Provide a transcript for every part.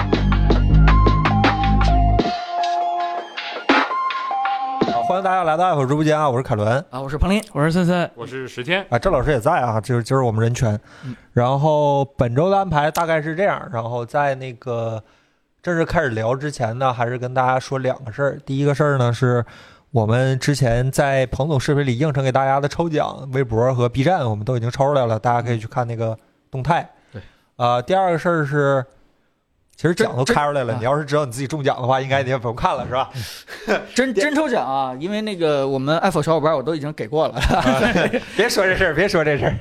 啊大家来到爱虎直播间啊，我是凯伦啊，我是彭林，我是森森，我是石天。啊，赵老师也在啊，就是就是我们人权嗯。然后本周的安排大概是这样，然后在那个正式开始聊之前呢，还是跟大家说两个事儿。第一个事儿呢是。我们之前在彭总视频里应承给大家的抽奖，微博和 B 站我们都已经抽出来了，大家可以去看那个动态。对，呃，第二个事儿是，其实奖都这这开出来了，啊你要是知道你自己中奖的话，应该你也不用看了，是吧？真真抽奖啊！因为那个我们爱否小伙伴我都已经给过了，哎 别说这事儿，别说这事儿。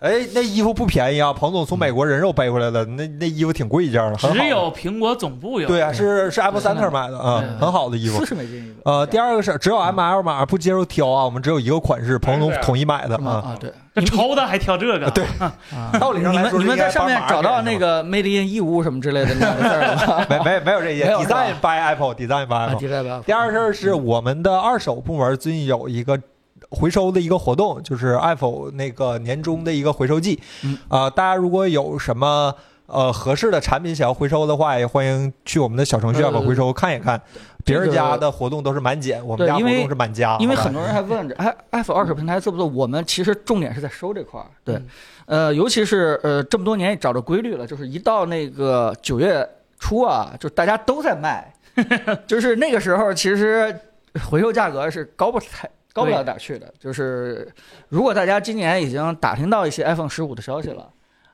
哎，那衣服不便宜啊，彭总从美国人肉背回来的，那那衣服挺贵一件的，很好的只有苹果总部有。对啊，是是 Apple 是 Center 的买的啊，嗯很好的衣服四。十美金一个。呃，第二个是只有 M L 码，不接受挑啊，我们只有一个款式，彭总统一买的是吗？啊。啊，对，这愁的还挑这个？ 对啊道理上你来们说你们在上面找到那个个 Made in 义乌什么之类的那个字 儿了吗？没没没有这些没有是吧，Design by Apple，Design by 啊， Apple。迪拜吧。哎第二事儿是我们的二手部门最近有一个回收的一个活动，就是 Apple 那个年终的一个回收季。嗯啊，大家如果有什么呃合适的产品想要回收的话，也欢迎去我们的小程序呃 Apple 回收看一看。这别个人家的活动都是满减，我们对家活因为动是满加。因为好吧很多人还问着，哎，F 二手平台做不做？我们其实重点是在收这块儿，对，嗯呃，尤其是呃这么多年也找着规律了，就是一到那个九月初啊，就是大家都在卖，就是那个时候其实回售价格是高不太高不了哪儿去的。就是如果大家今年已经打听到一些 iPhone 十五的消息了，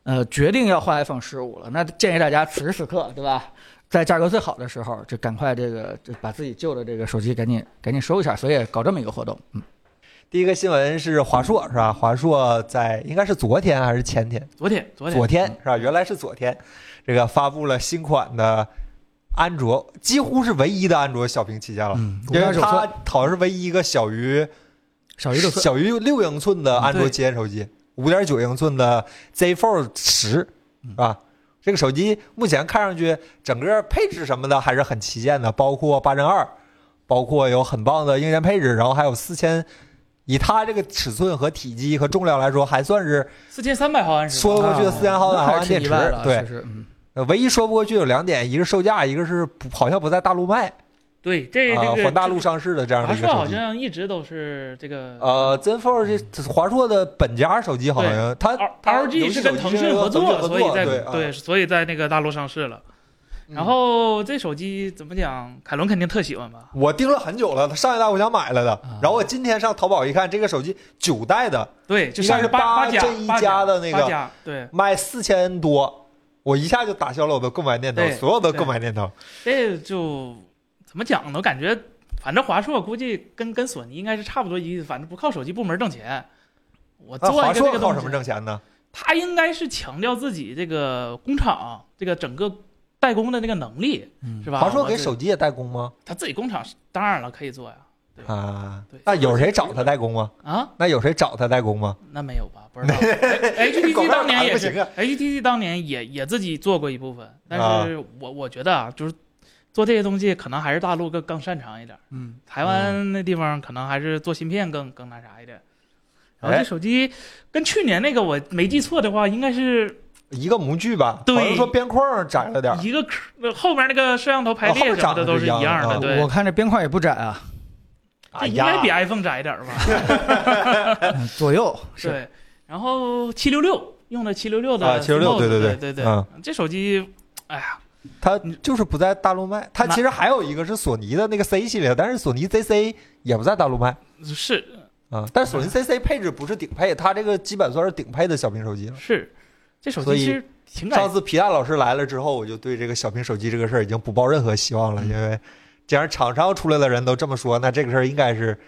呃，决定要换 iPhone 十五了，那建议大家此时此刻，对吧？在价格最好的时候，就赶快这个就把自己旧的这个手机赶紧赶紧收一下，所以搞这么一个活动。嗯，第一个新闻是华硕是吧？华硕在应该是昨天还是前天？昨天昨天昨天是吧？原来是昨天，这个发布了新款的安卓，几乎是唯一的安卓小屏旗舰了。嗯因为5.9它寸好像是唯一一个小于小于六寸，小于六英寸的安卓对旗舰手机，五点九英寸的 Z Fold 十嗯啊，这个手机目前看上去整个配置什么的还是很旗舰的，包括八针二，包括有很棒的硬件配置，然后还有四千，以它这个尺寸和体积和重量来说，还算是四千三百毫安时吧。说得过去的四千毫安毫还安啊是挺电意池外了，，对其，实嗯。呃唯一说不过去有两点，一个是售价，一个是不好像不在大陆卖对，这啊，这个环大陆上市的这样的华一个硕手好机。像一直都是这个呃，Zen Fold 这华硕的本家手机好像它 R 它 R G 游戏是手跟机腾是讯和合腾讯合所以作在对啊嗯对，所以在那个大陆上市了。然后这手机怎么讲？凯伦肯定特喜欢吧？我盯了很久了，它上一代我想买来的啊，然后我今天上淘宝一看，这个手机九代的对，就应该上是八八加这一八家加的那个八加对，卖四千多，我一下就打消了我的购买念头，对所有的购买念头。这就怎么讲呢？我感觉反正华硕估计跟跟索尼应该是差不多一个，反正不靠手机部门挣钱。我那做啊华一个这硕个靠东什么西，挣钱呢？他应该是强调自己这个工厂这个整个代工的那个能力，嗯是吧？华硕我给这手机也代工吗？他自己工厂是当然了可以做呀。对啊对，那有谁找他代工吗？啊，那有谁找他代工吗？那没有吧？不 知道。HTC 当年也是广告打得不行啊，HTC 当年也也自己做过一部分，但是我我觉得啊，就是做这些东西可能还是大陆更更擅长一点，嗯，台湾那地方可能还是做芯片更更那啥一点。然后哎这手机跟去年那个我没记错的话，应该是一个模具吧，对好像说边框窄了点儿，一个壳后面那个摄像头排啊后列面什么长得的都是是一样一样的的，啊对我。看这边框也不窄啊，这哎应呀该比 iPhone 窄一点吧？哎嗯左右是对，然后七六六用的七六六啊的766 Fold，对对对对嗯这手机，哎呀，它就是不在大陆卖。它其实还有一个是索尼的那个 C 系列，但是索尼 ZC 也不在大陆卖是啊。但是索尼 ZC 配置不是顶配，它这个基本算是顶配的小屏手机了。是，这手所以机是挺感上次皮蛋老师来了之后，我就对这个小屏手机这个事儿已经不抱任何希望了，因为既然厂商出来的人都这么说，那这个事儿应该是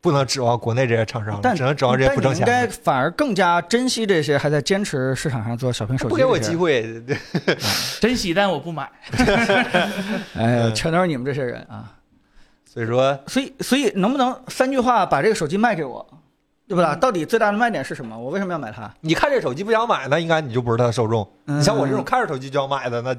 不能指望国内这些厂商了，但只能指望这些不挣钱但你应的。该反而更加珍惜这些还在坚持市场上做小屏手机。不给我机，会，珍惜，但我不买。哎呀，嗯全都是你们这些人啊！所以说所以，所以能不能三句话把这个手机卖给我，对不啦？嗯到底最大的卖点是什么？我为什么要买它？你看这手机不想买，那应该你就不是他的受众。你像我这种嗯，看着手机就要买的，那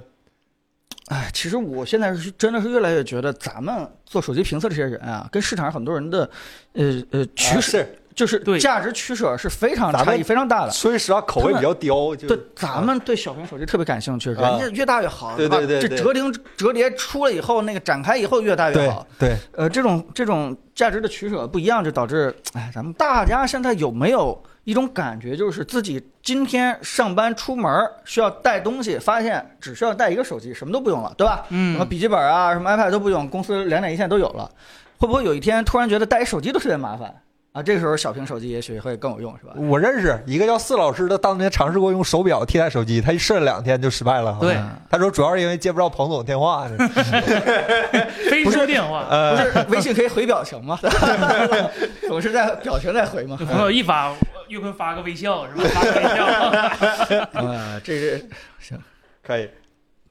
哎，其实我现在是真的是越来越觉得咱们做手机评测这些人啊，跟市场上很多人的，呃呃，取啊舍是就是对价值取舍是非常咱差们异非常大的。所以实际上口味比较刁，就对，咱们对小屏手机特别感兴趣，人啊家越大越好，对吧对对这对折叠折叠出了以后，那个展开以后越大越对好。对，呃，这种这种价值的取舍不一样，就导致，哎，咱们大家现在有没有一种感觉，就是自己今天上班出门儿需要带东西，发现只需要带一个手机，什么都不用了，对吧？什么嗯，笔记本啊，什么 iPad 都不用，公司两点一线都有了。会不会有一天突然觉得带一手机都特别麻烦啊？这个时候小屏手机也许会更有用，是嗯吧？我认识一个叫四老师的，当年尝试过用手表替代手机，他试了两天就失败了。好像对嗯他说主要是因为接不着彭总电话。 非说电话，不呃，是微信可以回表情吗？ 总是在表情在回吗有？朋友一发， 岳坤发个微笑是吧？发个微笑， 啊，这是可以。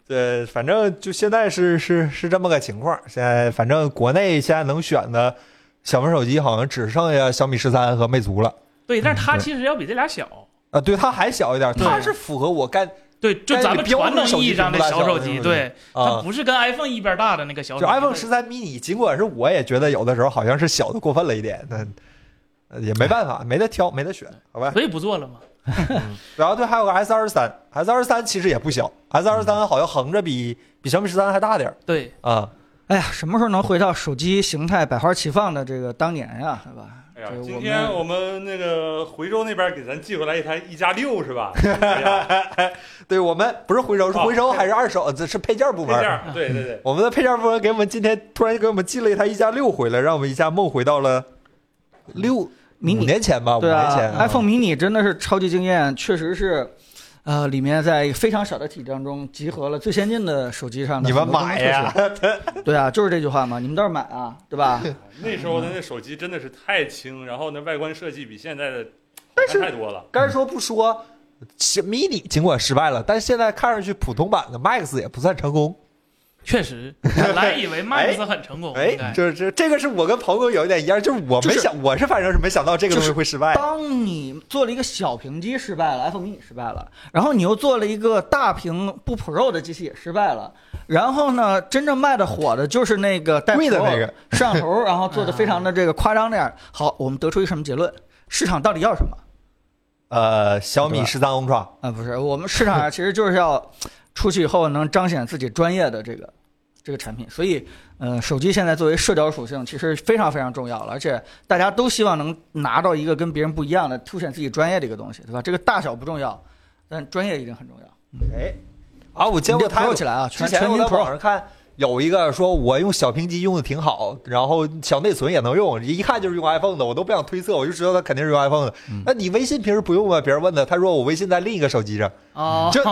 对，反正就现在是是是这么个情况。现在反正国内现在能选的小屏手机好像只剩下小米十三和魅族了。对，但是它对其实要比这俩小，啊，对，它还小一点，对它是符合我干对，就但是咱们标传准统手意机义上的屏幕大小小手是机，不是对，它啊。不是跟 iPhone 一边大的那个小手就机。 iPhone 对十三 mini，尽管是我也觉得有的时候好像是小的过分了一点，那呃也没办法，没得挑，没得选，好吧？所以不做了嘛。然后对，还有个 S 二十三，S 二十三其实也不小，S 二十嗯三好像横着比比小米十三还大点儿对，啊。哎呀，什么时候能回到手机形态百花齐放的这个当年呀？对吧？哎呀这，今我天们我们那个回州那边给咱寄回来一台一加六是吧？哎呀对我们不是回收，是哦回收还是二手？呃这是配件部配件门。儿，对对 对，我们的配件部门给我们今天突然给我们寄了一台一加六回来，让我们一下梦回到了六迷五你年前吧，五对年前啊啊，iPhone mini 真的是超级惊艳，确实是，呃，里面在非常小的体积当中集合了最先进的手机上的你很们多功能买措施呀？对啊，就是这句话嘛，你们倒是买啊，对吧？那时候的那手机真的是太轻，然后那外观设计比现在的好看太多了。该说不说是，mini 尽管失败了，但是现在看上去普通版的 Max 也不算成功。确实，本来以为 Max 很成功，哎应该，就是这这个是我跟朋友有一点一样，就是我就没是想，我是反正是没想到这个东西会失败。当你做了一个小屏机失败了，iPhone mini 失败了，然后你又做了一个大屏不 Pro 的机器也失败了，然后呢，真正卖的火的就是那个带贵的 Pro 那个摄像头，然后 做的非常的这个夸张那样。好，我们得出一个什么结论？市场到底要什么？呃，小米十三 Ultra 啊，不是，我们市场上其实就是要出去以后能彰显自己专业的这个这个产品，所以，呃，手机现在作为社交属性其实非常非常重要了，而且大家都希望能拿到一个跟别人不一样的、凸显自己专业的一个东西，对吧？这个大小不重要，但专业一定很重要。哎，啊，我见过你这他 Pro 有起来啊，之全前全我民在 Pro 网。上看有一个说，我用小屏机用的挺好，然后小内存也能用，一看就是用 iPhone 的，我都不想推测，我就知道他肯定是用 iPhone 的。那你微信平时不用吗？别人问他，他说我微信在另一个手机上，哦，这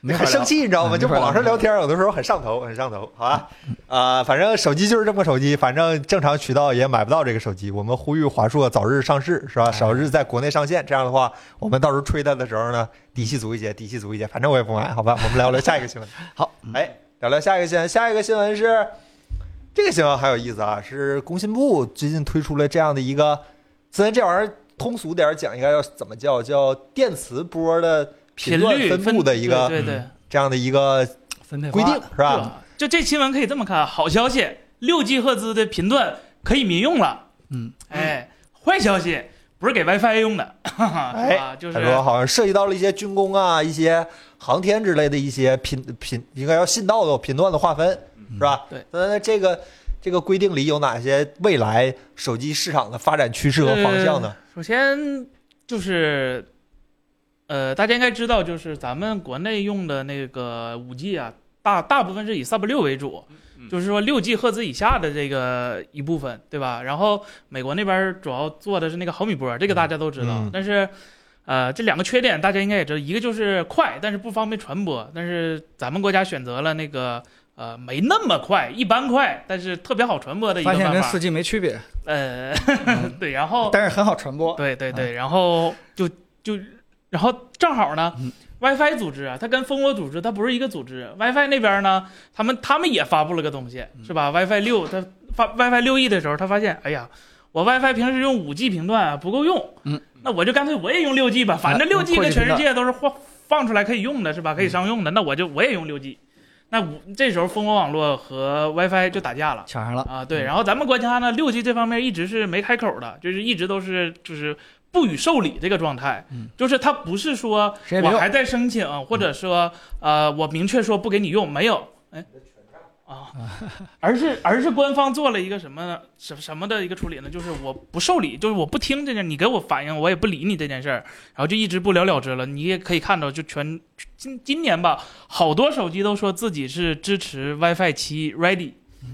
没法很聊生气，你知道吗？嗯就没法聊网上聊天，有的时候很上头，很上头，好吧？啊、反正手机就是这么个手机，反正正常渠道也买不到这个手机。我们呼吁华硕早日上市，是吧？哎早日在国内上线，这样的话，我们到时候吹它的时候呢，底气足一些，底气足一些。反正我也不买，好吧？我们聊聊下一个新闻。 好，哎，聊聊下一个新闻，下一个新闻是这个新闻很有意思啊，是工信部最近推出了这样的一个，虽然这玩意儿通俗点儿讲，应该要怎么叫？叫电磁波的频段率分布的一个对对对，这样的一个分配嗯规定，是对吧？吧？就这新闻可以这么看，好消息，六 G 赫兹的频段可以民用了。嗯，哎，坏消息，不是给 WiFi 用的，哈哈，哎是吧？就他说是好像涉及到了一些军工啊、一些航天之类的一些频频，应该要信道的频段的划分，是吧？嗯对。那这个这个规定里有哪些未来手机市场的发展趋势和方向呢？首先就是，呃，大家应该知道，就是咱们国内用的那个五 G 啊，大大部分是以 Sub 六为主，嗯就是说六 G 赫兹以下的这个一部分，对吧？然后美国那边主要做的是那个毫米波，这个大家都知道，嗯但是。呃，这两个缺点大家应该也知道，一个就是快，但是不方便传播。但是咱们国家选择了那个呃没那么快，一般快，但是特别好传播的一个发现办跟法四。G 没区别，呃，嗯 对，然后但是很好传播。对对嗯对，然后就就然后正好呢、嗯 w i f i 组织啊，它跟蜂窝组织它不是一个组织，WiFi 那边呢，他们他们也发布了个东西，嗯是吧？WiFi 六，它发 WiFi 六 E 的时候，他发现，哎呀。我 WiFi 平时用五 G 频段啊不够用，嗯，那我就干脆我也用六 G 吧，反正啊六 G 扩的及频全世段嗯界都是放放出来可以用的，是吧？可以商用的，那我就我也用六 G。那五这时候蜂窝网络和 WiFi 就打架了。抢上了，啊，对，嗯然后咱们国家呢，六 G 这方面一直是没开口的，就是一直都是就是不予受理这个状态，嗯就是它不是说谁也没嗯我用还在申请，或者说呃我明确说不给你用，没有，哎， 啊，而是而是官方做了一个什么什什么的一个处理呢？就是我不受理，就是我不听这件，你给我反映，我也不理你这件事儿，然后就一直不了了之了。你也可以看到，就全今今年吧，好多手机都说自己是支嗯持 WiFi 七 Ready。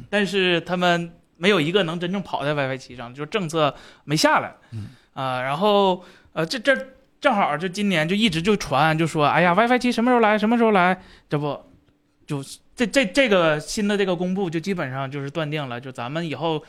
但是他们没有一个能真正跑在 WiFi 七上，就是政策没下来。嗯啊、然后呃，这这正好就今年就一直就传，就说哎呀，WiFi 七什么时候来？什么时候来？这不就是这这这个新的这个公布，就基本上就是断定了，就咱们以后。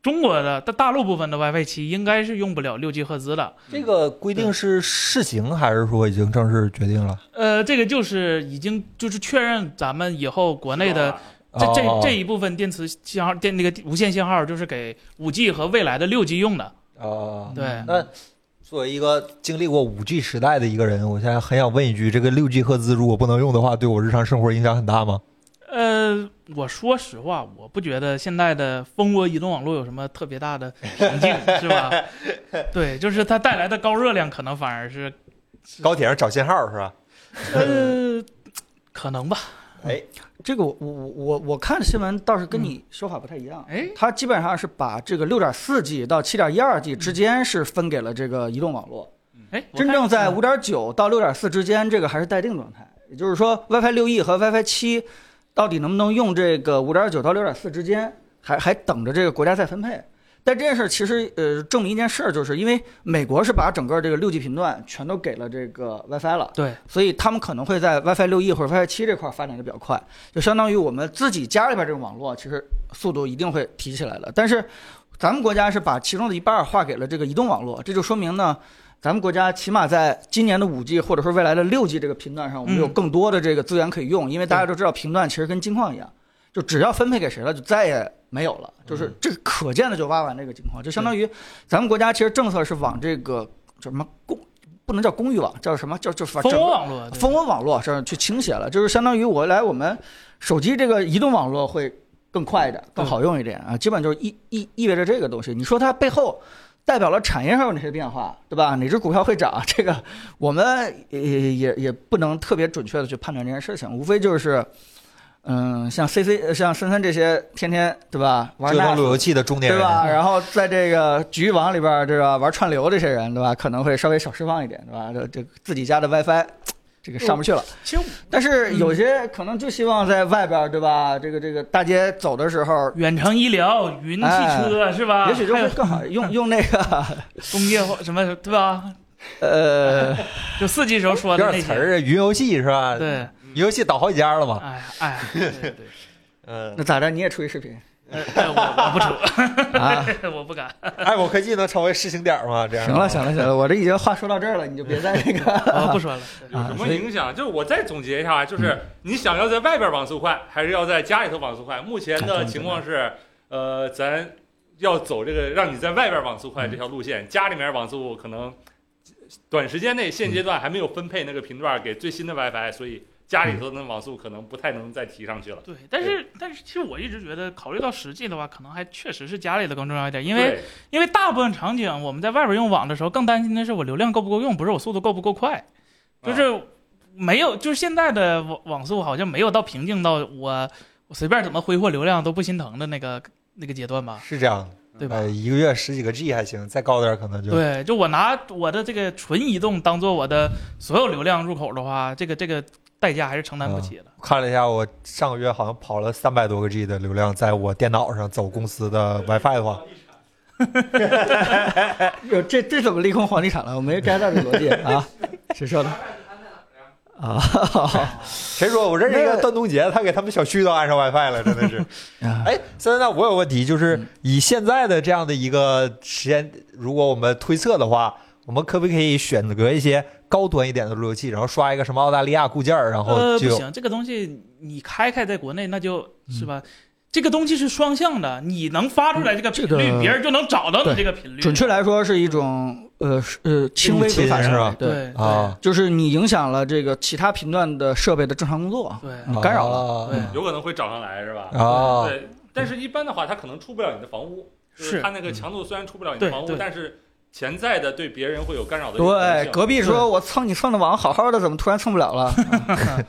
中国的大大陆部分的 WiFi 七应该是用不了六 G 赫兹的，这个规定是试行还是说已经正式决定了？呃，这个就是已经就是确认咱们以后国内的这哦这这一部分电磁信号电那个无线信号就是给五 G 和未来的六 G 用的，哦，对，嗯那作为一个经历过五 G 时代的一个人，我现在很想问一句：这个六 G 赫兹如果不能用的话，对我日常生活影响很大吗？呃，我说实话，我不觉得现在的蜂窝移动网络有什么特别大的瓶颈，是吧？对，就是它带来的高热量，可能反而是，高铁上找信号是吧？呃，可能吧。哎，这个我我我我我看的新闻倒是嗯跟你说法不太一样，哎，它基本上是把这个六点四 G 到七点一二 G 之间是分给了这个移动网络，哎，我看真正在五点九到六点四之间，这个还是待定状态。也就是说，WiFi 六 E 和 WiFi 七到底能不能用这个五点九到六点四之间，还还等着这个国家再分配。但这件事其实呃证明一件事儿，就是因为美国是把整个这个六 G 频段全都给了这个 WiFi 了，对，所以他们可能会在 WiFi 六 E 或者 WiFi 七这块儿发展的比较快，就相当于我们自己家里边这种网络，其实速度一定会提起来的。但是咱们国家是把其中的一半儿划给了这个移动网络，这就说明呢，咱们国家起码在今年的五 G 或者说未来的六 G 这个频段上，我们有嗯更多的这个资源可以用，因为大家都知道频段其实跟金矿一样，就只要分配给谁了，就再也没有了，嗯就是这是可见的就挖完这个情况，就相当于咱们国家其实政策是往这个叫什么公。不能叫公域网，叫什么？叫就反蜂整窝个网络，对蜂窝网络上去倾斜了，就是相当于我来我们手机这个移动网络会更快一点，更好用一点啊，基本就是意意意味着这个东西。你说它背后代表了产业上有哪些变化，对吧？哪只股票会涨？这个我们也也也不能特别准确的去判断这件事情，无非就是。嗯，像 C C 像森森这些天天对吧玩折 NAS 腾路由器的中年对人，吧？然后在这个局域网里边儿，这个玩串流这些人，对吧？可能会稍微少释放一点，对吧？这这个自己家的 WiFi 这个上不去哦了。其实但是有些可能就希望在外边儿，对吧？这个这个大街走的时候，远程医疗、云汽车是吧？哎也许就啊还会有更好，用用那个工业化什么对吧？呃，就四 G 时候说有的那点些词儿啊，云游戏是吧？，对，云游戏倒好几家了啊嘛。哎哎，对对对，嗯，那咋着？你也出一视频呃哎我 啊？我不出，我不敢，爱哎我科技能成为试行点吗？这样啊行了，行了，行了，我这已经话说到这儿了，你就别再那我不个。 说了。对有什啊所么以影响？就是我再总结一下，就是你想要在外边网速快，还是要在家里头网速快？目前的情况是，呃，咱要走这个让你在外边网速快这条路线，家里面网速可能短时间内现阶段还没有分配那个频段给最新的 WiFi，所以家里头的网速可能不太能再提上去了。对，但是但是，其实我一直觉得，考虑到实际的话，可能还确实是家里的更重要一点，因为对因为大部分场景我们在外边用网的时候，更担心的是我流量够不够用，不是我速度够不够快，就是没有，就是现在的网网速好像没有到瓶颈到我我随便怎么挥霍流量都不心疼的那个那个阶段吧，是这样的，对吧？呃，一个月十几个 G 还行，再高点儿可能就对，就我拿我的这个纯移动当做我的所有流量入口的话，这个这个代价还是承担不起的。看了一下，我上个月好像跑了三百多个 G 的流量，在我电脑上走公司的 WiFi 的话，哟，这这怎么利空房地产了？我没 get 到这个逻辑 啊！谁说的？啊，谁说我认识一个那段东杰，他给他们小区都安上 WiFi 了，真的是。 啊哎，森森，那我有问题，嗯就是以现在的这样的一个时间，如果我们推测的话，我们可不可以选择一些高端一点的路由器，然后刷一个什么澳大利亚固件儿，然后呃，就不有行，这个东西你开开在国内，那就是吧？这个东西是双向的，你能发出来这个频这率，个别人就能找到对你这个频率。准确来说是一种呃是呃轻微入侵违反是吧对，对啊，就是你影响了这个其他频段的设备的正常工作，对嗯你干扰了。了对有可能会找上来是吧？啊，对，但是一般的话，它可能出不了你的房屋，就是是它那个强度虽然出不了你对的房屋，对但是潜在的对别人会有干扰的可对，能性隔壁说我蹭你蹭的网好好的，怎么突然蹭不了了？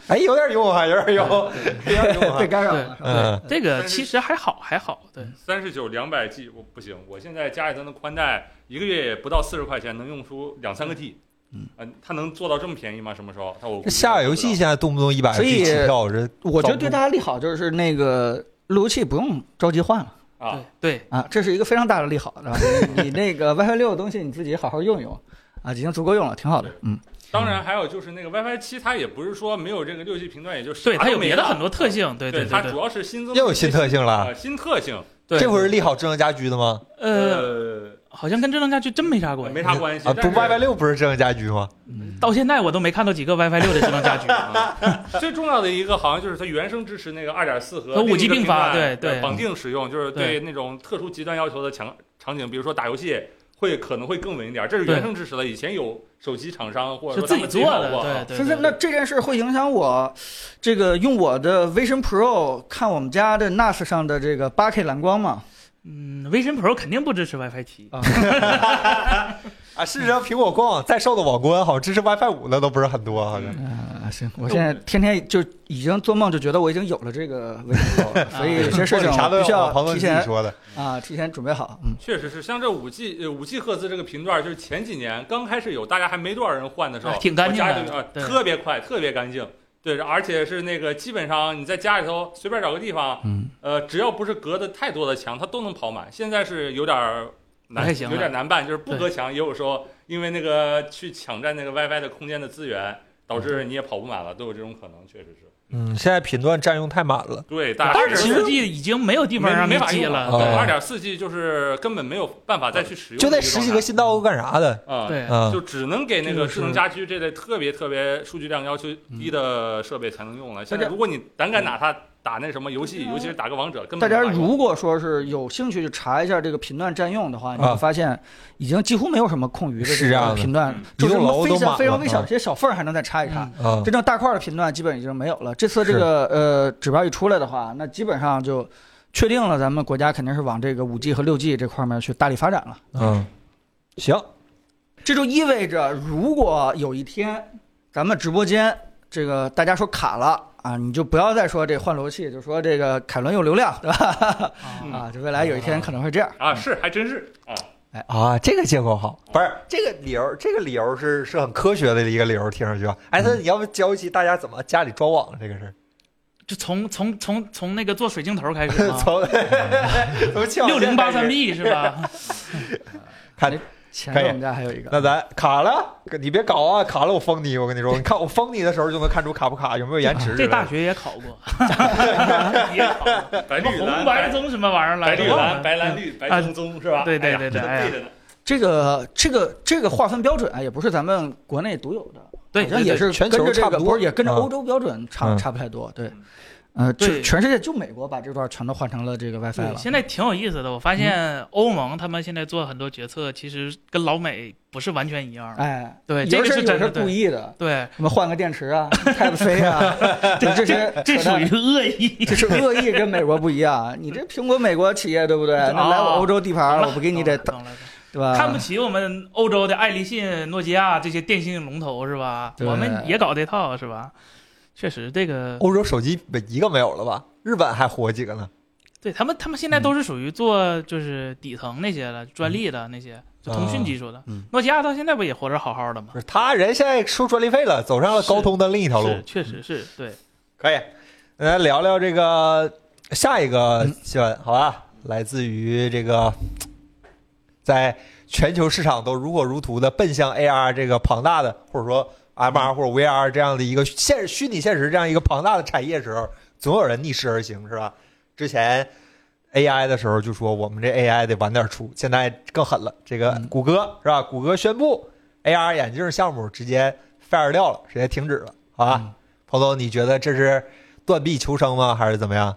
哎，有点用啊，有点用，有点用啊 被干扰了。是吧嗯这个但是其实还好，还好，对，三十九两百 G 我不行，我现在家里头的宽带一个月也不到四十块钱，能用出两三个 G。嗯呃，它能做到这么便宜吗？什么时候？它我这下游戏现在动不动一百所 G 以起跳，这我觉得对大家利好就是那个路由器不用着急换了啊，对啊，这是一个非常大的利好，对吧？ 你你那个 WiFi 六的东西你自己好好用一用啊，已经足够用了，挺好的。嗯，当然还有就是那个 WiFi 七，它也不是说没有这个六 G 频段，也就对，啥它都有没别的了很多特性，对对它对主要是新增又有新特性啊了，呃新特性，对，这会儿是利好智能家居的吗？呃，呃，好像跟智能家居真没啥关系没，啥关系。啊，不但是，WiFi 六不是智能家居吗？到现在我都没看到几个 WiFi 六的智能家居。啊最重要的一个好像就是它原生支持那个二点四和和另一个 5G 并发平台对对绑定使用，就是对对那种特殊极端要求的强场景，比如说打游戏会可能会更稳一点，这是原生支持的。以前有手机厂商或者是说自他己们做搞过的，对所对以对。那这件事会影响我这个用我的 Vision Pro 看我们家的 NAS 上的这个 8K 蓝光嘛？嗯，Vision Pro 肯定不支持 WiFi 七，啊，事实上，苹果官网再受的网关好像支持 WiFi 五的都不是很多，好像。啊，行，我现在天天就已经做梦就觉得我已经有了这个 Vision Pro，了所以有些事情啥我都必须要，要彭总提自己前说的，啊，提前准备好。嗯，确实是像这五 G 呃五 G 赫兹这个频段，就是前几年刚开始有，大家还没多少人换的时候，啊挺干净的我家里头啊对特别快，特别干净。对，而且是那个基本上你在家里头随便找个地方，嗯，呃，只要不是隔的太多的墙，它都能跑满。现在是有点儿不太难，行了有点难办，就是不对隔墙，也有时候因为那个去抢占那个 WiFi 的空间的资源，导致你也跑不满了，都有这种可能，确实是。嗯，现在频段占用太满了，对，大家二啊是点四 G 已经没有地方没让没你法记用了，啊对，哦二点四 G 就是根本没有办法再去使用，就那十几个新道道路干啥的？啊，对，嗯，就只能给那这个个是智能家居这类特别特别数据量要求低嗯的设备才能用了。现在如果你胆敢拿它打那什么游嗯戏，尤其是打个王者，根大本家没法用如果说是有兴趣去查一下这个频段占用的话，你啊会发现已经几乎没有什么空余的是这这样个的频段嗯，就是一什栋楼么都满非了常非常微小啊的一些小缝儿还能再插一插。嗯真正大块儿的频段基本已经没有了。这次这是个呃指标一出来的话，那基本上就确定了，咱们国家肯定是往这个五 G 和六 G 这块面去大力发展了。嗯，行，这就意味着，如果有一天咱们直播间这个大家说卡了啊，你就不要再说这换路由器，就说这个凯伦有流量， 对吧？啊啊，就未来有一天可能会这样。啊，是还真是啊，啊，这个借口好，不是这个理由，这个理由是是很科学的一个理由，听上去啊。哎，那你要不教一期大家怎么家里装网这个事儿？就从从从从那个做水晶头开 始嘛， 从从七六零八三 B， B 是吧？看前可以面我们家还有一个，那咱卡了，你别搞啊，卡了我封你，我跟你说，你看我封你的时候就能看出卡不卡，有没有延迟之类的。 这大学也考过， 也好，白什么绿蓝啊红白棕什么玩意儿来白着？啊绿忘蓝了白蓝绿白棕棕是吧？对对哎呀对对哎呀背着呢这个这个这个划分标准啊，也不是咱们国内独有的，对，好像对也对是全跟球着差不这个，多不是也跟着嗯欧洲标准差嗯差不太多，对嗯，呃，啊对全全世界就美国把这段全都换成了这个 WiFi 对，了，嗯现在挺有意思的。我发现欧盟他们现在做很多决策，其实跟老美不是完全一样。哎，对，这有个时候是真有时的。候故对意的，对，什么换个电池啊，Type C 啊，这这些 这扯属淡于恶意。这是恶意，跟美国不一样。你这苹果美国企业对不对？那来我欧洲地盘儿，啊我不给你啊这， 懂了懂了对吧？看不起我们欧洲的爱立信、诺基亚这些电信龙头是吧？对我们也搞这套是吧？确实，这个欧洲手机没一个没有了吧？日本还活几个呢？对他们，他们现在都是属于做就是底层那些了，专利的那些，就通讯技术的啊嗯。诺基亚到现在不也活着好好的吗不？是，他人现在收专利费了，走上了高通的另一条路是，。确实是对。可以，那咱聊聊这个下一个新闻，好吧？来自于这个在全球市场都如火如荼的奔向 AR 这个庞大的，或者说 MR 或者 VR 这样的一个现虚拟现实这样一个庞大的产业时候，总有人逆势而行，是吧？之前 AI 的时候就说我们这 AI 得晚点出，现在更狠了，这个嗯谷歌是吧？谷歌宣布 AR 眼镜项目直接 fire 掉了，直接啊停止了，好吧？嗯彭总，你觉得这是断臂求生吗？还是怎么样？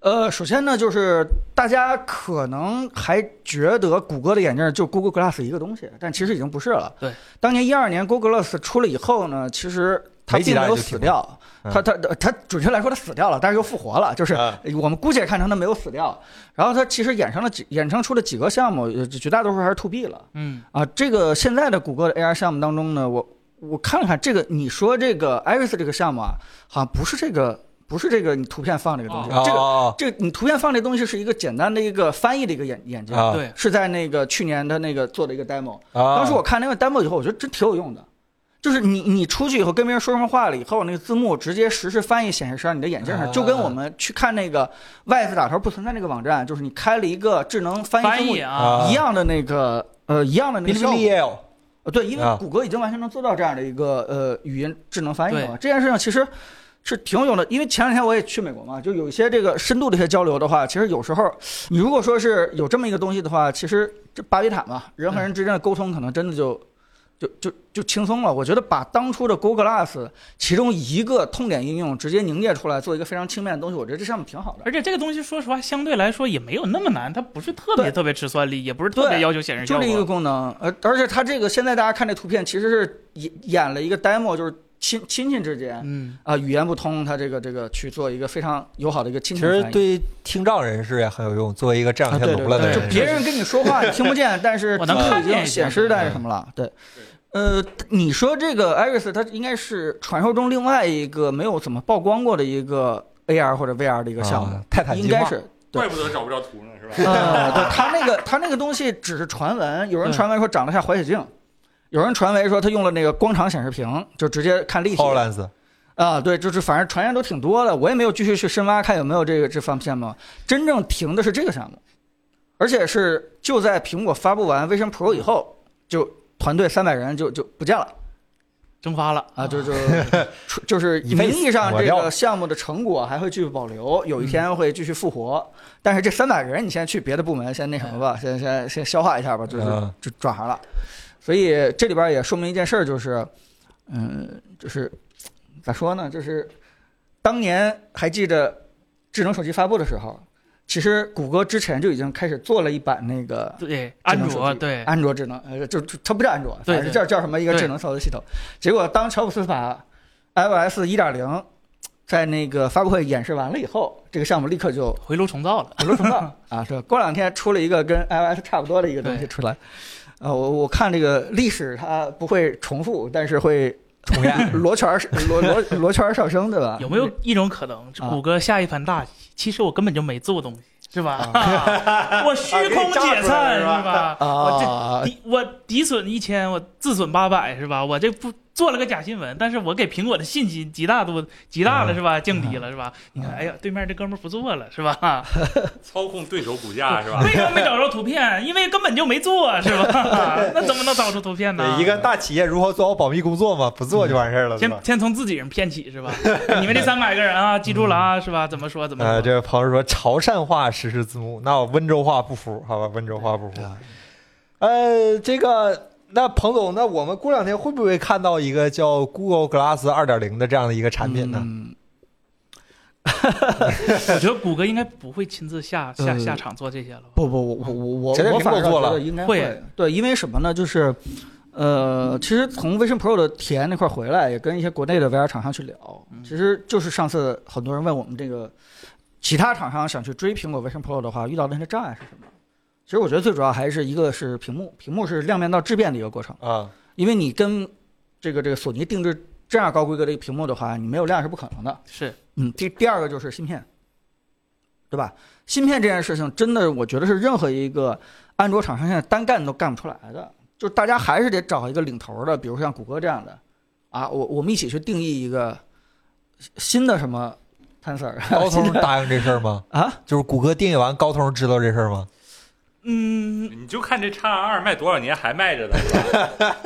呃，首先呢，就是大家可能还觉得谷歌的眼镜就 Google Glass 一个东西，但其实已经不是了。对，当年一二年 Google Glass 出了以后呢，其实它没几并代没有就死停掉，嗯它它它准确来说它死掉了，但是又复活了，就是啊我们姑且看成它没有死掉。然后它其实衍生了几衍生出了几个项目，呃绝大多数还是 to B 了。嗯啊，这个现在的谷歌的 AR 项目当中呢，我我看了看这个，你说这个 Iris 这个项目啊，好像不是这个，不是这个你图片放这个东西，啊哦这个哦这个你图片放这东西是一个简单的一个翻译的一个眼眼镜，啊对，是在那个去年的那个做的一个 demo，啊当时我看那个 demo 以后，我觉得真挺有用的。就是你你出去以后跟别人说什么话了以后，那个字幕直接实时翻译显示上你的眼镜上，啊就跟我们去看那个 Wise 打头不存在那个网站，就是你开了一个智能翻译翻字幕译啊，一样的那个呃一样的那哔个哩效哔哩果。也有呃对，因啊为谷歌已经完全能做到这样的一个呃语音智能翻译对了。这件事情其实是挺有用的，因为前两天我也去美国嘛，就有一些这个深度的一些交流的话，其实有时候你如果说是有这么一个东西的话，其实这巴别塔嘛，人和人之间的沟通可能真的就。就就就轻松了，我觉得把当初的 Google Glass 其中一个痛点应用直接凝结出来，做一个非常轻便的东西，我觉得这项目挺好的。而且这个东西说实话，相对来说也没有那么难，它不是特别对特别吃算力，也不是特别对要求显示效就这一个果。功能，而而且它这个现在大家看这图片，其实是演演了一个 demo，就是亲亲戚之间啊、嗯，语言不通，它这个这个去做一个非常友好的一个亲其情翻译。实对听障人士也很有用。作为一个这啊两对天对聋了的对，就人，别人跟你说话你听不见，但 是我能字幕看已经见显示在嗯什么了。对，呃，你说这个 Iris 它应该是传说中另外一个没有怎么曝光过的一个 AR 或者 VR 的一个项目，啊泰坦应计划该是对怪不得找不着图呢，是 吧？呃，对，他那个他那个东西只是传闻，有人传闻说长得像怀雪镜，有人传闻说他用了那个光场显示屏，就直接看立体。 HoloLens 啊、对，就是反正传言都挺多的，我也没有继续去深挖看有没有这个这方面项目。真正停的是这个项目，而且是就在苹果发布完 Vision Pro 以后，就团队三百人就就不见了。蒸发了啊，就就出就是你名被义上抹这掉个了项目的成果还会继续保留，有一天会继续复活。但是这三百个人，你先去别的部门，先那什么吧，先先先消化一下吧，就是嗯就转行了。所以这里边也说明一件事儿，就是，嗯，就是咋说呢？就是当年还记得智能手机发布的时候，其实谷歌之前就已经开始做了一版那个对，安智能手卓机对，安卓智能，呃，就就它不叫安卓，对反正对叫叫什么一个对智能操作系统。结果当乔布斯把 iOS 一点零在那个发布会演示完了以后，这个项目立刻就回炉重造了。回炉重 造啊！这过两天出了一个跟 iOS 差不多的一个东西对出来，啊，我我看这个历史它不会重复，但是会重演螺旋儿螺螺螺圈儿上升，啊对吧？有没有一种可能，这啊谷歌下一盘大棋，其实我根本就没做东西，是吧？ 我虚啊给你空炸出来解了散，是吧吧？我这啊？抵我抵损一千，我自损八百是吧？我这不做了个假新闻，但是我给苹果的信心极大度极大嗯了是吧？降低了是吧？你看，哎呀，对面这哥们儿不做了是吧？操控对手股价是吧？ 为什么没找着图片？因为根本就没做啊是 吧？ 那怎么能找出图片呢？对一个大企业如何做好保密工作嘛？不做就完事儿了，是先吧？先从自己人骗起是吧？你们这三百个人啊，记住了啊是吧？怎么说嗯怎么呃，说？这位朋友说潮汕话实时字幕，那我温州话不服，好吧，温州话不服。呃，这个那彭总，那我们过两天会不会看到一个叫 Google Glass 二点零的这样的一个产品呢？嗯我觉得谷歌应该不会亲自下下嗯下场做这些了吧？不不，我我我前我两我天反而给我做觉了得应该会对，因为什么呢？就是，呃，其实从 Vision Pro 的体验那块儿回来，也跟一些国内的 VR 厂商去聊，嗯其实就是上次很多人问我们这个，其他厂商想去追苹果 Vision Pro 的话，遇到的那些障碍是什么？其实我觉得最主要还是一个是屏幕，屏幕是量变到质变的一个过程，啊，因为你跟这个这个索尼定制这样高规格的一个屏幕的话，你没有量是不可能的。是嗯，第第二个就是芯片，对吧？芯片这件事情，真的我觉得是任何一个安卓厂商现在单干都干不出来的，就是大家还是得找一个领头的，比如像谷歌这样的，啊，我我们一起去定义一个新的什么 Tensor 高新通的答应这事儿吗？ 啊，就是谷歌定义完，高通知道这事儿吗？嗯。你就看这叉二卖多少年还卖着呢，是吧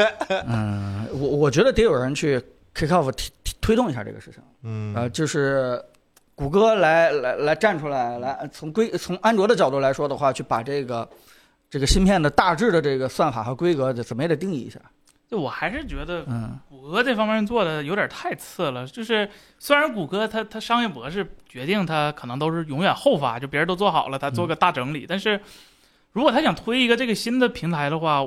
嗯， 我我觉得得有人去 kick off 推推动一下这个事情。嗯，呃，就是谷歌来来来站出来，来从规从安卓的角度来说的话，去把这个这个芯片的大致的这个算法和规格，怎么也得定义一下。就我还是觉得嗯谷歌这方面做的有点太次了。就是虽然谷歌它它商业模式决定它可能都是永远后发，就别人都做好了，它做个大整理。但是如果它想推一个这个新的平台的话，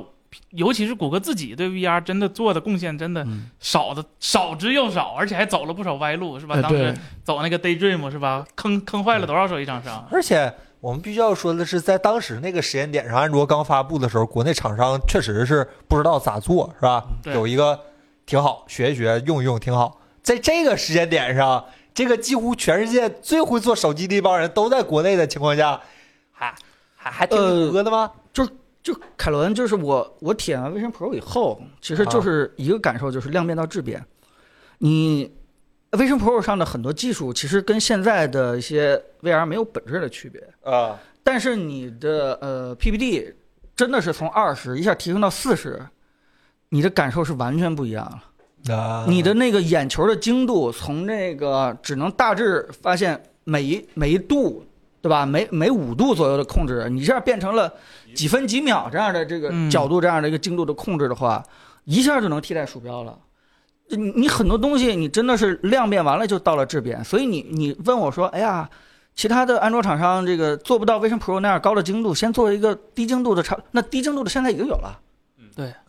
尤其是谷歌自己对 VR 真的做的贡献真的嗯，少的少之又少，而且还走了不少歪路，是吧？呃当时对，走那个 Daydream 是吧？坑坑坏了多少手机厂商？而且我们必须要说的是，在当时那个时间点上，安卓刚发布的时候，国内厂商确实是不知道咋做，是吧？嗯对有一个挺好，学一学，用一用挺好。在这个时间点上，这个几乎全世界最会做手机的一帮人都在国内的情况下，还还还听呃谷歌的吗？就凯伦，就是我我体验完 Vision Pro 以后，其实就是一个感受，就是量变到质变。你 Vision Pro 上的很多技术，其实跟现在的一些 VR 没有本质的区别，啊、但是你的呃 PPD 真的是从二十一下提升到四十，你的感受是完全不一样了。啊你的那个眼球的精度，从那个只能大致发现每一每一度，对吧？每每五度左右的控制，你一下变成了几分几秒这样的这个嗯角度这样的一个精度的控制的话，一下就能替代鼠标了。你你很多东西你真的是量变完了就到了质变，所以你你问我说，哎呀。其他的安卓厂商这个做不到 Vision Pro 那样高的精度，先做一个低精度的差，那低精度的现在已经有了，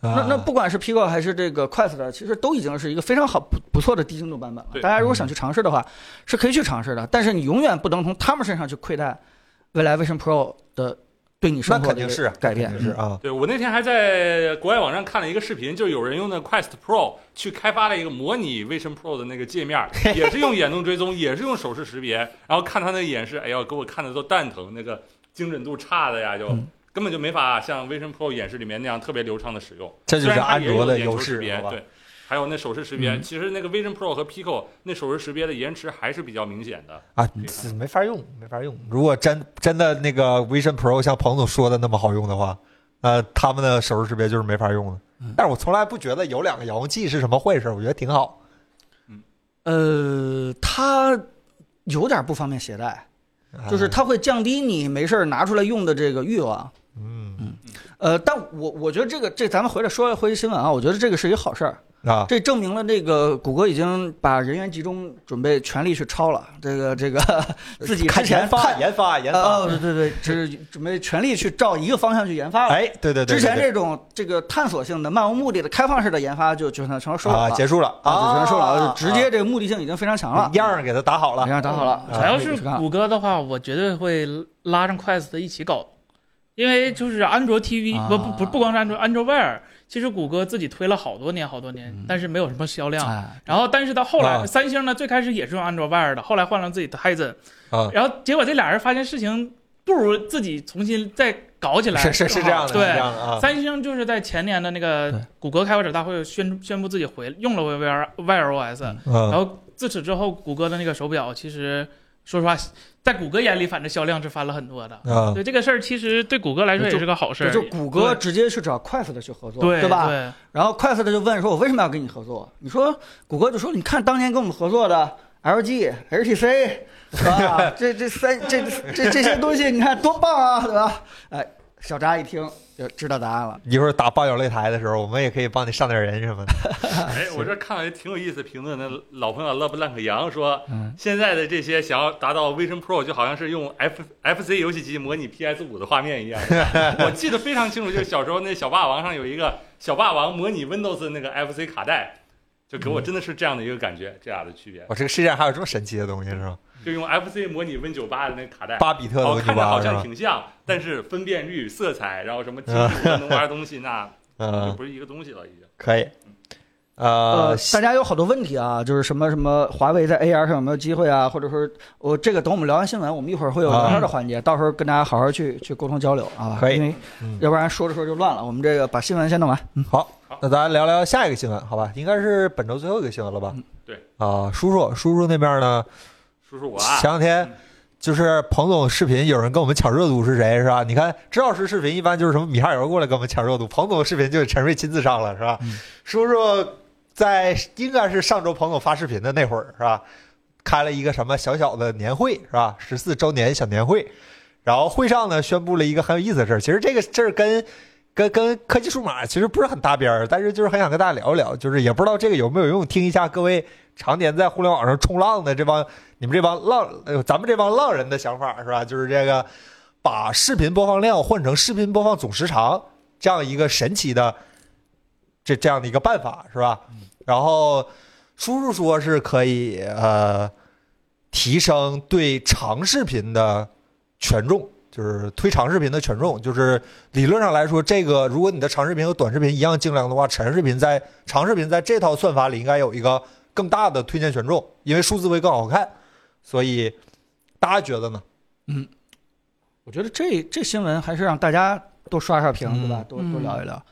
啊那那不管是 Pico 还是这个 Quest 的，其实都已经是一个非常好不不错的低精度版本了。对大家如果想去尝试的话，是可以去尝试的，但是你永远不能从他们身上去窥探未来 Vision Pro 的对你那生活肯的定一是个改变嗯肯。定是啊。对我那天还在国外网站看了一个视频，就有人用的 Quest Pro 去开发了一个模拟 Vision Pro 的那个 界面，也是用眼动追踪，也是用手势识别，然后看他那演示，哎呦，给我看的都蛋疼，那个精准度差的呀，就嗯根本就没法像 Vision Pro 演示里面那样特别流畅的使用。这就虽是然它安也卓有的眼球优识势，别好吧？对，还有那手势识别，嗯其实那个 Vision Pro 和 Pico 那手势识别的延迟还是比较明显的。啊，这没法用，没法用。如果真真的那个 Vision Pro 像彭总说的那么好用的话，呃，他们的手势识别就是没法用的嗯。但是我从来不觉得有两个遥控器是什么坏事，我觉得挺好。呃，它有点不方便携带，啊就是，它会降低你没事儿拿出来用的这个欲望。嗯呃，但我我觉得这个这咱们回来说回新闻啊，我觉得这个是一个好事儿。啊，这证明了这个谷歌已经把人员集中，准备全力去抄了。这个这 个自己之看前研看发，研发，研哦，发。对对对，这是准备全力去照一个方向去研发了。哎，对对对，呃之前对这种这个探索性的、漫无目的的、开放式的研发就就算成收对手啊了，结束了啊，就啊，全收手了，啊就直接这个目的性已经非常强了哎啊，样儿给它打好了这。样打好了。啊只要这是个看谷歌的话，我绝对会拉上 Quest 一起搞，因为就是安卓 TV 啊不不不不光是安卓，安卓 Wear 其实谷歌自己推了好多年好多年，但是没有什么销量。哎，然后，但是到后来，啊三星呢最开始也是用安卓 Wear 的，后来换了自己的 Tizen，啊然后结果这俩人发现事情不如自己重新再搞起来，是是是这样的，是对这样的啊。三星就是在前年的那对个谷歌开发者大会宣宣布自己回用了 VR VR OS，、然嗯后自此之后，谷歌的那个手表其实说实话，在谷歌眼里反正销量是翻了很多的。嗯对这个事儿，其实对谷歌来说也是个好事这就儿。谷歌直接去找 Quest 的去合作，对吧？对然后 Quest 就问说：“我为什么要跟你合作？”你说谷歌就说：“你看当年跟我们合作的 LG、HTC，是吧？这这三这这这些东西，你看多棒啊，对吧？”哎，小扎一听就知道答案了。一会儿打爆小擂台的时候，我们也可以帮你上点人什么的。哎，我这看了也挺有意思的评论，那老朋友 Love 浪可羊说，嗯现在的这些想要达到 Vision Pro，就好像是用 F FC 游戏机模拟 PS 五的画面一 样。我记得非常清楚，就是小时候那小霸王上有一个小霸王模拟 Windows 的那个 FC 卡带，就给嗯我真的是这样的一个感觉，这俩的区别，我这个世界上还有这么神奇的东西是吗？就用 FC 模拟 Win 九八的那个卡带。巴比特的哦，文具看着吧好是像吧？挺像，但是分辨率、色彩，然后什么 技术能玩的东西，那就嗯，不是一个东西了，已经。可以。呃呃，，大家有好多问题啊，就是什么什么华为在 AR 上有没有机会啊，或者说我这个等我们聊完新闻，我们一会儿会有聊天的环节，到时候跟大家好好去去沟通交流啊，啊可以因为嗯要不然说着说着就乱了。我们这个把新闻先弄完。好，那咱聊聊下一个新闻，好吧？应该是本周最后一个新闻了吧嗯？对啊，叔叔，叔叔那边呢？叔叔我前 啊，两天嗯就是彭总视频，有人跟我们抢热度是谁是吧？你看支老师视频一般就是什么米哈游过来跟我们抢热度，彭总视频就是陈瑞亲自上了是吧？叔叔在应该是上周彭总发视频的那会儿是吧？开了一个什么小小的年会是吧？十四周年小年会，然后会上呢宣布了一个很有意思的事儿。其实这个事儿跟跟跟科技数码其实不是很搭边儿，但是就是很想跟大家聊一聊，就是也不知道这个有没有用，听一下各位常年在互联网上冲浪的这帮你们这帮浪，哎呦，咱们这帮浪人的想法是吧？就是这个把视频播放量换成视频播放总时长这样一个神奇的这这样的一个办法是吧？然后叔叔说是可以呃提升对长视频的权重，就是推长视频的权重，就是理论上来说，这个如果你的长视频和短视频一样精良的话，长视频在长视频在这套算法里应该有一个更大的推荐权重，因为数字会更好看。所以大家觉得呢？我觉得这这新闻还是让大家多刷刷屏，嗯对吧？多多嗯聊一聊。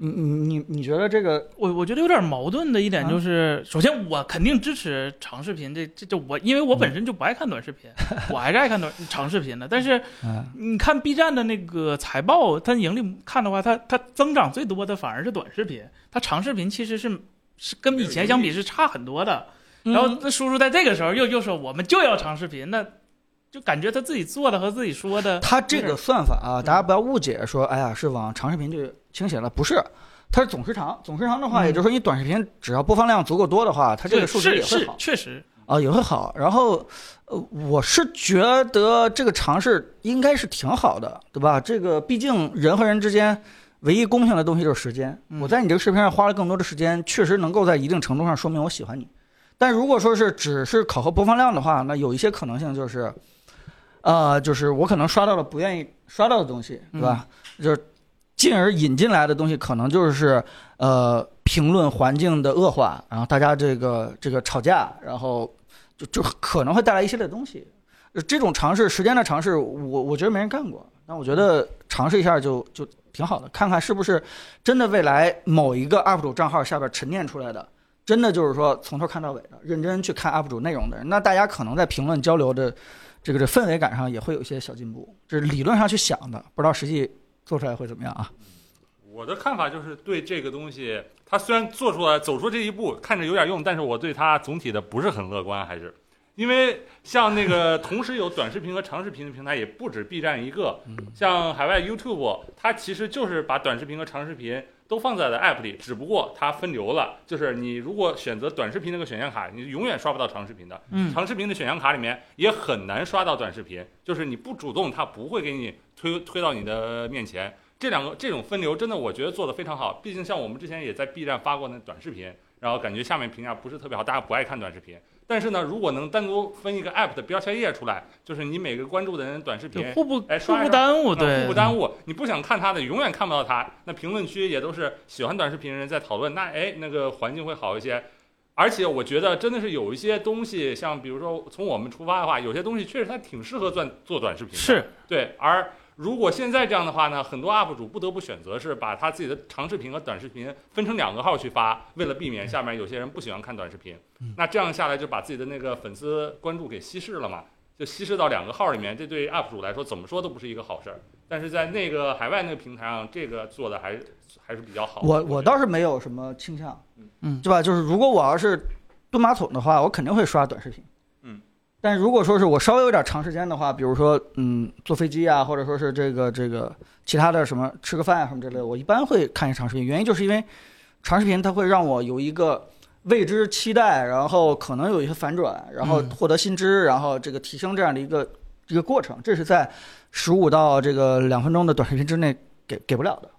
你你你你觉得这个我我觉得有点矛盾的一点啊就是，首先我肯定支持长视频，这这这我因为我本身就不爱看短视频， 我还是爱看短长视频的。但是嗯你看 B 站的那个财报，它盈利看的话，它它增长最多的反而是短视频，它长视频其实是是跟以前相比是差很多的。然后那叔叔在这个时候又又说我们就要长视频，那就感觉他自己做的和自己说的，它这个算法嗯啊，大家不要误解说，哎呀是往长视频就倾斜了，不是。它是总时长，总时长的话，嗯也就是说你短视频只要播放量足够多的话，它这个对数值也是会是好确实，啊，也会好。然后，呃，我是觉得这个尝试应该是挺好的，对吧？这个毕竟人和人之间唯一公平的东西就是时间。嗯我在你这个视频上花了更多的时间，确实能够在一定程度上说明我喜欢你。但如果说是只是考核播放量的话，那有一些可能性就是，呃，就是我可能刷到了不愿意刷到的东西，对吧？就是进而引进来的东西，可能就是呃评论环境的恶化，然后大家这个这个吵架，然后就就可能会带来一系列东西。呃这种尝试，时间的尝试，我我觉得没人干过。那我觉得尝试一下就就挺好的，看看是不是真的未来某一个 UP 主账号下边沉淀出来的，真的就是说从头看到尾的，认真去看 UP 主内容的人，那大家可能在评论交流的这个这氛围感上也会有一些小进步。这是理论上去想的，不知道实际做出来会怎么样啊？我的看法就是对这个东西，它虽然做出来走出这一步，看着有点用，但是我对它总体的不是很乐观，还是因为像那个同时有短视频和长视频的平台也不止 B 站一个，像海外 YouTube，它其实就是把短视频和长视频。都放在了 App 里，只不过它分流了。就是你如果选择短视频那个选项卡，你永远刷不到长视频的。嗯长视频的选项卡里面也很难刷到短视频，就是你不主动，它不会给你推推到你的面前。这两个这种分流真的，我觉得做得非常好。毕竟像我们之前也在 B 站发过那短视频，然后感觉下面评价不是特别好，大家不爱看短视频。但是呢，如果能单独分一个 App 的标签页出来，就是你每个关注的人短视频就互不哎互刷一不刷耽误，啊对，互不耽误。你不想看他的，永远看不到他。那评论区也都是喜欢短视频的人在讨论，那哎，那个环境会好一些。而且我觉得真的是有一些东西，像比如说从我们出发的话，有些东西确实它挺适合做做短视频的。是对，而如果现在这样的话呢，很多 UP 主不得不选择是把他自己的长视频和短视频分成两个号去发，为了避免下面有些人不喜欢看短视频。那这样下来就把自己的那个粉丝关注给稀释了嘛，就稀释到两个号里面，这对 UP 主来说怎么说都不是一个好事儿。但是在那个海外那个平台上，这个做的还是还是比较好的。我我我觉得倒是没有什么倾向，嗯对吧？就是如果我要是蹲马桶的话，我肯定会刷短视频，嗯。但如果说是我稍微有点长时间的话，比如说嗯坐飞机啊，或者说是这个这个其他的什么吃个饭啊什么之类的，我一般会看一长视频。原因就是因为长视频它会让我有一个未知期待，然后可能有一些反转，然后嗯获得新知，然后这个提升这样的一个一个过程，这是在十五到这个两分钟的短视频之内给给不了的。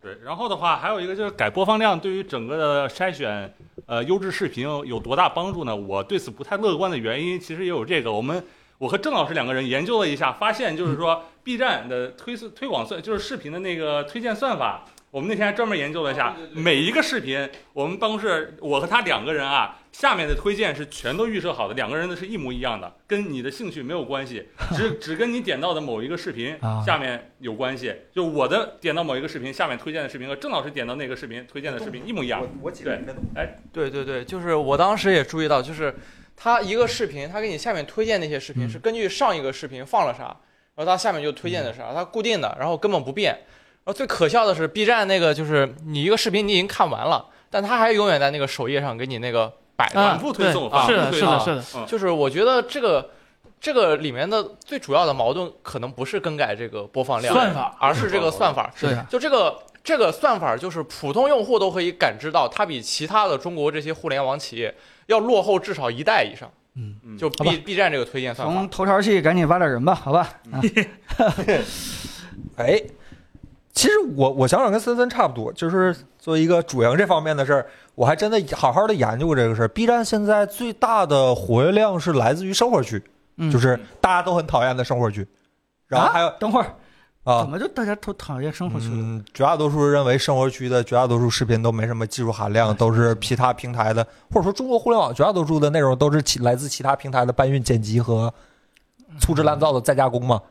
对，然后的话，还有一个就是改播放量对于整个的筛选，呃，优质视频有多大帮助呢？我对此不太乐观的原因，其实也有这个。我们我和郑老师两个人研究了一下，发现就是说 B 站的推算推广算就是视频的那个推荐算法，我们那天还专门研究了一下，每一个视频，我们办公室我和他两个人啊，下面的推荐是全都预设好的，两个人的是一模一样的，跟你的兴趣没有关系，只只跟你点到的某一个视频啊下面有关系。就我的点到某一个视频下面推荐的视频和郑老师点到那个视频推荐的视频一模一样。我解释你的对对对，就是我当时也注意到，就是他一个视频，他给你下面推荐那些视频嗯是根据上一个视频放了啥，然后他下面就推荐的啥，它固定的，然后根本不变。然后最可笑的是 B 站那个，就是你一个视频你已经看完了，但他还永远在那个首页上给你那个摆着。啊哎反复推对送反是复的，推是送嗯的，啊是的，就是我觉得这个这个里面的最主要的矛盾可能不是更改这个播放量算法而是这个算法。对啊就这个这个算法，就是普通用户都可以感知到，它比其他的中国这些互联网企业要落后至少一代以上。嗯就好 B B 站这个推荐算法从，头条系赶紧挖点人吧，好吧？啊，哎，其实我我想想跟森森差不多，就是作为一个主营这方面的事儿，我还真的好好的研究过这个事儿。B 站现在最大的活跃量是来自于生活区，嗯就是大家都很讨厌的生活区，然后还有啊等会儿怎啊。么就大家都讨厌生活区了？嗯，绝大多数认为生活区的绝大多数视频都没什么技术含量，都是其他平台的，或者说中国互联网绝大多数的内容都是其来自其他平台的搬运、剪辑和粗制滥造的再加工嘛。啊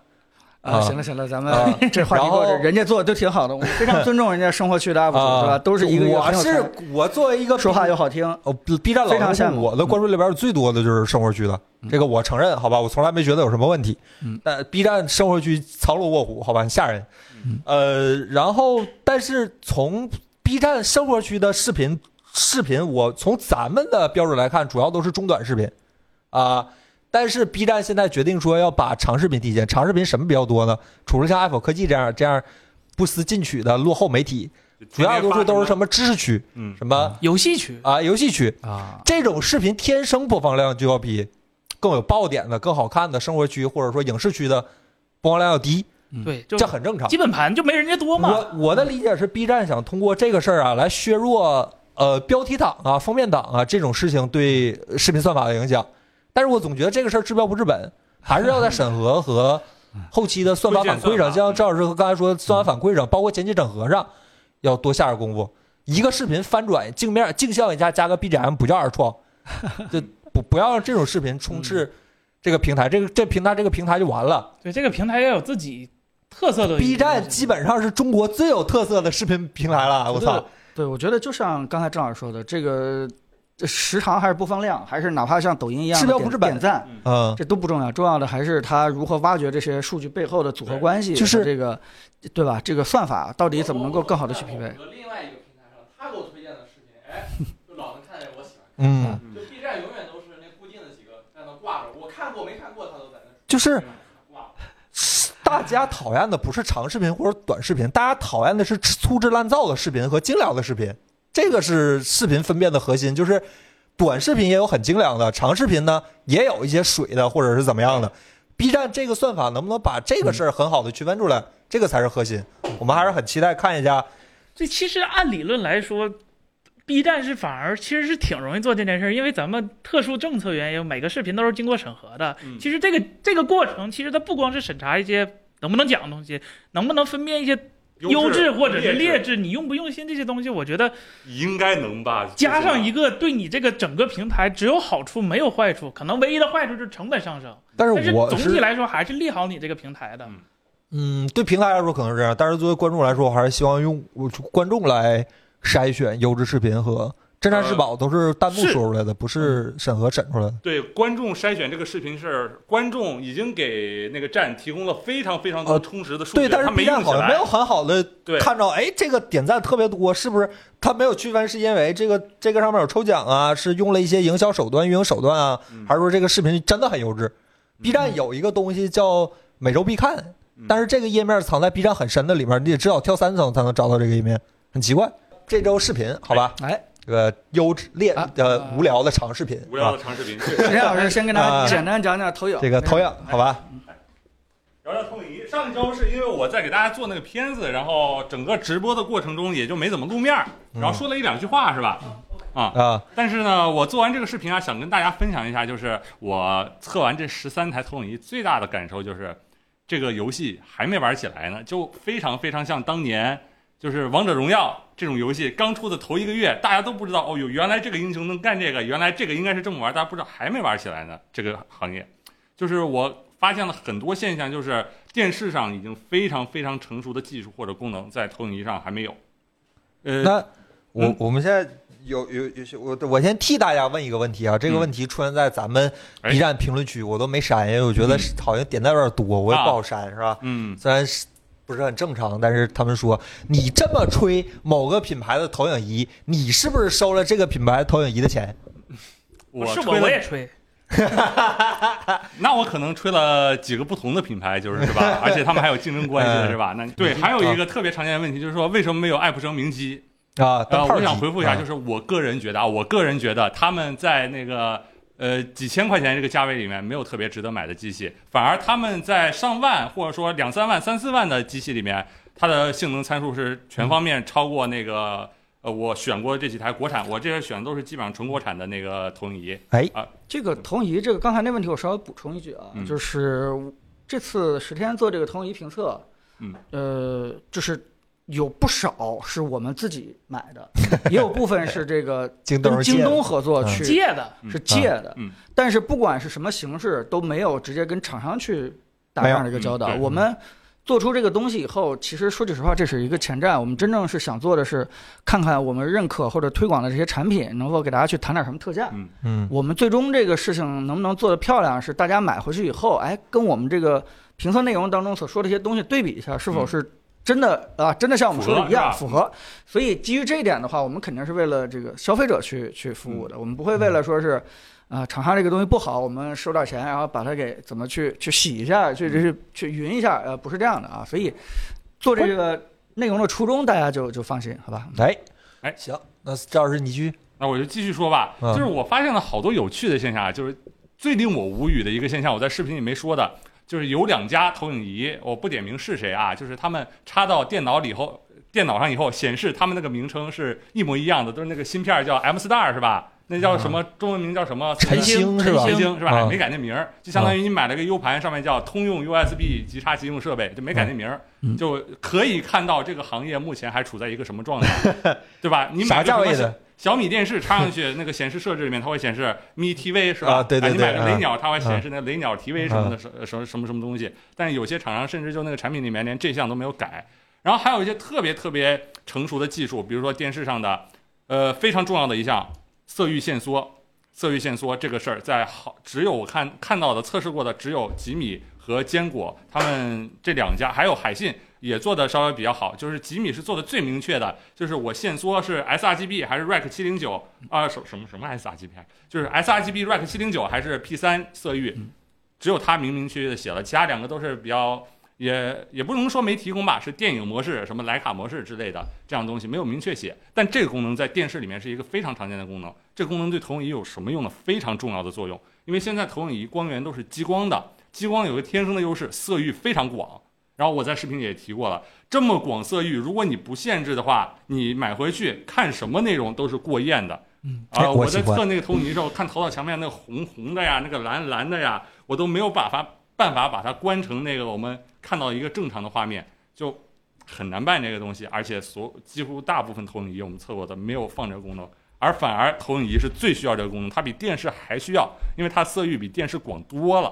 啊，行了行了，咱们啊 这话题然过后去，人家做的都挺好的，我 非常尊重人家生活区的 UP 主，是吧？都是一个一个啊我很有才是我作为一个说话又好听，哦，B B 站老非用常羡户，慕我的关注里边最多的就是生活区的，嗯这个我承认，好吧，我从来没觉得有什么问题。嗯，但 B 站生活区藏龙卧虎，好吧，很吓人嗯。呃，然后但是从 B 站生活区的视频视频，我从咱们的标准来看，主要都是中短视频啊、但是 B 站现在决定说要把长视频递减，长视频什么比较多呢？除了像爱否科技这样这样不思进取的落后媒体，绝大多数都是什么？么知识区、嗯，什么游戏区啊游戏区。啊，这种视频天生播放量就要比更有爆点的、更好看的生活区或者说影视区的播放量要低，对，就这很正常基。本盘就没人家多嘛。我我的理解是，B 站想通过这个事儿啊，来削弱呃标题党啊、封面党啊这种事情对呃视频算法的影响。但是我总觉得这个事儿治标不治本，还是要在审核和后期的算法反馈上，就像赵老师和刚才说，算法反馈上，包括前期整合上，要多下点功夫。一个视频翻转镜面镜像一下，加个 BGM 不叫二创，就不不要让这种视频充斥这个平台，这个这平台这个平台就完了。对，这个平台也有自己特色的一个东 B 西。站基本上是中国最有特色的视频平台了，我操！对，我觉得就像刚才郑老师说的，这个这时长还是播放量，还是哪怕像抖音一样治的标点不治本点赞，嗯，这都不重要，重要的还是他如何挖掘这些数据背后的组合对关系，就是这个，对吧？这个算法到底怎么能够更好的去匹配？我另外一个平台上，他给我推荐的视频，哎，就老能看见我喜欢嗯，看。就 B 站永远都是那固定的几个在那挂着，我看过没看过，他都在那就是挂。大家讨厌的不是长视频或者短视频，大家讨厌的是粗制滥造的视频和精良的视频。这个是视频分辨的核心，就是短视频也有很精良的，长视频呢也有一些水的或者是怎么样的。B 站这个算法能不能把这个事儿很好的区分出来，这个才是核心。我们还是很期待看一下。这其实按理论来说，B 站是反而其实是挺容易做这件事儿，因为咱们特殊政策原因，每个视频都是经过审核的。嗯其实这个这个过程，其实它不光是审查一些能不能讲的东西，能不能分辨一些优质或者是劣质，质，你用不用心这些东西，我觉得应该能吧？加上一个，个对你这个整个平台只有好处没有坏处，可能唯一的坏处就是成本上升，但但是是我总体来说还是利好你这个平台的。嗯，对平台来说可能是这样，但是作为观众来说，我还是希望用我观众来筛选优质视频和真善是宝都是弹幕是说出来的，不是审核审出来的。对观众筛选这个视频是观众已经给那个站提供了非常非常多呃充实的数据，对，但是他 B 没站用起好像没来有。很好的对，看到，哎，这个点赞特别多，是不是？它没有区分，是因为这个这个上面有抽奖啊，是用了一些营销手段、运营手段啊，嗯还是说这个视频真的很优质？B 站有一个东西叫每周必看，嗯但是这个页面藏在 B 站很深的里面，你得至少跳三层才能找到这个页面，很奇怪。这周视频好吧，哎，这个优质劣啊呃啊无聊的长视频，无聊啊的长视频，对陈老师先跟大啊家简单讲讲投影，这个投影影好吧，聊聊投影仪。上一周是因为我在给大家做那个片子，然后整个直播的过程中也就没怎么露面儿，然后说了一两句话是吧？哎啊，但是呢，我做完这个视频啊，想跟大家分享一下，就是我测完这十三台投影仪最大的感受就是，这个游戏还没玩起来呢，就非常非常像当年就是《王者荣耀》这种游戏刚出的头一个月，大家都不知道哦哟，原来这个英雄能干这个，原来这个应该是这么玩，大家不知道还没玩起来呢。这个行业，就是我发现了很多现象，就是电视上已经非常非常成熟的技术或者功能，在投影仪上还没有。呃，那我嗯我们现在有有有些我我先替大家问一个问题啊，这个嗯问题出现在咱们哎嗯 B 站评论区，我都没删，因为我觉得是好像点赞有点多，我也不啊好删，是吧？嗯，虽然是不是很正常，但是他们说你这么吹某个品牌的投影仪，你是不是收了这个品牌投影仪的钱？我是吹我了我也吹，那我可能吹了几个不同的品牌，就是是吧？而且他们还有竞争关系的是吧？那对，还有一个特别常见的问题就是说，为什么没有爱普生明基？啊，呃，当炮我击想回复一下，啊就是我个人觉得啊，我个人觉得他们在那个呃几千块钱这个价位里面没有特别值得买的机器，反而他们在上万或者说两三万、三四万的机器里面，它的性能参数是全方面超过那个。呃，我选过这几台国产，我这些选的都是基本上纯国产的那个投影仪。这个投影仪，这个刚才那问题我稍微补充一句啊，嗯就是这次十天做这个投影仪评测，嗯，呃，就是有不少是我们自己买的， 也有部分是这个京东跟人借京的东合作嗯去借的，嗯是借的，嗯但是不管是什么形式，都没有直接跟厂商去打这样的一个交道。没有嗯对我们做出这个东西以后，其实说句实话，这是一个前站。我们真正是想做的是，看看我们认可或者推广的这些产品，能否给大家去谈点什么特价。嗯嗯我们最终这个事情能不能做得漂亮，是大家买回去以后，哎，跟我们这个评测内容当中所说的一些东西对比一下，是否嗯是真的啊，真的像我们说的一样符符合。所以基于这一点的话，我们肯定是为了这个消费者去去服务的，我们不会为了说是。啊，厂商这个东西不好，我们收点钱，然后把它给怎么去去洗一下，去去去匀一下，呃，不是这样的啊，所以做这个内容的初衷，大家就就放心，好吧？哎哎行，那赵老师你去那我就继续说吧，嗯就是我发现了好多有趣的现象，啊，就是最令我无语的一个现象，我在视频里没说的，就是有两家投影仪，我不点名是谁啊，就是他们插到电脑里以后，电脑上以后显示他们那个名称是一模一样的，都是那个芯片叫 M Star 是吧？那叫什么中文名叫什么？陈星嗯是吧陈陈星是吧？嗯没改那名儿，就相当于你买了个 U 盘，上面叫通用 USB 极差急用设备，就没改那名儿，嗯就可以看到这个行业目前还处在一个什么状态， 对吧？你啥买个什价么位小的？小米电视插上去，那个显示设置里面它会显示 Mi TV 是吧？哎啊对对你买对个啊雷鸟，它会显示那雷鸟 TV 什么的，什什么什么什么东西。但是有些厂商甚至就那个产品里面连这项都没有改。然后还有一些特别特别成熟的技术，比如说电视上的，呃，非常重要的一项色域限缩。色域限缩这个事儿，在好只有我看看到的测试过的只有吉米和坚果他们这两家，还有海信也做的稍微比较好。就是吉米是做的最明确的，就是我限缩是 sRGB 还是 REC 七零九啊什什么什么 sRGB，就是 sRGB REC 七零九还是 P 三色域，只有它明明确确的写了，其他两个都是比较。也也不能说没提供吧，是电影模式、什么徕卡模式之类的这样东西没有明确写，但这个功能在电视里面是一个非常常见的功能。这个功能对投影仪有什么用呢？非常重要的作用，因为现在投影仪光源都是激光的，激光有个天生的优势，色域非常广。然后我在视频里也提过了，这么广色域，如果你不限制的话，你买回去看什么内容都是过艳的。嗯，哎啊，我我在喜欢测那个投影仪的时候，看投到墙面那个红红的呀，那个蓝蓝的呀，我都没有办法办法把它关成那个我们看到一个正常的画面，就很难办这个东西。而且所几乎大部分投影仪我们测过的没有放这个功能，而反而投影仪是最需要这个功能，它比电视还需要，因为它色域比电视广多了。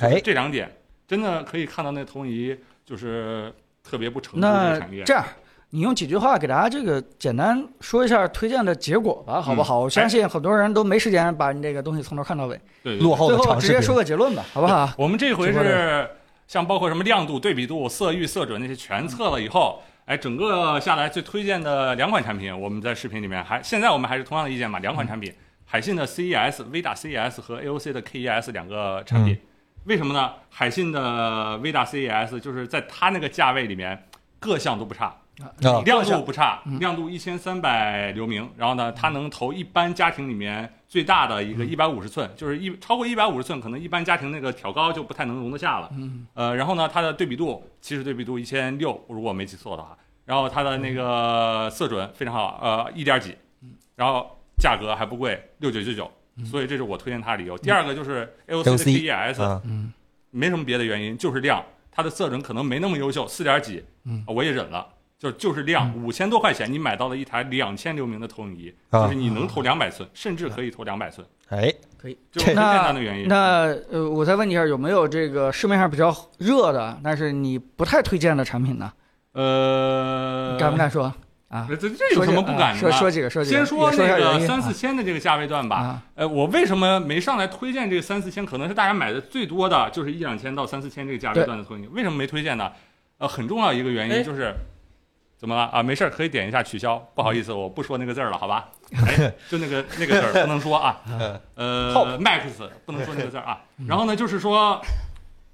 哎，这两点真的可以看到那投影仪就是特别不成熟的一那个产业这。样，你用几句话给大家这个简单说一下推荐的结果吧，好不嗯哎好？我相信很多人都没时间把你这个东西从头看到尾，对，对对落后最的后长直视接频说个结论吧，好不好？我们这回直播是像包括什么亮度、对比度、色域、色准那些全测了以后，哎，整个下来最推荐的两款产品，我们在视频里面还现在我们还是同样的意见嘛，两款产品，海信的 E CES、VDA CES 和 AOC 的 KES 两个产品，为什么呢？海信的 VDA CES 就是在它那个价位里面，各项都不差，啊，亮度不差嗯，亮度一千三百流明，然后呢，它能投一般家庭里面最大的嗯一个一百五十寸，就是一超过一百五十寸，可能一般家庭那个挑高就不太能容得下了。嗯，呃，然后呢，它的对比度，其实对比度一千六，如果我没记错的话，然后它的那个色准非常好，呃，一点几，嗯然后价格还不贵，六九九九，所以这是我推荐它的理由。第二个就是 AOC 的 E AOC 啊 TES，嗯没什么别的原因，就是量，它的色准可能没那么优秀，四点几，嗯我也忍了。就就是量，五千多块钱你买到了一台两千流明的投影仪，嗯啊就是你能投两百寸，甚至可以投两百寸，哎，就最简单的原嗯因。那呃，我再问你一下，有没有这个市面上比较热的，但是你不太推荐的产品呢？呃，敢不敢说？这这有说什几么个啊不敢的说呢？说几个，说几个。先说也一那下个原因三四千的这个价位段吧。啊，呃，我为什么没上来推荐这个三四千？可能是大家买的最多的就是一两千到三四千这个价位段的投影仪，为什么没推荐呢？呃，很重要一个原哎因就是怎么了啊？没事儿，可以点一下取消。不好意思，我不说那个字儿了，好吧？哎，就那个那个字儿不能说啊。呃，max 不能说那个字儿啊。然后呢，就是说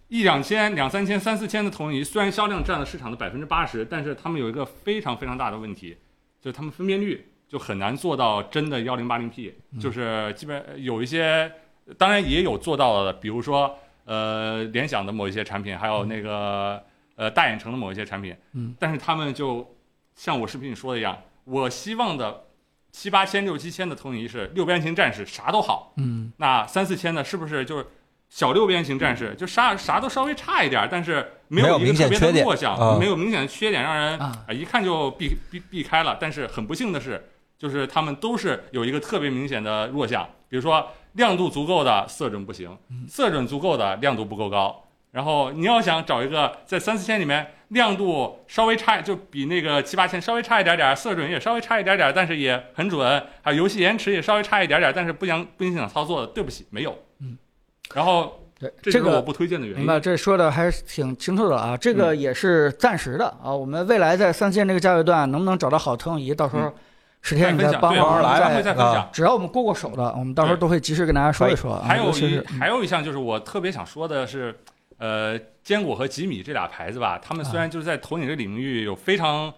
一两千、两三千、三四千的投影仪，虽然销量占了市场的百分之八十，但是他们有一个非常非常大的问题，就是他们分辨率就很难做到真的幺零八零 P，就是基本有一些，当然也有做到的，比如说呃联想的某一些产品，还有那个呃大眼城的某一些产品，嗯，但是他们就像我视频里说的一样，我希望的七八千、六七千的投影仪是六边形战士，啥都好。嗯那三四千的，是不是就是小六边形战士，就啥啥都稍微差一点儿，但是没有没有一个明显特别的缺点弱项，啊没有明显的缺点，让人啊啊一看就避避避开了。但是很不幸的是，就是他们都是有一个特别明显的弱项，比如说亮度足够的色准不行，嗯色准足够的亮度不够高。然后你要想找一个在三四千里面亮度稍微差，就比那个七八千稍微差一点点，色准也稍微差一点点，但是也很准，还有游戏延迟也稍微差一点点，但是不影不影响操作的，对不起，没有。嗯，然后对，这这就是我个不推荐的原明因。白，这说的还是挺清楚的啊。这个嗯也是暂时的啊，我们未来在三线这个价位段能不能找到好投影仪，到时候嗯史天你再再分享帮对我忙们来再再会再分享啊。只要我们过过手的，我们到时候对都会及时跟大家说一说啊。还有尤其一是还有一项就是我特别想说的是，呃，坚果和吉米这俩牌子吧，他们虽然就是在投影这领域有非常啊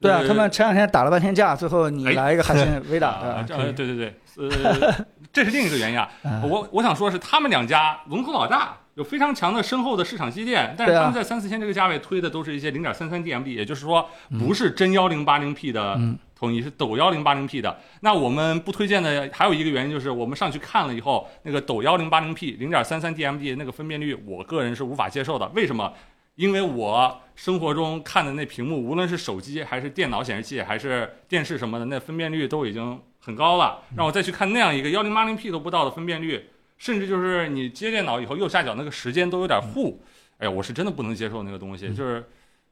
对啊，呃他们前两天打了半天架，最后你哎来一个海 信微打啊，的，这呃对对对，呃，这是另一个原因啊。啊我我想说是他们两家龙头老大，有非常强的深厚的市场积淀，但是对啊他们在三四千这个价位推的都是一些零点三三 DMD，也就是说不是真幺零八零 P 的嗯投影仪，是抖幺零八零 P 的。那我们不推荐的还有一个原因就是我们上去看了以后，那个抖幺零八零 P 零点三三 DMD 那个分辨率，我个人是无法接受的。为什么？因为我生活中看的那屏幕，无论是手机还是电脑显示器还是电视什么的，那分辨率都已经很高了。让我再去看那样一个幺零八零 P 都不到的分辨率，甚至就是你接电脑以后右下角那个时间都嗯有点糊，哎呀，我是真的不能接受那个东西。就是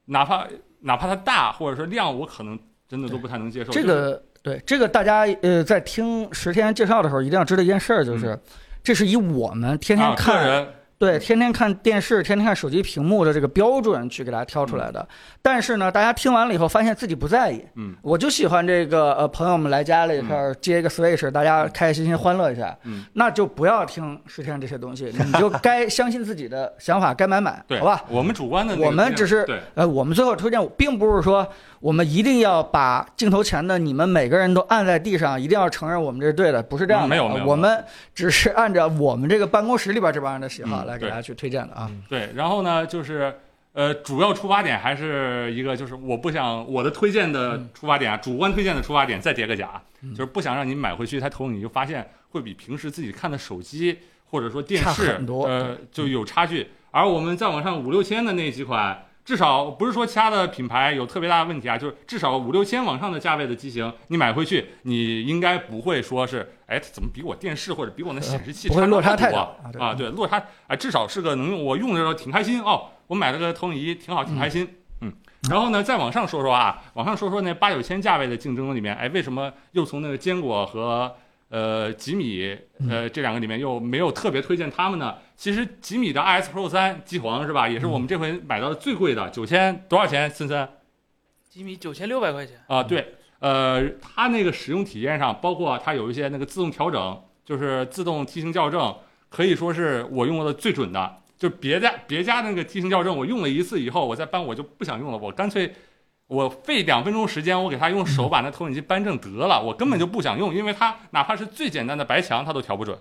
哪怕哪怕它大或者说亮，我可能真的都不太能接受。这就是个对这个大家呃在听十天介绍的时候，一定要知道一件事儿，就是这是以我们天嗯啊天个看人对，天天看电视，天天看手机屏幕的这个标准去给大家挑出来的。但是呢，大家听完了以后发现自己不在意。嗯，我就喜欢这个呃，朋友们来家里这儿接一个 Switch，、大家开开心心欢乐一下。嗯，那就不要听十天这些东西， 你就该相信自己的想法，该买买，对，好吧？？我们主观的那个我推荐，们只是对呃，我们最后推荐，并不是说我们一定要把镜头前的你们每个人都按在地上，一定要承认我们这是对的，不是这样的。嗯没有没有呃我们只是按照我们这个办公室里边这帮人的喜好嗯来给对大家去推荐的啊。对。然后呢，就是呃，主要出发点还是一个，就是我不想我的推荐嗯的出发点啊，主观推荐的出发点再叠个甲，就是不想让你买回去一台投影，你就发现会比平时自己看的手机或者说电差视很多嗯呃就有差距。而我们再往上五六千的那几款。至少不是说其他的品牌有特别大的问题啊，就是至少五六千往上的价位的机型，你买回去，你应该不会说是，哎，怎么比我电视或者比我那显示器不会那落么差太多大啊啊对啊，对，落差啊，至少是个能用，我用的时候挺开心哦，我买了个投影仪，挺好，挺开心。嗯，然后呢，再往上说说啊，往上说说那八九千价位的竞争里面，哎，为什么又从那个坚果和呃吉米呃这两个里面又没有特别推荐他们呢？其实吉米的 IS Pro 三机皇是吧，也是我们这回买到的最贵的，九千多少钱？森森？吉米九千六百块钱，啊，对，呃，它那个使用体验上，包括它有一些那个自动调整，就是自动梯形校正，可以说是我用过的最准的。就别家别家那个梯形校正，我用了一次以后，我再搬我就不想用了，我干脆我费两分钟时间，我给它用手把那投影机扳正得了，我根本就不想用，因为它哪怕是最简单的白墙，它都调不准。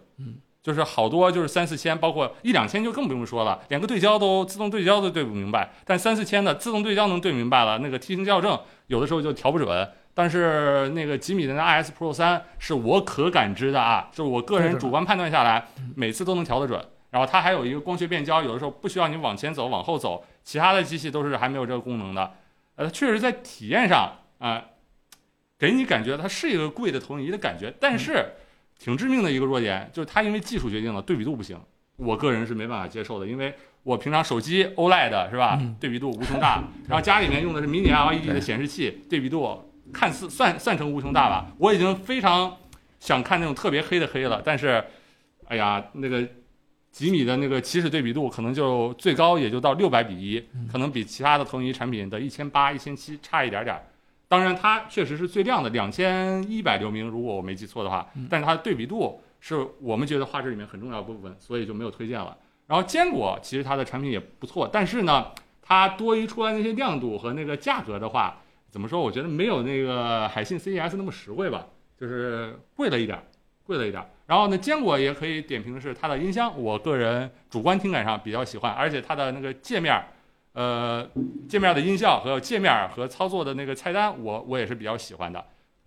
就是好多就是三四千，包括一两千就更不用说了，连个对焦都自动对焦都对不明白。但三四千的自动对焦能对明白了，那个梯形校正有的时候就调不准。但是那个吉米的那 IS Pro 三是我可感知的啊，就是我个人主观判断下来，每次都能调得准。然后它还有一个光学变焦，有的时候不需要你往前走、往后走，其他的机器都是还没有这个功能的。呃，确实在体验上啊、呃给你感觉它是一个贵的投影仪的感觉，但是。挺致命的一个弱点，就是它因为技术决定了对比度不行，我个人是没办法接受的，因为我平常手机 OLED 是吧，对比度无穷大，然后家里面用的是迷你 LED 的显示器，对比度看似算算成无穷大吧，我已经非常想看那种特别黑的黑了，但是，哎呀，那个吉米的那个起始对比度可能就最高也就到六百比一，可能比其他的投影仪产品的一千八、一千七差一点点儿。当然，它确实是最亮的，两千一百流明，如果我没记错的话，但是它的对比度是我们觉得画质里面很重要的部分，所以就没有推荐了。然后坚果其实它的产品也不错，但是呢，它多余出来那些亮度和那个价格的话，怎么说？我觉得没有那个海信 CES 那么实惠吧，就是贵了一点儿，贵了一点儿。然后呢，坚果也可以点评的是它的音箱，我个人主观听感上比较喜欢，而且它的那个界面儿，呃，界面儿的音效和界面儿和操作的那个菜单我，我也是比较喜欢的。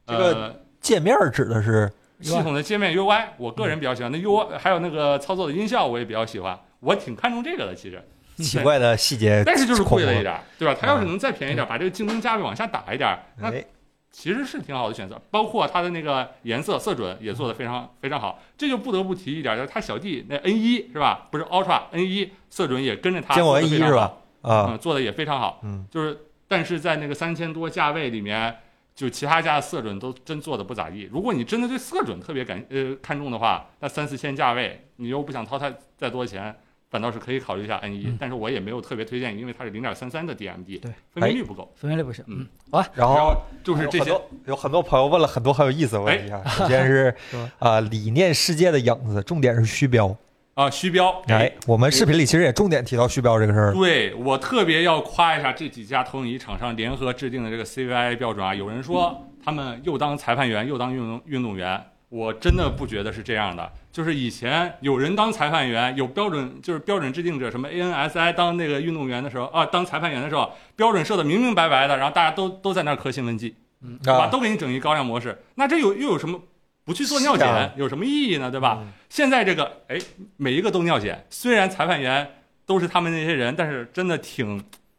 这个呃界面儿指的是系统的界面 UI，我个人比较喜欢。那 UI 还有那个操作的音效，我也比较喜欢。我挺看重这个的，其实，奇怪的细节，但是就是控贵了制一点儿，对吧？它要是能再便宜一点儿，把这个竞争价位往下打一点儿，那啊嗯哎，其实是挺好的选择，包括它的那个颜色色准也做得非常非常好。这就不得不提一点，就是它小弟那 N 一是吧？不是 Ultra N 一色准也跟着它坚做果得 N 非一常好，是吧？啊，嗯，做的也非常好。嗯，就是但是在那个三千多价位里面，就其他家的色准都真做的不咋地。如果你真的对色准特别感呃看重的话，那三四千价位你又不想掏太再多钱，反倒是可以考虑一下 N 嗯一、但是我也没有特别推荐，因为它是零点三三的 DMD，对，分哎辨率不哦够。分辨率不行。嗯嗯，然后就是这有很些哎多有很多朋友问了很多很有意思的问题啊。首先 是是吧啊，理念世界的影子，重点是虚标。啊虚标，哎，我们视频里其实也重点提到虚标这个事儿。对我特别要夸一下这几家投影仪厂商联合制定的这个 CVI 标准啊！有人说他们又当裁判员又当运动运动员，我真的不觉得是这样的。就是以前有人当裁判员，有标准就是标准制定者，什么 ANSI 当那个运动员的时候啊，当裁判员的时候，标准设的明明白白的，然后大家都都在那儿磕兴奋剂，对吧？啊，嗯都给你整一高亮模式，那这有又有什么不去做尿是啊检有什么意义呢？对吧？嗯现在这个哎，每一个都尿检，虽然裁判员都是他们那些人，但是真的挺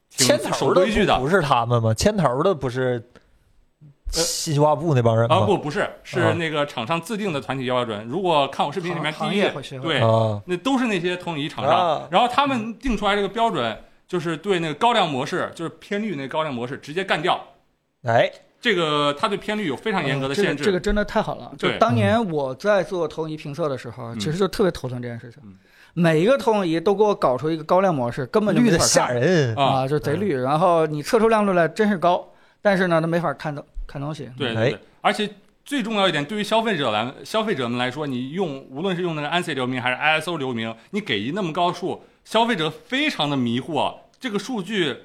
挺牵守头的规矩的不是他们吗？牵头的不是信息化部那帮人呃啊！吗？不，不是，是那个厂商自定的团体标准。如果看我视频里面行行第一业会学会对，啊，那都是那些投影仪厂商啊，然后他们定出来这个标准，就是对那个高亮模式，就是偏绿那高亮模式直接干掉。哎，这个它对偏绿有非常严格的嗯哦这个限制。这个真的太好了。就对当嗯年我在做投影仪评测的时候，嗯其实就特别头疼这件事情嗯。每一个投影仪都给我搞出一个高亮模式，根本就绿没的法看吓人。啊啊，就贼绿。然后你测出亮度来真是高，但是呢，它没法看到看东西。对哎对对，而且最重要一点，对于消费者来消费者们来说，你用无论是用那个 ANSI 流明还是 ISO 流明，你给一那么高数，消费者非常的迷惑，这个数据。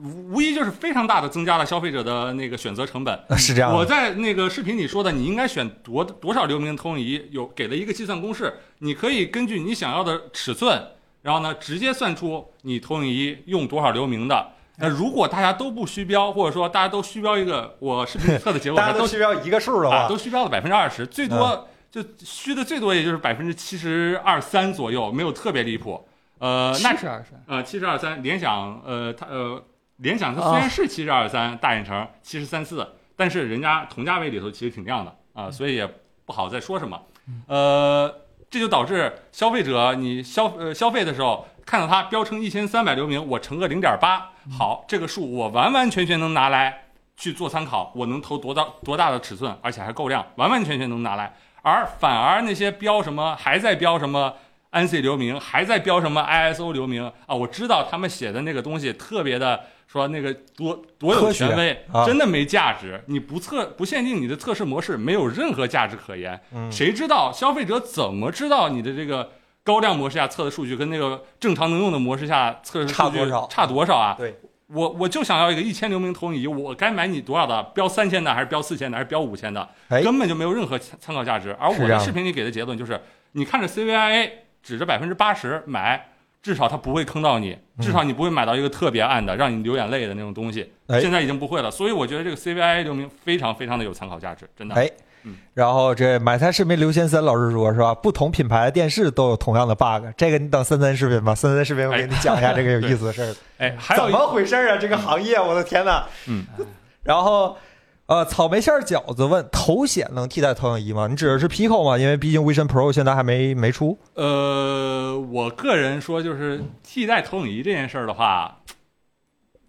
无无疑就是非常大的增加了消费者的那个选择成本。是这样啊我的，在那个视频里说的，你应该选多多少流明投影仪，有给了一个计算公式，你可以根据你想要的尺寸，然后呢直接算出你投影仪用多少流明的。那如果大家都不虚标，或者说大家都虚标一个我视频里测的结果，大家它都虚标一个数的啊，话都，虚标了百分之二十，最多就虚的最多也就是百分之七十二三左右，没有特别离谱。呃，那七十二三，呃七十二三，联想呃它呃联想它虽然是七十二三大眼城七十三四，但是人家同价位里头其实挺亮的啊、所以也不好再说什么。呃，这就导致消费者你消呃消费的时候看到它标称一千三百流明，我乘个零点八，好，这个数我完完全全能拿来去做参考，我能投多大多大的尺寸，而且还够亮，完完全全能拿来。而反而那些标什么还在标什么 ANSI 流明，还在标什么 ISO 流明啊，我知道他们写的那个东西特别的。说那个多多有科学权威，啊真的没价值。你不测不限定你的测试模式，没有任何价值可言。嗯谁知道消费者怎么知道你的这个高亮模式下测的数据跟那个正常能用的模式下测试差数据多少嗯差多少啊？对，我我就想要一个一千流明投影仪，我该买你多少的？标三千的还是标四千的还是标五千的？哎嗯根本就没有任何参参考价值。而是这我的样视频里给的结论就是，你看着 CVIA 指着百分之八十买，至少它不会坑到你，嗯至少你不会买到一个特别暗的让你流眼泪的那种东西。哎现在已经不会了，所以我觉得这个 CVIA 流明非常非常的有参考价值，真的。哎嗯然后这买菜视频刘先森老师说是吧？不同品牌的电视都有同样的 bug，这个你等森森视频吧，森森视频我给你讲一下这个有意思的事儿。哎，还有怎一么回事 啊？这个行业，我的天哪！嗯，然后。呃，草莓馅儿饺子问头显能替代投影仪吗？你指的是 Pico 吗？因为毕竟 Vision Pro 现在还没没出。呃，我个人说，就是替代投影仪这件事儿的话，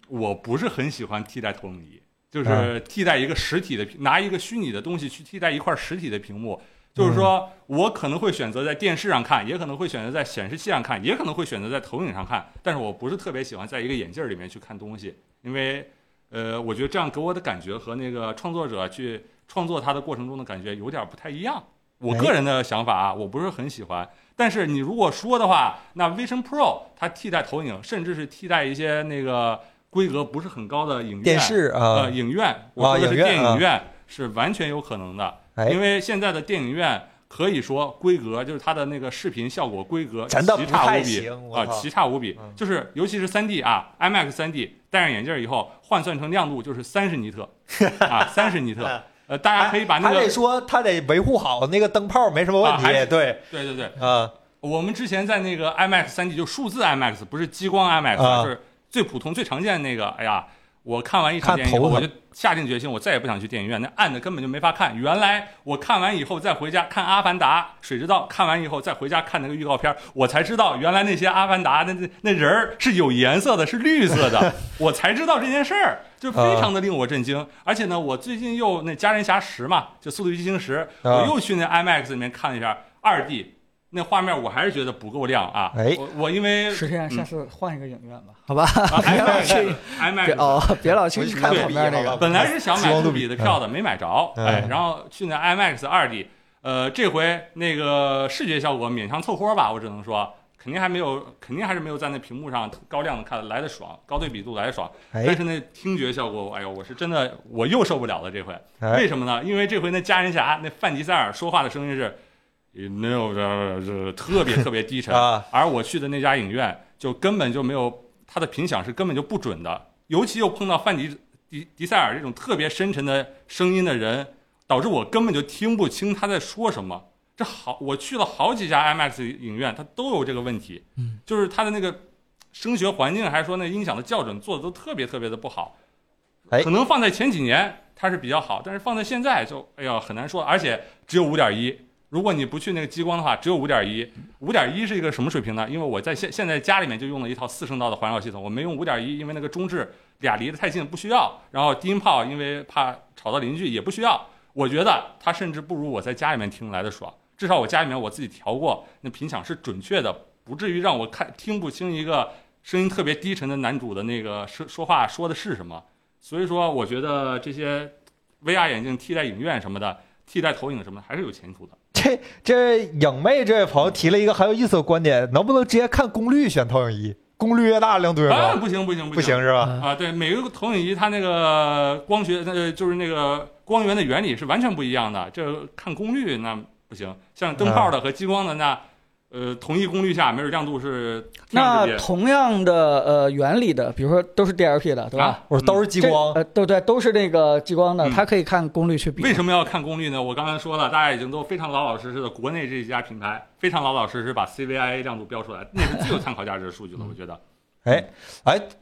我不是很喜欢替代投影仪，就是替代一个实体的屏，拿一个虚拟的东西去替代一块实体的屏幕。就是说，我可能会选择在电视上看，也可能会选择在显示器上看，也可能会选择在投影上看，但是我不是特别喜欢在一个眼镜儿里面去看东西，因为呃，我觉得这样给我的感觉和那个创作者去创作它的过程中的感觉有点不太一样。我个人的想法啊，我不是很喜欢。但是你如果说的话，那 Vision Pro 它替代投影，甚至是替代一些那个规格不是很高的影院、电视啊呃，，影院，我说的影是院电影啊院、是完全有可能的，哎因为现在的电影院可以说规格就是它的那个视频效果规格真的奇不差太无比行我啊，操奇差无比嗯，就是尤其是3 D 啊，IMAX 3 D 戴上眼镜以后换算成亮度就是三十尼特啊，三十尼特 嗯，呃，大家可以把那还个得说他得维护好那个灯泡，没什么问啊还题。是对，对对对，啊，我们之前在那个 IMAX 3D 就数字 IMAX，不是激光 IMAX，、啊是最普通最常见的那个。哎呀，我看完一场看电影以后，头我疼就下定决心，我再也不想去电影院，那暗的根本就没法看。原来我看完以后再回家看《阿凡达》《水之道》，看完以后再回家看那个预告片，我才知道原来那些阿凡达那那那人儿是有颜色的，是绿色 的，我才知道这件事儿，就非常的令我震啊惊。而且呢，我最近又那《加人侠十》嘛，就《速度与激情十》，啊我又去那 IMAX 里面看了一下二 D，那画面我还是觉得不够亮啊。哎我我因为石天，嗯下次换一个影院吧，好 吧？啊别老 IMAX 去别 IMAX 哦，别老去回去看看旁比边那好个吧。本来是想激买光杜杜比比的票的，没买着，嗯哎，然后去那 IMAX 二 D，呃，这回那个视觉效果勉强凑合吧，我只能说。肯定还没有，肯定还是没有在那屏幕上高亮的看来的爽，高对比度来的爽。但哎是那听觉效果，哎呦，我是真的我又受不了了这回。哎为什么呢？因为这回那加人侠那范迪塞尔说话的声音是，没有这这特别特别低沉，啊而我去的那家影院就根本就没有它的频响是根本就不准的，尤其又碰到范迪迪迪塞尔这种特别深沉的声音的人，导致我根本就听不清他在说什么。这好，我去了好几家 IMAX 影院，它都有这个问题，嗯，就是它的那个声学环境，还是说那音响的校准做的都特别特别的不好。哎可能放在前几年它是比较好，但是放在现在就哎呀很难说，而且只有五点一。如果你不去那个激光的话，只有五点一。五点一是一个什么水平呢？因为我在现现在家里面就用了一套四声道的环绕系统，我没用五点一，因为那个中置俩离得太近不需要。然后低音炮因为怕吵到邻居也不需要。我觉得它甚至不如我在家里面听来的爽，至少我家里面我自己调过，那频响是准确的，不至于让我看听不清一个声音特别低沉的男主的那个说说话说的是什么。所以说，我觉得这些 VR 眼镜替代影院什么的，替代投影什么的，还是有前途的。 这这影妹这位朋友提了一个很有意思的观点，能不能直接看功率选投影仪？功率越大亮度越啊，高，不行不行不行行是吧？啊！对，每个投影仪它那个光学呃就是那个光源的原理是完全不一样的，这看功率那不行。像灯泡的和激光的那，呃，同一功率下，没准亮度是天壤那之别同样的呃原理的，比如说都是 DLP 的，对吧？啊。我说都嗯是激光这，呃，对对，都是那个激光的，嗯它可以看功率去比。为什么要看功率呢？我刚才说了，大家已经都非常老老实实的，国内这几家品牌非常老老实实把 CVIA 亮度标出来，那是最有参考价值的数嗯据了，我觉得。哎，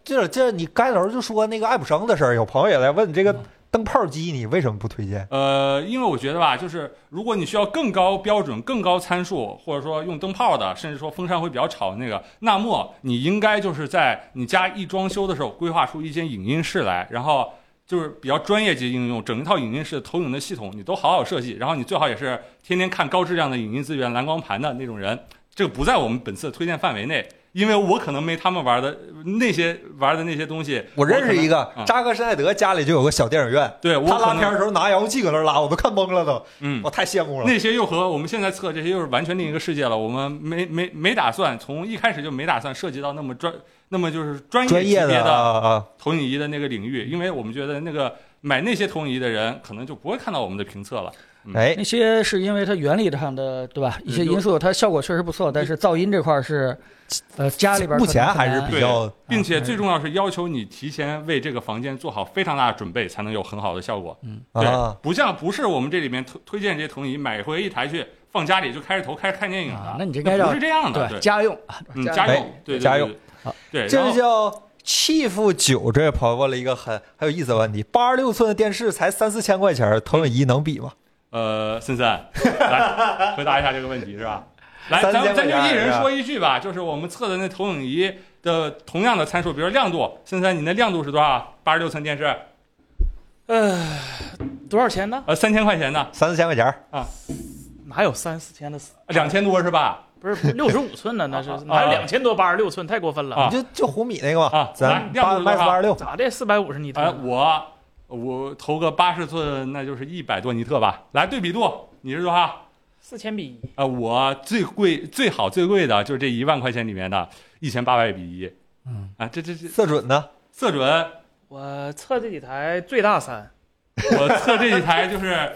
这这你开头就说那个爱普生的事儿，有朋友也来问这嗯个灯泡机你为什么不推荐？呃，因为我觉得吧，就是如果你需要更高标准、更高参数，或者说用灯泡的，甚至说风扇会比较吵的那个，那么你应该就是在你家一装修的时候，规划出一间影音室来，然后就是比较专业级应用，整一套影音室投影的系统你都好好设计，然后你最好也是天天看高质量的影音资源、蓝光盘的那种人，这个不在我们本次的推荐范围内。因为我可能没他们玩的那些玩的那些东西，我认可识 能一个嗯扎克施耐德家里就有个小电影院，对我他可拉能片儿的时候拿遥控器搁那儿拉，我都看懵了都，嗯，我太羡慕了。那些又和我们现在测这些又是完全另一个世界了。我们没没没打算从一开始就没打算涉及到那么专那么就是专业专级别业的的啊啊，投影仪的那个领域，因为我们觉得那个买那些投影仪的人可能就不会看到我们的评测了。哎那些是因为它原理上的对吧？一些因素，它效果确实不错，但是噪音这块儿是，呃，家里边儿目前可能很还是难比较并且最重要是要求你提前为这个房间做好非常大的准备，才能有很好的效果。对啊，，不像不是我们这里面推推荐这些投影仪买回一台去放家里就开着头开始看电影啊了，，那你这该不让是这样的，对，家用，哎嗯，家家用用，对对家用对对，然这后就叫 chief 九这位朋友问了一个很很有意思的问题：八十六寸的电视才三四千块钱，投嗯影仪能比吗？呃，森森，来回答一下这个问题 是吧？来，三咱千们咱块就钱是一人吧说一句吧，就是我们测的那投影仪的同样的参数，比如亮度，森森，你那亮度是多少？八十六寸电视，呃，多少钱呢？呃，三千块钱呢，三四千块钱，哪有三四千的？两千多是吧？不是六十五寸 的那是啊，哪有啊两千多八十六寸太过分了啊你就就红米那个嘛啊，咱来亮八度麦多四少八二六，咋的？四百五十尼特哎，我我投个八十寸，那就是一百多尼特吧。来对比度，你是多少？四千比一，啊，我最贵、最好、最贵的就是这一万块钱里面的一千八百比一。嗯啊，这这这色准呢？色准，我测这几台最大三， 我测这几台就是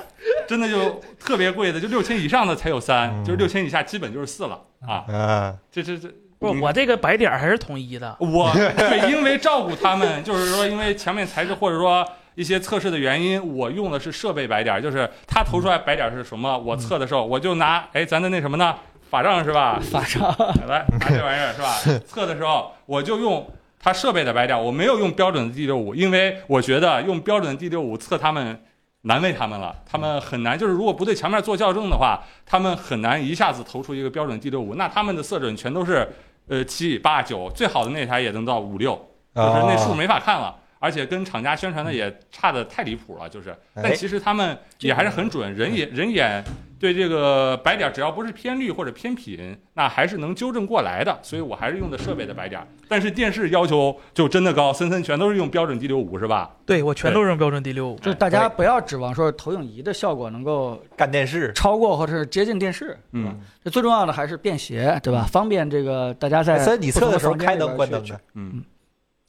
真的就特别贵的，就六千以上的才有三，嗯就是六千以下基本就是四了啊。嗯，这这这，不，你我这个白点儿还是统一的。 我对，因为照顾他们，就是说因为墙面材质或者说一些测试的原因，我用的是设备白点儿，就是他投出来白点儿是什么，我测的时候我就拿哎咱的那什么呢，法杖是吧？法上来拿这玩意儿是吧？测的时候我就用它设备的白点儿，我没有用标准的 D 六五，因为我觉得用标准的 D 六五测他们难为他们了，他们很难就是如果不对墙面做校正的话，他们很难一下子投出一个标准 D 六五，那他们的色准全都是呃七八九，最好的那台也能到五六，就是那数啊没法看了。而且跟厂家宣传的也差的太离谱了，就是，但哎嗯其实他们也还是很准，人眼人眼对这个白点儿，只要不是偏绿或者偏品，那还是能纠正过来的。所以我还是用的设备的白点儿，但是电视要求就真的高，森森全都是用标准 D 六五是吧？对我全都用标准 D 六五，就是大家不要指望说投影仪的效果能够干电视，超过或者是接近电视，嗯，这最重要的还是便携，对吧？方便这个大家在哎所以你不同测的时候房间开里灯边关去灯去的，嗯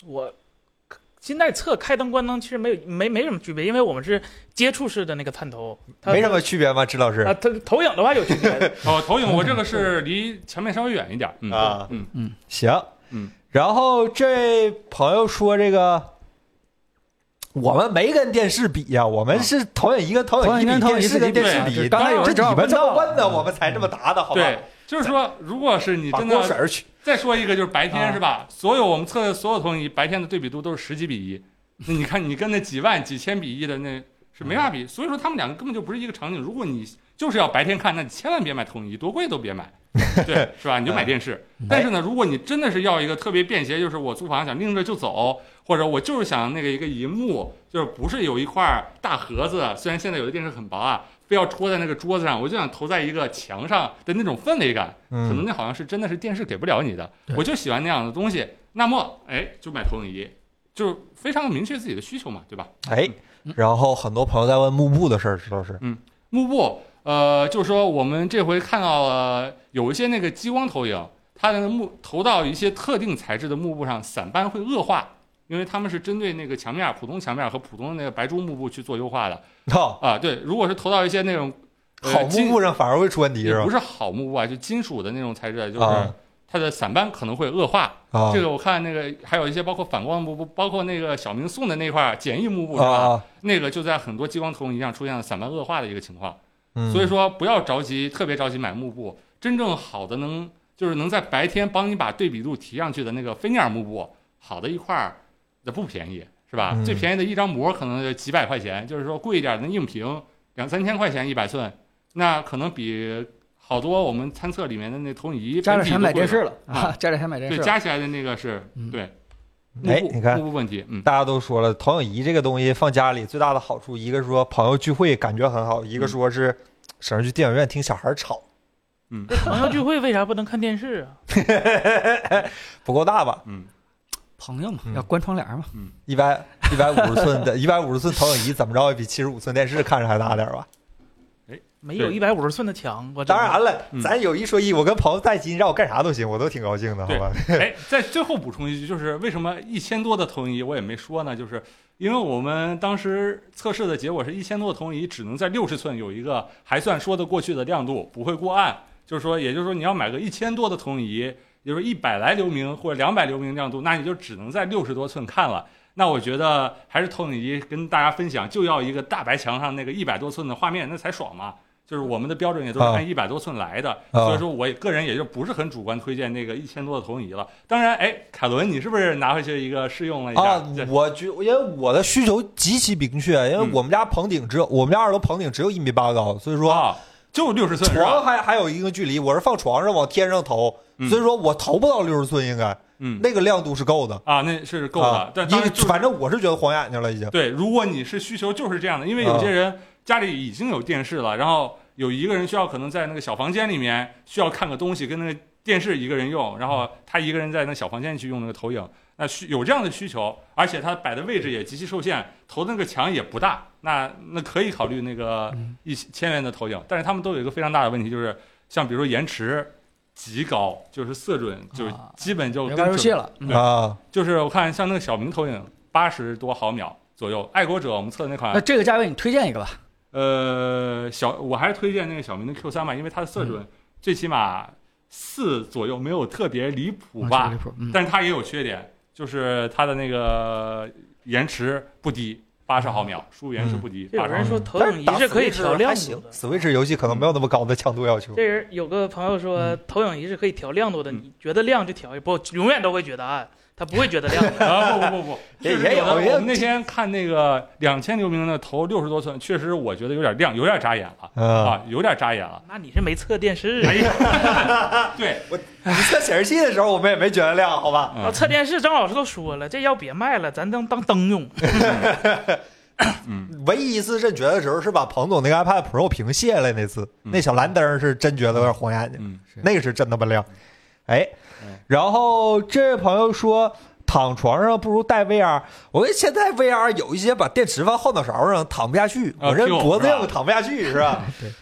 我现在测开灯关灯其实没有没没什么区别，因为我们是接触式的那个探头，它没什么区别吗？支老师啊，它投影的话有区 别，哦，投影我这个是离墙面稍微远一点儿，嗯啊嗯，行，嗯，然后这朋友说这个。我们没跟电视比呀、我啊们是投影仪跟投投影仪影仪比，跟投影电仪视跟比电视对比。对刚才有人正这好你们问这么到问的，我们才这么答的，好吧对？，就是说，如果是你把真锅水的儿去，再说一个，就是白天啊是吧？所有我们测的所有投影仪白天的对比度都是十几比 一，那你看你跟那几万几千比一的那是没法比，所以说他们两个根本就不是一个场景。如果你就是要白天看，那你千万别买投影仪，多贵都别 买，对，是吧？你就买电视。嗯但是呢，如果你真的是要一个特别便携，就是我租房想拎着就走，或者我就是想那个一个银幕，就是不是有一块大盒子，虽然现在有的电视很薄啊，非要戳在那个桌子上，我就想投在一个墙上的那种氛围感，可能嗯，那好像是真的是电视给不了你的对，我就喜欢那样的东西。那么，哎，就买投影仪，就是非常明确自己的需求嘛，对吧？哎，然后很多朋友在问幕布的事儿，石老师，幕布，呃，就是说我们这回看到了有一些那个激光投影，它的幕投到一些特定材质的幕布上，散斑会恶化，因为他们是针对那个墙面、普通墙面和普通的那个白珠幕布去做优化的哦，啊。对，如果是投到一些那种、呃、好幕金布上反而会出问题也是吧不？是好幕布啊，就金属的那种材质，就是啊它的散斑可能会恶化。啊，这个我看那个还有一些包括反光幕布，包括那个小明送的那块儿简易幕布是啊吧？啊，那个就在很多激光投影仪上出现了散斑恶化的一个情况。嗯所以说不要着急，特别着急买幕布，真正好的能就是能在白天帮你把对比度提上去的那个菲涅尔幕布，好的一块儿那不便宜是吧？嗯最便宜的一张膜可能就几百块钱，就是说贵一点的硬屏两三千块钱一百寸，那可能比好多我们参测里面的那投影仪家里本体还都买贵电了视了啊啊，家里还买电对视了，加起来的那个是嗯对。哎，幕布你看幕布问题，嗯，大家都说了，投影仪这个东西放家里最大的好处，一个是说朋友聚会感觉很好，一嗯个说是省着去电影院听小孩吵，朋友聚会为啥不能看电视啊？不够大吧？ 嗯，朋友嘛嗯，要关窗帘嘛，一百一百五十寸的，一百五十寸投影仪怎么着也比七十五寸电视看着还大点儿吧？没有对一百五十寸的墙，我真当的然了，嗯咱有一说一，我跟朋友在一起，你让我干啥都行，我都挺高兴的，好对吧？哎，在最后补充一句，就是为什么一千多的投影仪我也没说呢？就是因为我们当时测试的结果是一千多的投影仪只能在六十寸有一个还算说得过去的亮度，不会过暗。就是说，也就是说你要买个一千多的投影仪，也就是一百来流明或者两百流明亮度，那你就只能在六十多寸看了。那我觉得还是投影仪跟大家分享，就要一个大白墙上那个一百多寸的画面，那才爽嘛。就是我们的标准也都是啊按一百多寸来的，啊所以说我个人也就不是很主观推荐那个一千多的投影仪了。当然，哎，凯伦，你是不是拿回去一个试用了一下？啊这，我觉因为我的需求极其明确，因为嗯我们家棚顶只有我们家二楼棚顶只有一米八高，所以说啊，就六十寸是床吧？还还有一个距离，我是放床上往天上投，嗯所以说我投不到六十寸，应该嗯，那个亮度是够的，啊，那是够的啊。但因当为然就是反正我是觉得晃眼睛了已经。对，如果你是需求就是这样的，因为有些人家里已经有电视了，然后有一个人需要可能在那个小房间里面需要看个东西，跟那个电视一个人用，然后他一个人在那小房间去用那个投影，那需有这样的需求，而且他摆的位置也极其受限，投的那个墙也不大，那那可以考虑那个一千元的投影，但是他们都有一个非常大的问题，就是像比如说延迟极高，就是色准就啊基本就别跟玩游准戏了，嗯啊，就是我看像那个小明投影八十多毫秒左右，爱国者我们测的那那款，这个价位你推荐一个吧？呃，小我还是推荐那个小明的 Q 三吧，因为它的色准、最起码四左右，没有特别离谱啊这个吧离，谱嗯但是它也有缺点，就是它的那个延迟不低，八十毫秒，输入延迟不低，嗯这有八十、人说投但影是仪打是可以 Switch 调亮还度行的。 ，Switch 游戏可能没有那么高的强度要求这。人有个朋友说，投影仪是可以调亮度的，你觉得亮就调，不永远都会觉得暗，他不会觉得亮。啊不不不不， 也就是也有的也有我们那天看那个两千流明的投六十多寸，确实我觉得有点亮，有点扎眼了、嗯，啊，有点扎眼了。那你是没测电视啊？哎呀，对，你测显示器的时候，我们也没觉得亮，好吧？嗯啊，测电视张老师都说了，这要别卖了，咱当当灯用。唯一一次真觉得的时候，是把彭总那个 iPad Pro 屏卸了那次，嗯那小蓝灯是真觉得有点晃眼睛。嗯，那个是真他妈亮。哎嗯，然后这位朋友说，躺床上不如戴 VR。我跟现在 VR 有一些把电池放后脑勺上，躺不下去。啊我这 Pico，脖子是吧硬，躺不下去，是吧？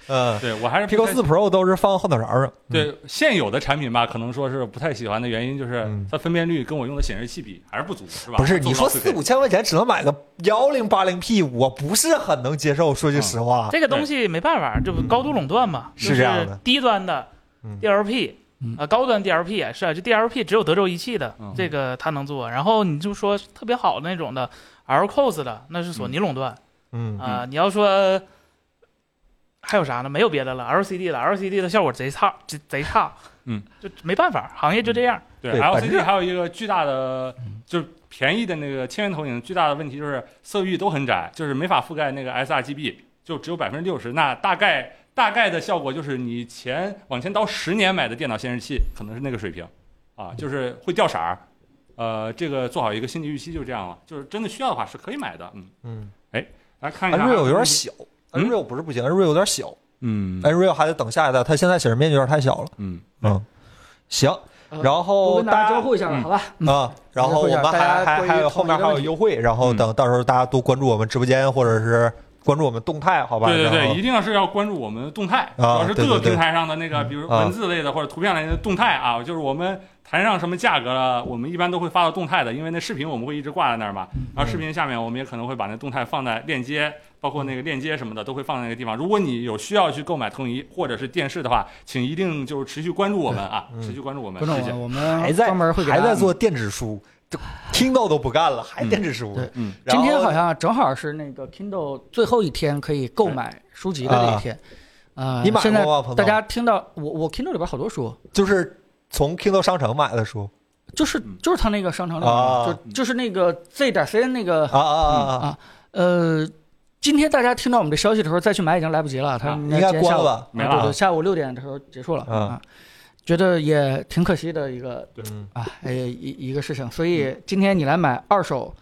嗯 对我还是不，Pico 太四 Pro 都是放后脑勺上。嗯对现有的产品吧，可能说是不太喜欢的原因就是嗯它分辨率跟我用的显示器比还是不足，是吧？不是，做你说到四 4K 五千块钱只能买个幺零八零 P，我不是很能接受。说句实话，这个东西没办法，这不高度垄断嘛，是就这样的低端的嗯 DLP 嗯啊，高端 DLP 也是啊，就 DLP 只有德州仪器的嗯这个它能做，然后你就说特别好的那种的 LCOS 的，那是索尼垄断嗯，啊。你要说还有啥呢？没有别的了，LCD 了，LCD 的效果贼差，贼贼差，嗯，就没办法，行业就这样。对对反正 LCD 还有一个巨大的就是便宜的那个千元投影，巨大的问题就是色域都很窄，就是没法覆盖那个 sRGB，就只有百分之六十。那大概大概的效果就是你前往前倒十年买的电脑显示器可能是那个水平，啊，就是会掉色儿。呃，这个做好一个心理预期就这样了，就是真的需要的话是可以买的，嗯。嗯来看一下啊，Unreal 啊有点小嗯，Unreal 不是不行，Unreal 有点小嗯，Unreal 还得等下一代，它现在显示面积有点太小了。嗯，嗯，行，然我后跟大大家家交互一下吧，好吧？啊，然后我们大家还还关于还有同后一面个还有问题优惠，然后等到时候大家多关注我们直播间，或者是关注我们动态，好吧？对对然对，后一定要是要关注我们的动态，主啊要是对各对个对啊平台上的那个，比如文字类的或者图片类的动态啊，就是我们谈上什么价格了，我们一般都会发到动态的，因为那视频我们会一直挂在那儿嘛，嗯然后视频下面我们也可能会把那动态放在链接，包括那个链接什么的都会放在那个地方。如果你有需要去购买投影仪或者是电视的话，请一定就是持续关注我们啊，嗯持续关注我们，观众谢谢们，。我们还在啊专门会给大还家嗯在做电子书，这 Kindle 都不干了，还电子书嗯对。嗯然今后天好像正好是那个 Kindle 最后一天可以购买书籍的那一天。呃，啊你买过现在吗彭总大家听到我我 Kindle 里边好多书，就是从 Kindle 商城买的书就是嗯就是他那个商城里啊面，就就是那个 Z 点 CN 那个啊啊嗯啊啊！呃，今天大家听到我们这消息的时候再去买已经来不及了，他啊们应该嗯今天关下午了吧？没对对，了，啊下午六点的时候结束了嗯啊，觉得也挺可惜的一个嗯，啊，哎一一个事情。所以今天你来买二手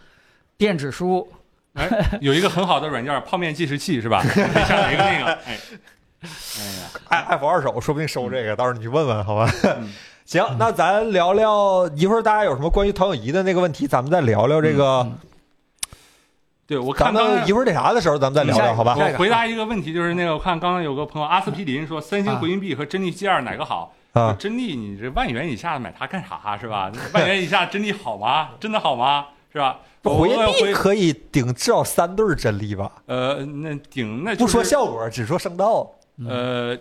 电子书， 有一个很好的软件，泡面计时器是 吧？像雷个那个，哎，哎呀。爱 F 二手说不定收这个，到时候你去问问好吧嗯。 行，那咱聊聊一会儿大家有什么关于投影仪的那个问题，咱们再聊聊这个。嗯对，我咱看刚才们一会儿那啥的时候，咱们再聊下一聊个好吧？下一个我回答一个问题，就是那个我看刚刚有个朋友阿司匹林说，三星回音壁和真力 G 二哪个好？啊，真力你这万元以下的买它干啥是 吧？万元以下真力好吗？真的好吗？是吧？我回我避回可以顶至少三对儿真力吧？呃，那顶那、就是、不说效果，只说声道。呃，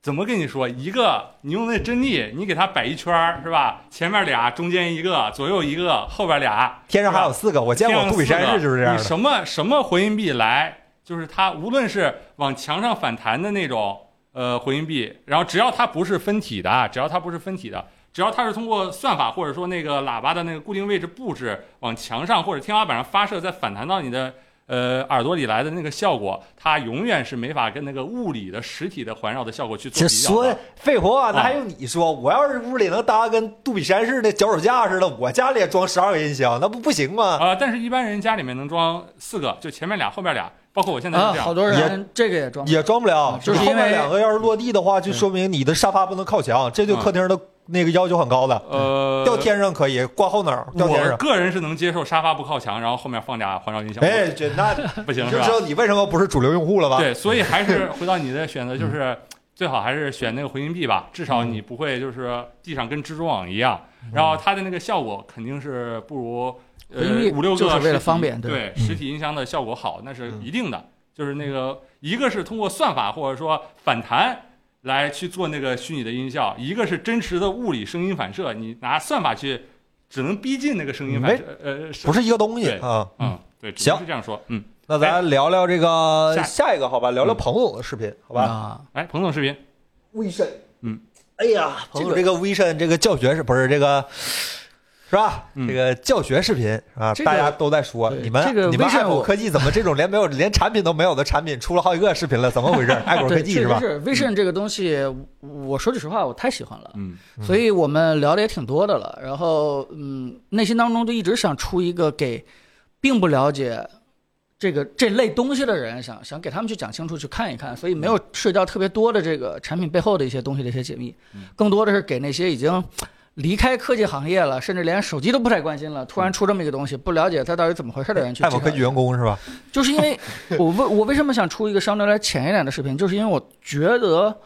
怎么跟你说？一个你用那真力，你给它摆一圈儿是吧？前面俩，中间一个，左右一个，后边俩，天上还是吧有四个，我见过杜比山日就是这样你的。什么什么回音壁来，就是它无论是往墙上反弹的那种呃回音壁，然后只要它不是分体的，啊，只要它不是分体的，只要它是通过算法或者说那个喇叭的那个固定位置布置往墙上或者天花板上发射，再反弹到你的呃耳朵里来的那个效果，它永远是没法跟那个物理的实体的环绕的效果去做这比较说的。废话，那啊还用你说？我要是屋里能搭跟杜比山似的脚手架似的，我家里也装十二个音箱，那不不行吗？啊、但是一般人家里面能装四个，就前面俩，后边俩，包括我现在啊，就这样。好多人这个也装不也装不了啊，就是后因为面两个要是落地的话，就嗯对说明你的沙发不能靠墙，这对客厅的那个要求很高的。呃，掉天上可以，挂后脑掉天我上。个人是能接受沙发不靠墙，然后后面放俩环绕音响，哎，这那不行你是就吧知？道你为什么不是主流用户了吧？对，所以还是回到你的选择，就是最好还是选那个回音壁吧，至少你不会就是地上跟蜘蛛网一样，然后它的那个效果肯定是不如呃回音壁五六个就是为了实体方便对对实体音箱的效果好，那是嗯一定的。就是那个一个是通过算法或者说反弹来去做那个虚拟的音效，一个是真实的物理声音反射，你拿算法去只能逼近那个声音反射，呃，呃不，是一个东西对啊。嗯，对，只能行是这样说，嗯，那咱聊聊这个嗯下哎下一个好吧？聊聊彭总的视频好吧？啊，来，哎彭总视频， vision，嗯，哎呀，这彭个总这个 vision 这个教学是不是这个是吧？嗯这个教学视频啊，这个大家都在说对你们这个你们 vision 爱普我科 技怎么这种连没有连产品都没有的产品出了好几个视频了，怎么 回事？爱普科对，技确是实吧？是 Vision 这个东西，我说句实话，我太喜欢了。嗯嗯所以我们聊的也挺多的了。然后，嗯，内心当中就一直想出一个给并不了解这个这类东西的人，想想给他们去讲清楚，去看一看。所以没嗯有涉及到特别多的这个产品背后的一些东西的一些解密嗯，更多的是给那些已经。离开科技行业了，甚至连手机都不太关心了。突嗯然出这么一个东西，不了解它到底怎么回事的人去爱介普绍科技员工是吧？就是因 为我为我为什么想出一个相对来浅一点的视频，就是因为我觉得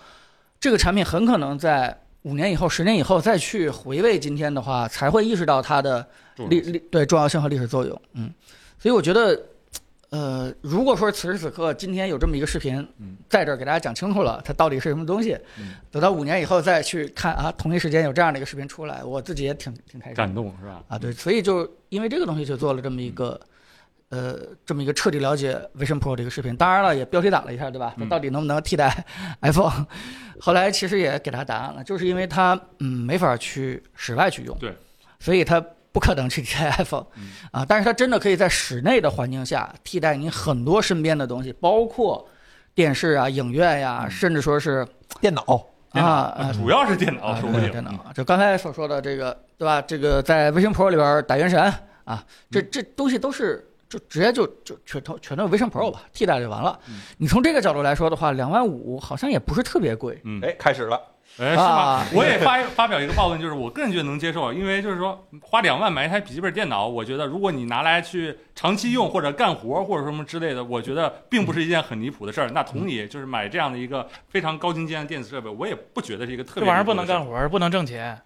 这个产品很可能在五年以后、十年以后再去回味今天的话，才会意识到它的祝历历对重要性和历史作用。嗯，所以我觉得，呃，如果说此时此刻今天有这么一个视频嗯在这儿给大家讲清楚了，它到底是什么东西嗯，等到五年以后再去看啊，同一时间有这样的一个视频出来，我自己也挺挺开心的。感动是吧？啊，对，所以就因为这个东西就做了这么一个，嗯呃，这么一个彻底了解 Vision Pro 这个视频。当然了，也标题党了一下，对吧？它嗯到底能不能替代 iPhone？、后来其实也给他答案了，就是因为它嗯没法去室外去用，对，所以它不可能去替代 iPhone 嗯啊，但是它真的可以在室内的环境下替代你很多身边的东西，包括电视啊、影院呀、嗯甚至说是电脑电脑啊呃主要是电脑啊，说对不定嗯电脑，就刚才所说的这个，对吧？这个在微信 Pro 里边打原神啊，这这东西都是就直接就就全都全都是微信 Pro 吧，替代就完了嗯。你从这个角度来说的话，两万五好像也不是特别贵。嗯，哎，开始了，哎，是吗啊？我也发发表一个报论，就是我个人觉得能接受，啊因为就是说花两万买一台笔记本电脑，我觉得如果你拿来去长期用或者干活或者什么之类的，我觉得并不是一件很离谱的事儿。那同理，就是买这样的一个非常高精尖的电子设备，我也不觉得是一个特这别玩意儿离谱不的能事儿干。活儿，不能挣钱，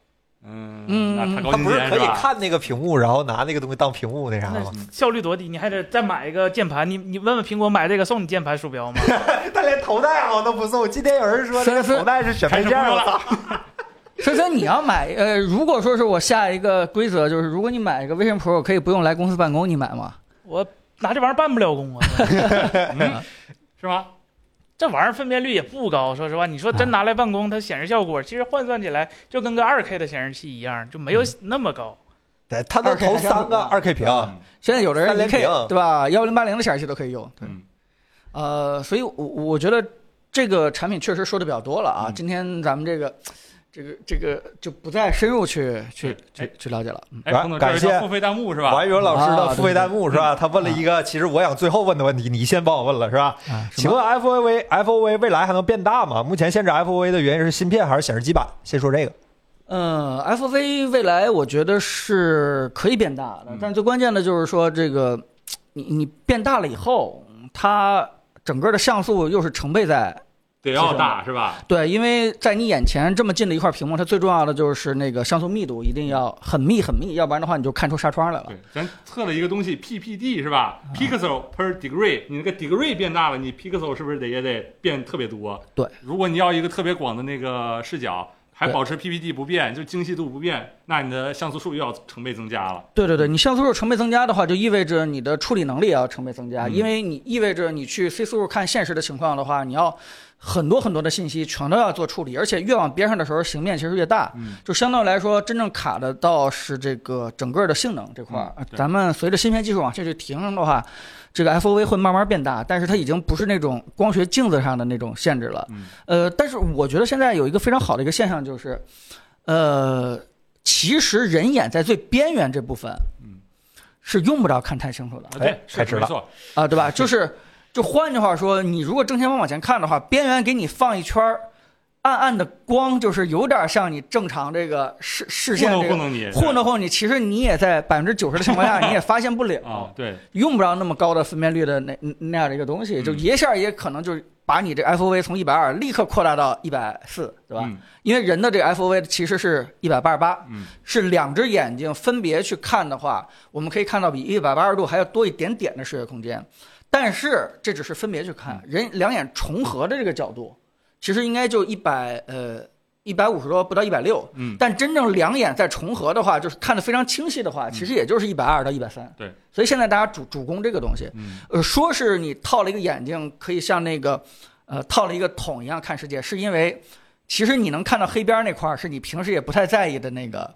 嗯，那嗯太高他精不是尖可以吧？看那个屏幕，然后拿那个东西当屏幕那啥吗？效率多低，你还得再买一 个键盘。你你问问苹果买这个送你键盘鼠标吗？他哎连头戴好像都不送。今天有人说这三个分头戴是选配件儿，我操！所以说你要买，呃，如果说是我下一个规则就是，如果你买一个微信 Pro 可以不用来公司办公，你买吗？我拿这玩意儿办不了工啊， 嗯，是吗？这玩意儿分辨率也不高。说实话，你说真拿来办公，它显示效果其实换算起来就跟个二 K 的显示器一样，就嗯没有那么高。对，他能投三个二 K 啊屏，嗯现在有的人三连零 K 屏对吧？幺零八零的显示器都可以用。对嗯呃，所以我我觉得这个产品确实说的比较多了啊。嗯今天咱们这个这个这个就不再深入去去哎去去了解了。嗯哎，感彭总，这是感谢叫付费弹幕是吧？王宇文老师的啊付费弹幕是吧？他问了一个，其实我想最后问的问题，你先帮我问了是吧？啊，什请么问 FOV FOV 未来还能变大吗？目前限制 FOV 的原因是芯片还是显示基板？先说这个，呃，FV 未来我觉得是可以变大的，嗯但是最关键的就是说这个你你变大了以后，它整个的像素又是成倍在得要大是吧？对，因为在你眼前这么近的一块屏幕，它最重要的就是那个像素密度一定要很密很密，要不然的话你就看出纱窗来了对。，咱测了一个东西 PPD 是吧？Pixel 啊 per degree，你那个 degree 变大了，你 pixel 是不是得也得变特别多？对，如果你要一个特别广的那个视角，还对保持 PPD 不变，就精细度不变，那你的像素数又要成倍增加了。对对对，你像素数成倍增加的话，就意味着你的处理能力也要成倍增加，嗯因为你意味着你去 C 速看现实的情况的话，你要很多很多的信息全都要做处理，而且越往边上的时候，形面其实越大，嗯就相对来说真正卡的倒是这个整个的性能这块儿。啊嗯对咱们随着芯片技术往下去提升的话，这个 FOV 会慢慢变大，但是它已经不是那种光学镜子上的那种限制了。嗯呃，但是我觉得现在有一个非常好的一个现象就是，呃，其实人眼在最边缘这部分嗯，是用不着看太清楚的啊哎对，开是始没了错，啊，对 吧？就是，就换句话说，你如果正前方往前看的话，边缘给你放一圈儿暗暗的光，就是有点像你正常这个视视糊线弄这糊个。弄你糊弄糊弄你，其实你也在百分之九十的情况 下，你也发现不了。啊，对，用不着那么高的分辨率的那那样的一个东西，就嗯一下也可能就是把你这 FOV 从一百二立刻扩大到一百四，对吧？嗯因为人的这个 FOV 其实是一百八十八，嗯是两只眼睛分别去看的话，我们可以看到比一百八十度还要多一点点的视觉空间，但是这只是分别去看，嗯人两眼重合的这个角度，其实应该就一百呃一百五十多不到一百六，嗯，但真正两眼在重合的话，就是看得非常清晰的话，其实也就是一百二到一百三。嗯对，所以现在大家主主攻这个东西，嗯呃，说是你套了一个眼镜，可以像那个，呃，套了一个桶一样看世界，是因为其实你能看到黑边儿那块儿，是你平时也不太在意的那个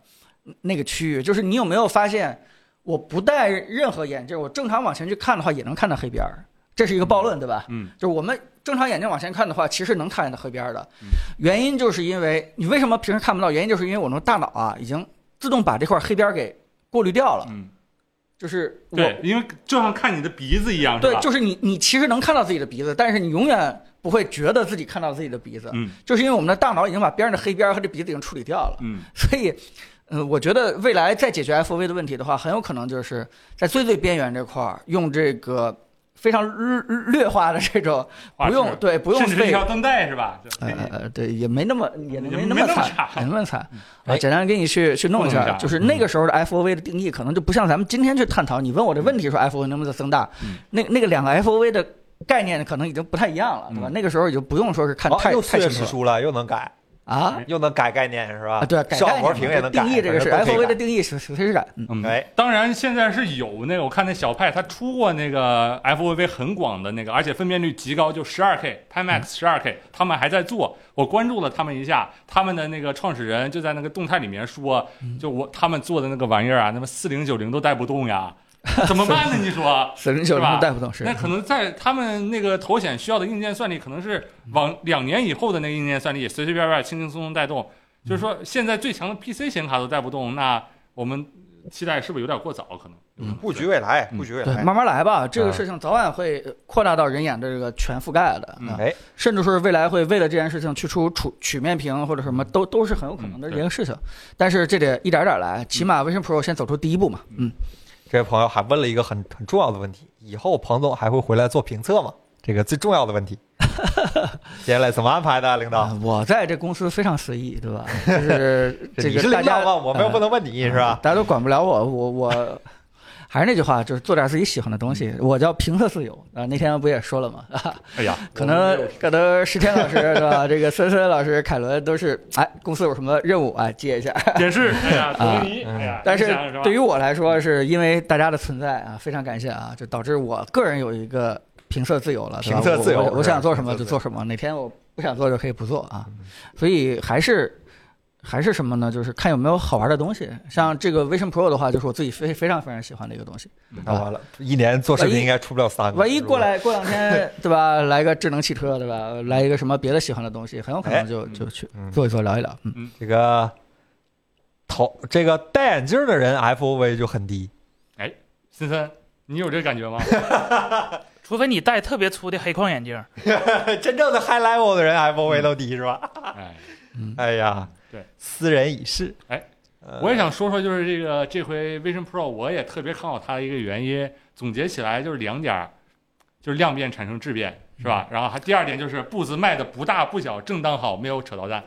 那个区域。就是你有没有发现，我不戴任何眼镜，我正常往前去看的话，也能看到黑边儿，这是一个暴论，对吧？嗯就是我们正常眼睛往前看的话，其实能看见河边儿的嗯。原因就是因为你为什么平时看不到？原因就是因为我们大脑啊已经自动把这块黑边儿给过滤掉了。嗯，就是我对，因为就像看你的鼻子一样，是对吧，就是你你其实能看到自己的鼻子，但是你永远不会觉得自己看到自己的鼻子，嗯就是因为我们的大脑已经把边上的黑边儿和这鼻子已经处理掉了。嗯所以，嗯，我觉得未来再解决 FOV 的问题的话，很有可能就是在最最边缘这块儿用这个非常略略化的这种画不用质对不用甚至是一费条缎带是吧？就给你呃，对，也没那么，也哎没没那么么惨，差没那么惨哎啊！简单给你去去弄一弄一下，下就是那个时候的 FOV 的定义，可能就不像咱们今天去探讨。你问我这问题说 FOV 能不能增大嗯，那那个两个 FOV 的概念可能已经不太一样了，对吧？嗯那个时候也就不用说是看好太哦又四太月清十楚书了，又能改，了啊又能改概念是吧？啊！对，改小概活念屏也能改，定义这个是反正都可 FOV 以改。的定义随随时改，嗯，嗯，哎，当然现在是有那个，我看那小派他出过那个 FOV 很广的那个，而且分辨率极高，就十二 K Pimax 十二 K，他们还在做。我关注了他们一下，他们的那个创始人就在那个动态里面说，就我他们做的那个玩意儿啊，那么四零九零都带不动呀，怎么办呢？你说？四零九是吧零带不动是那可能在他们那个头显需要的硬件算力，可能是往两年以后的那个硬件算力，随随便便、轻轻松松带动。就是说，现在最强的 PC 显卡都带不动，那我们期待是不是有点过早？可能，嗯布局未来，嗯布局未对，来。慢慢来吧，这嗯个事情早晚会扩大到人眼的这个全覆盖的。嗯啊哎，甚至说是未来会为了这件事情去出曲曲面屏或者什么，都都是很有可能的嗯一对个事情。但是这得一点点来，起嗯码 Vision Pro 先走出第一步嘛。嗯，这位朋友还问了一个很很重要的问题：以后彭总还会回来做评测吗？这个最重要的问 题。接下来怎么安排的，领导？啊我在这公司非常随意，对吧？ 就是这你是个大领家导吗？我们又不能问你呃是吧？大家都管不了我，我我还是那句话，就是做点自己喜欢的东嗯西。我叫评测自由啊，那天不也说了吗？ 哎呀，可能可能石天老师对吧？这个森森老师、凯伦都是哎，公司有什么任务啊，接一下。 也是，哎呀， 啊同意，哎呀，但是你想吧对于我来说，是因为大家的存在啊，非常感谢啊，就导致我个人有一个评测自由了，对吧评测自由我我我是吧想做什么评测就自由嗯做什么，哪天我不想做就可以不做啊，所以还是。还是什么呢？就是看有没有好玩的东西。像这个 Vision Pro 的话，就是我自己非非常非常喜欢的一个东西。那完了，一年做视频应该出不了三个。万一是吧过，来过两 天，对吧？来个智能汽车，对吧？来一个什么别的喜欢的东西，很有可哎能就就去嗯坐一坐，聊一聊。嗯，这个头这个戴眼镜的人 FOV 就很低。森森，你有这感 觉吗？除非你戴特别粗的黑框眼镜， 真正的 high level 的人 FOV 都低是吧？哎，嗯哎呀，对，斯人已逝。哎呃，我也想说说，就是这个这回 Vision Pro，我也特别看好它的一个原因，总结起来就是两点儿，就是量变产生质变，是吧？然后还第二点就是步子迈的不大不小，正当好，没有扯到 蛋。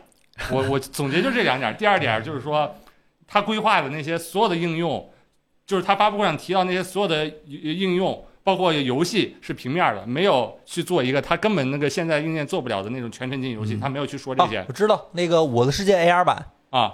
我我总结就这两点儿。第二点儿就是说，它规划的那些所有的应用，就是它发布会上提到那些所有的应用，包括游戏是平面儿的，没有去做一个它根本那个现在嗯硬件做不了的那种全沉浸游戏，它没有去说这啊些，我知道那个《我的世界》AR 版，啊。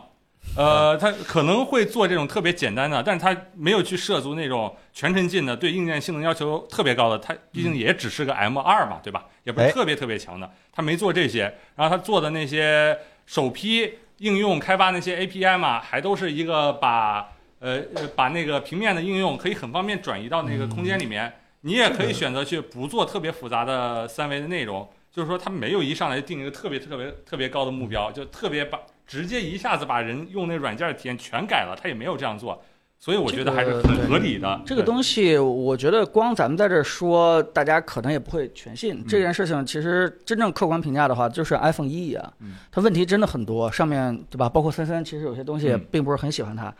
呃，它可能会做这种特别简单的，但是它没有去涉足那种全沉浸的，对硬件性能要求特别高的。它毕竟也只是个 M 二嘛，对吧？也不哎是特别特别强的，它没做这些。然后它做的那些首批应用开发那些 API 嘛，还都是一个把呃呃把那个平面的应用可以很方便转移到那个空间里面。你也可以选择去不做特别复杂的三维的内容，就是说它没有一上来定一个特别特别特别高的目标，就特别把直接一下子把人用那软件的体验全改了，它也没有这样做，所以我觉得还是很合理的。这个东西，我觉得光咱们在这儿说，大家可能也不会全信。嗯这件事情其实真正客观评价的话，就是 iPhone 一啊嗯，它问题真的很多，上面对吧？包括森森，其实有些东西也嗯并不是很喜欢它，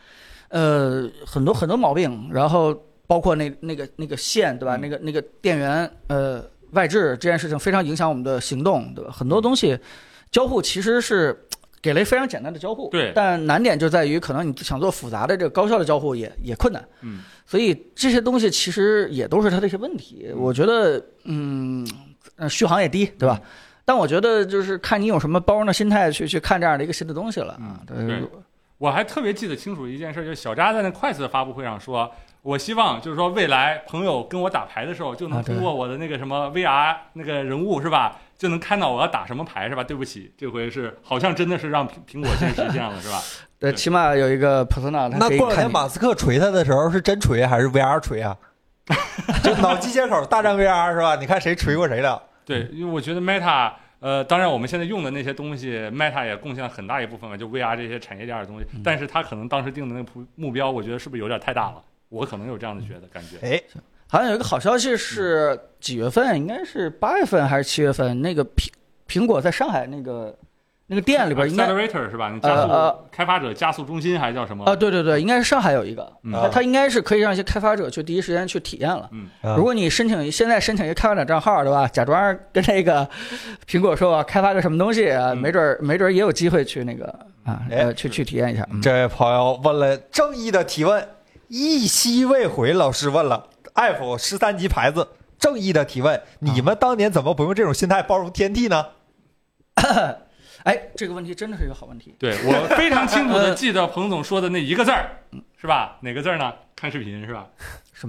呃，很多很多毛病，然后包括那那个那个线对吧？嗯那个那个电源呃外置这件事情非常影响我们的行动，对吧？很多东西交互其实是。给了非常简单的交互，对但难点就在于可能你想做复杂的这个高效的交互也也困难，嗯，所以这些东西其实也都是它的一些问题。我觉得，嗯，呃续航也低，嗯对吧？但我觉得就是看你有什么包容的心态去去看这样的一个新的东西了啊。嗯对我还特别记得清楚一件事，就是小扎在那快速的发布会上说，我希望就是说未来朋友跟我打牌的时候，就啊能对通过我的那个什么 VR 那个人物是吧，就能看到我要打什么牌是吧？对不起，这回是好像真的是让苹苹果先实现了是吧？对，对起码有一个 persona，它那可以过两看天你马斯克锤他的时候是真锤还是 VR 锤 啊？就脑机接口大战 VR 是吧？你看谁锤过谁 了？嗯对，因为我觉得 Meta，呃，当然我们现在用的那些东西，Meta 也贡献了很大一部分嘛，就 VR 这些产业链的嗯东西。但是它可能当时定的那个目目标，我觉得是不是有点太大了？我可能有这样的觉得感觉。哎，好像有一个好消息嗯是几月份？应该是八月份还是七月份？那个苹苹果在上海那个那个店里边应该 Accelerator 是吧？那加速、呃呃开发者加速中心还是叫什么？啊，对对对，应该是上海有一个，嗯它它应该是可以让一些开发者去第一时间去体验了。啊如果你申请现在申请一个开发者账号，对吧？假装跟那个苹果说我要开发个什么东西啊，嗯没准儿没准儿也有机会去那个啊，哎呃，去去体验一下。嗯这位朋友问了正义的提问，一息未回。老师问了 F 十三级牌子，正义的提问，你们当年怎么不用这种心态包容天地呢？哎，这个问题真的是一个好问题。对我非常清呃楚的记得彭总说的那一个字儿，是吧？哪个字儿呢？看视频是吧？什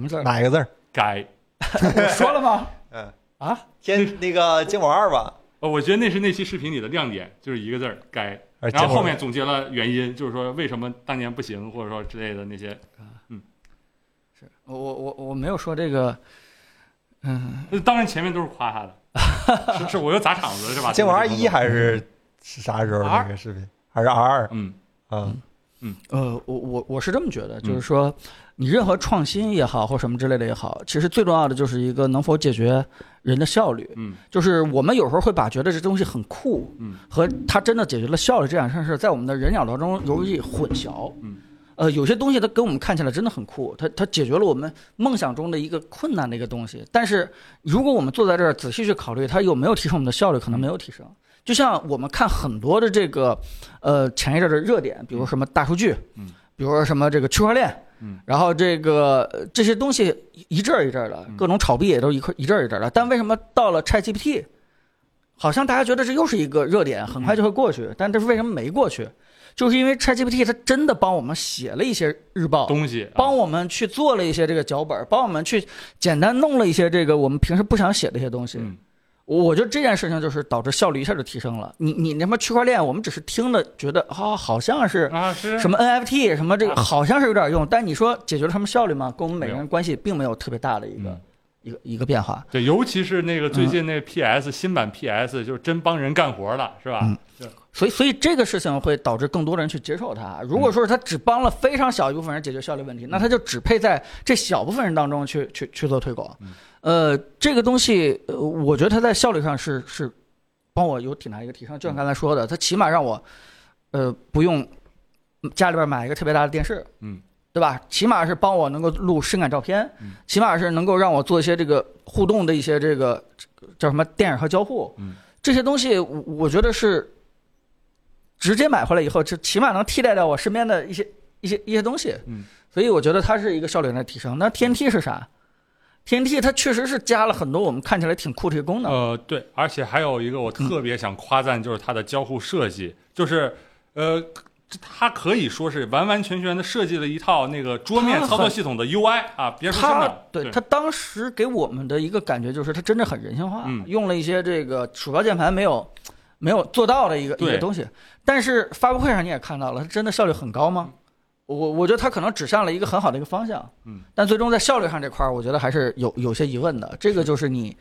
么字儿？哪个字儿？该。我说了吗？嗯啊， 天那个金宝二吧，呃，我觉得那是那期视频里的亮点，就是一个字儿“该”。而然后后面总结了原因，就是说为什么当年不行，或者说之类的那些我我我我没有说这个，嗯，那当然前面都是夸他 的，是是，我又砸场子是吧？金宝二一还是是啥时候那个视频？还是 R 二嗯啊？呃，我我我是这么觉得，就是说，你任何创新也好，或什么之类的也好，其实最重要的就是一个能否解决人的效率。嗯就是我们有时候会把觉得这东西很酷，嗯，和它真的解决了效率这两件事，在我们的人脑当中容易混淆，嗯，呃，有些东西它跟我们看起来真的很酷，它它解决了我们梦想中的一个困难的一个东西，但是如果我们坐在这儿仔细去考虑，它有没有提升我们的效率，可能没有提升。就像我们看很多的这个，呃，前一阵的热点，比如什么大数据，嗯，比如说什么这个区块链，嗯，然后这个呃这些东西一阵儿一阵儿的，嗯各种炒币也都一块一阵儿一阵儿的。但为什么到了 ChatGPT，好像大家觉得这又是一个热点，很快嗯就会过去，但这是为什么没过去？就是因为 ChatGPT 它真的帮我们写了一些日报，东西啊帮我们去做了一些这个脚本，帮我们去简单弄了一些这个我们平时不想写的一些东西。嗯我我觉得这件事情就是导致效率一下就提升了。你你那么区块链，我们只是听了觉得啊、好像是啊是什么么 NFT 什么这个啊好像是有点用，但你说解决了什么效率吗？跟我们每个没人关系并没有特别大的一个、嗯一个一个变化。对，尤其是那个最近那个 PS 新版 PS，就是真帮人干活了，是吧？嗯所以所以这个事情会导致更多人去接受它。如果说是它只帮了非常小一部分人解决效率问题，那它就只配在这小部分人当中去去去做推广。呃，这个东西，呃，我觉得它在效率上是是帮我有挺大一个提升。就嗯像刚才说的，它起码让我呃不用家里边买一个特别大的电视，嗯，对吧？起码是帮我能够录深感照片，嗯起码是能够让我做一些这个互动的一些这个这个叫什么电影和交互，嗯，这些东西我我觉得是直接买回来以后，就起码能替代掉我身边的一些一些一些东西，嗯，所以我觉得它是一个效率上的提升。那 TNT 是啥？TNT 它确实是加了很多我们看起来挺酷的一个功能，呃，对，而且还有一个我特别想夸赞，就是它的交互设计，就是呃，它可以说是完完全全的设计了一套那个桌面它很操作系统的 UI 啊，别说香他港，对他当时给我们的一个感觉就是，他真的很人性化，嗯用了一些这个鼠标键盘没有没有做到的一个一对个东西。但是发布会上你也看到了，它真的效率很高吗？我我觉得它可能指向了一个很好的一个方向，嗯，但最终在效率上这块儿，我觉得还是有有些疑问的。这个就是你，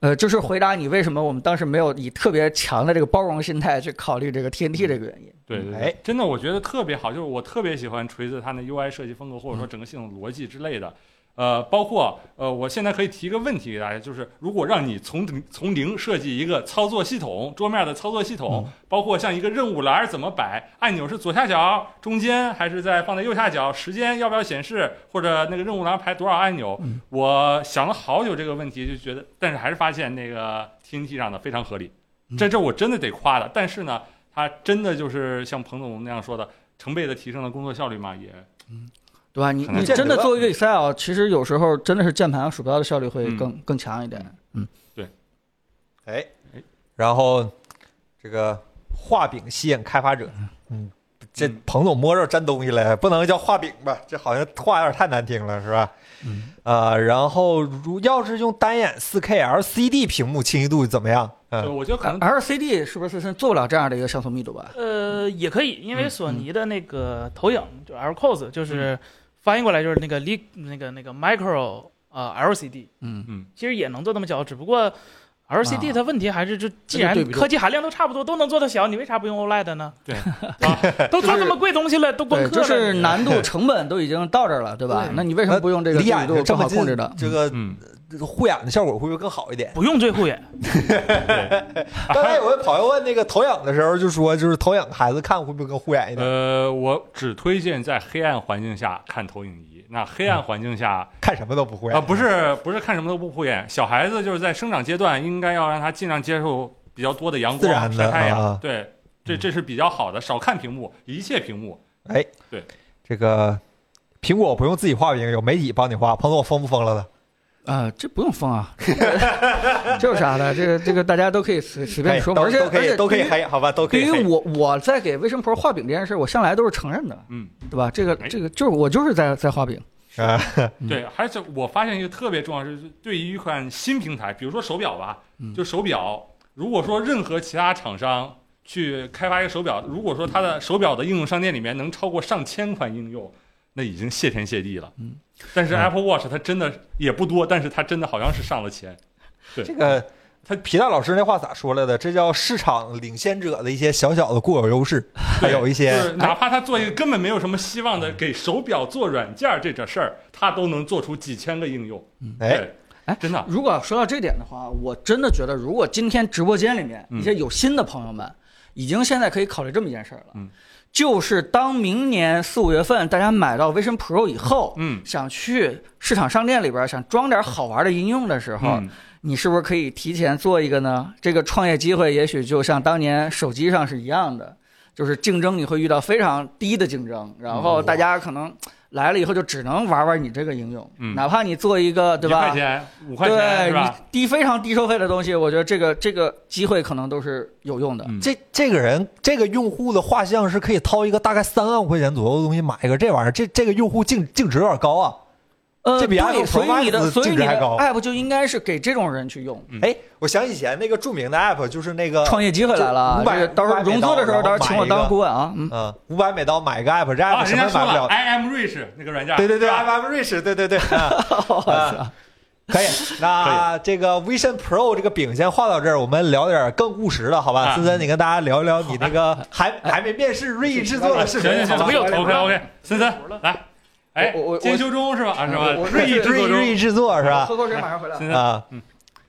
呃，就是回答你为什么我们当时没有以特别强的这个包容心态去考虑这个 TNT 这个原因。对对，对哎，真的我觉得特别好，就是我特别喜欢锤子它的 UI 设计风格，或者说整个系统逻辑之类的。呃，包括呃，我现在可以提一个问题给大家，就是如果让你从零从零设计一个操作系统，桌面的操作系统，包括像一个任务栏怎么摆，按钮是左下角、中间还是在放在右下角，时间要不要显示，或者那个任务栏排多少按钮，嗯我想了好久这个问题，就觉得，但是还是发现那个 TNT 上的非常合理，这这我真的得夸的。但是呢，它真的就是像彭总那样说的，成倍的提升了工作效率嘛，也对吧？你很难你见真的得做一个 Excel，其实有时候真的是键盘和鼠标的效率会更、更强一点。嗯，哎，然后这个画饼吸引开发者，嗯，这嗯彭总摸着真东西了，不能叫画饼吧？这好像话有点太难听了，是吧？嗯，啊，然后如要是用单眼 4K LCD 屏幕清晰度怎么样？对嗯，我觉得可能 LCD 是不是自身做不了这样的一个像素密度吧？呃，也可以，因嗯为索尼的那个投影就 LCOS，就是翻译过来就是那个 li 那个那个 micro 呃 LCD，嗯，其实也能做那么小，只不过 LCD 啊它问题还是就既对然比度科技含量都差不多，都能做到小，你为啥不用 OLED 呢？对 啊，都做这么贵东西了，都光对，刻就了，是你难度成本都已经到这儿了，对吧？对那你为什么不用这嗯个呃离密眼度这更么好近控制的？这个嗯，这个护眼的效果会不会更好一点？ 不用最护眼。刚才有位朋友问那个投影的时候，就说就是投影孩子看会不会更护眼一点？呃，我只推荐在黑暗环境下看投影仪。那黑暗环境下看什么都不会啊，不是不是看什么都不护眼，小孩子就是在生长阶段，应该要让他尽量接受比较多的阳自然光、的晒太阳啊。对，这这是比较好的，少看屏幕，一切屏幕。这个苹果不用自己画饼，有媒体帮你画。彭总疯不疯了呢？啊，这不用封啊， 这有啥的？这个这个大家都可以随随便说嘛，都而且都可而以且都可以黑，好吧，都可对以于黑。我我在给卫生婆画饼这件事，我向来都是承认的，嗯，对吧？这个哎这个就是我就是在在画饼，啊，嗯对，还是我发现一个特别重要的是，对于一款新平台，比如说手表吧嗯，就手表，如果说任何其他厂商去开发一个手表，如果说它嗯的手表的应用商店里面能超过上千款应用，那已经谢天谢地了。嗯，但是嗯 Apple Watch 它真的也不多，但是它真的好像是上了千。这个他皮蛋老师那话咋说来的？这叫市场领先者的一些小小的固有优势，还有一就哎些是哪怕他做一个根本没有什么希望的给手表做软件儿这点事儿，他都能做出几千个应用。哎，哎对，真的，如果说到这点的话，我真的觉得，如果今天直播间里面嗯一些有心的朋友们，已经现在可以考虑这么一件事儿了，嗯就是当明年四五月份大家买到 Vision Pro 以后，嗯，想去市场商店里边想装点好玩的应用的时候，嗯你是不是可以提前做一个呢？这个创业机会也许就像当年手机上是一样的，就是竞争你会遇到非常低的竞争，然嗯后大家可能来了以后就只能玩玩你这个应用，嗯哪怕你做一个对一吧块？钱、五块钱对是吧？你低非常低收费的东西，我觉得这个这个机会可能都是有用的。嗯这这个人这个用户的画像是可以掏一个大概三万块钱左右的东西买一个这玩意儿，这这个用户净净值有点高啊。呃，这比 iPhone 对，所以你 Pro Max 的所以净你值还的高 app 就应该是给这种人去用。嗯哎，我想起以前那个著名的 app，就是那个创业机会来了啊，就500这个到时候融资的时候， 500到时候请我然当后顾问啊。嗯，嗯，五百美刀买一个 app，这啊， app 什人么也家说买不了了。 ，I am rich 那个 软件儿，对对对是吧，app rich，对对 对。啊啊可以，那这个 Vision Pro 这个饼先画到这儿，我们聊点更务实的，好吧？啊森森，你跟大家聊一聊你那个还还没面试锐意制作的视行频行，行，好吧没有好吧 OK OK，森森服了来，哎我我我，兼修中是吧？啊是吧我？我锐意制锐作中锐意，制作是吧？喝口水，马上回来。森森，啊嗯，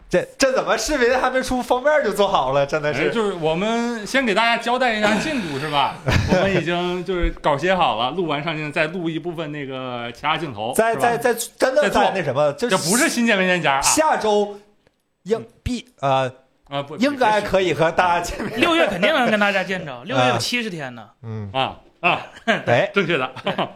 这这怎么视频还没出封面就做好了？真的哎是，就是我们先给大家交代一下进度是吧？我们已经就是稿写好了，录完上镜再录一部分那个其他镜头，在是吧在在真的在做在那什么，就这不是新建文件夹啊下周应嗯必呃啊不应该可以和大家见面。六月肯定能跟大家见着，六月啊有七十天呢。嗯，啊啊哎，正确的，呃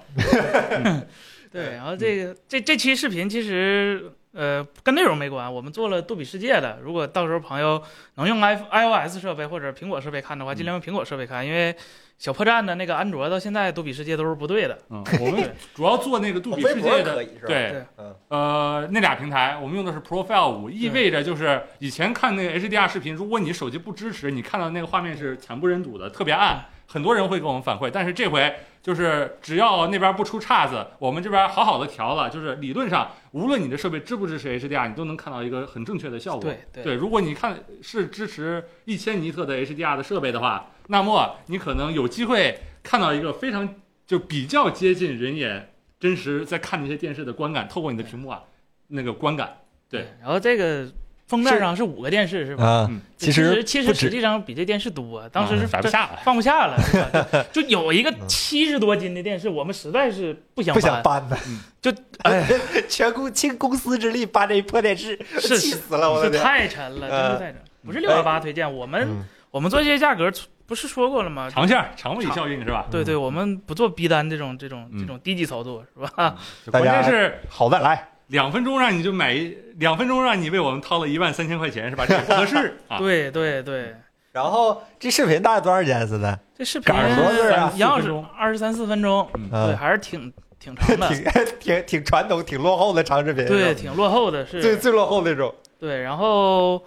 嗯对，然后这个这这期视频其实呃，跟内容没关，我们做了杜比世界的。如果到时候朋友能用 i iOS 设备或者苹果设备看的话，嗯尽量用苹果设备看，因为小破站的那个安卓到现在杜比世界都是不对的。嗯，我们主要做那个杜比微世博界可的，以是吧？对，嗯呃，那俩平台我们用的是 Profile 五，意味着就是以前看那个 HDR 视频，如果你手机不支持，你看到那个画面是惨不忍睹的，特别暗。很多人会给我们反馈，但是这回就是只要那边不出岔子，我们这边好好的调了，就是理论上无论你的设备支不支持 HDR，你都能看到一个很正确的效果。对对对，如果你看是支持一千尼特的 HDR 的设备的话，那么你可能有机会看到一个非常就比较接近人眼真实在看那些电视的观感，透过你的屏幕啊，那个观感。对，然后这个风扇上是五个电视是吧？啊嗯，其实实其不实止啊实际上比这电视多，当时是啊摆不下了。放不下了，是吧就就有一个七十多斤的电视，我们实在是不想嗯嗯不想搬搬的，就哎， 全公倾公司之力搬这破电视，是气死了我的哎是天！太沉了，真呃是太沉。不是六幺八推荐，我们嗯我们做这些价格不是说过了吗？长线儿长尾效应是吧？对对，我们不做逼单这种这种嗯这种低级操作，是吧？大关家键是好再来，两分钟让你就买一，两分钟让你为我们掏了一万三千块钱是吧？这不合 适啊！对对对，然后这视频大概多长时间似的？这视频赶上多字 儿啊杨老四师分钟二十三四分钟，对，嗯，还是挺挺长的， 挺挺挺传统、挺落后的长视频，对，是吧，挺落后的，最是，最落后那种。对。然后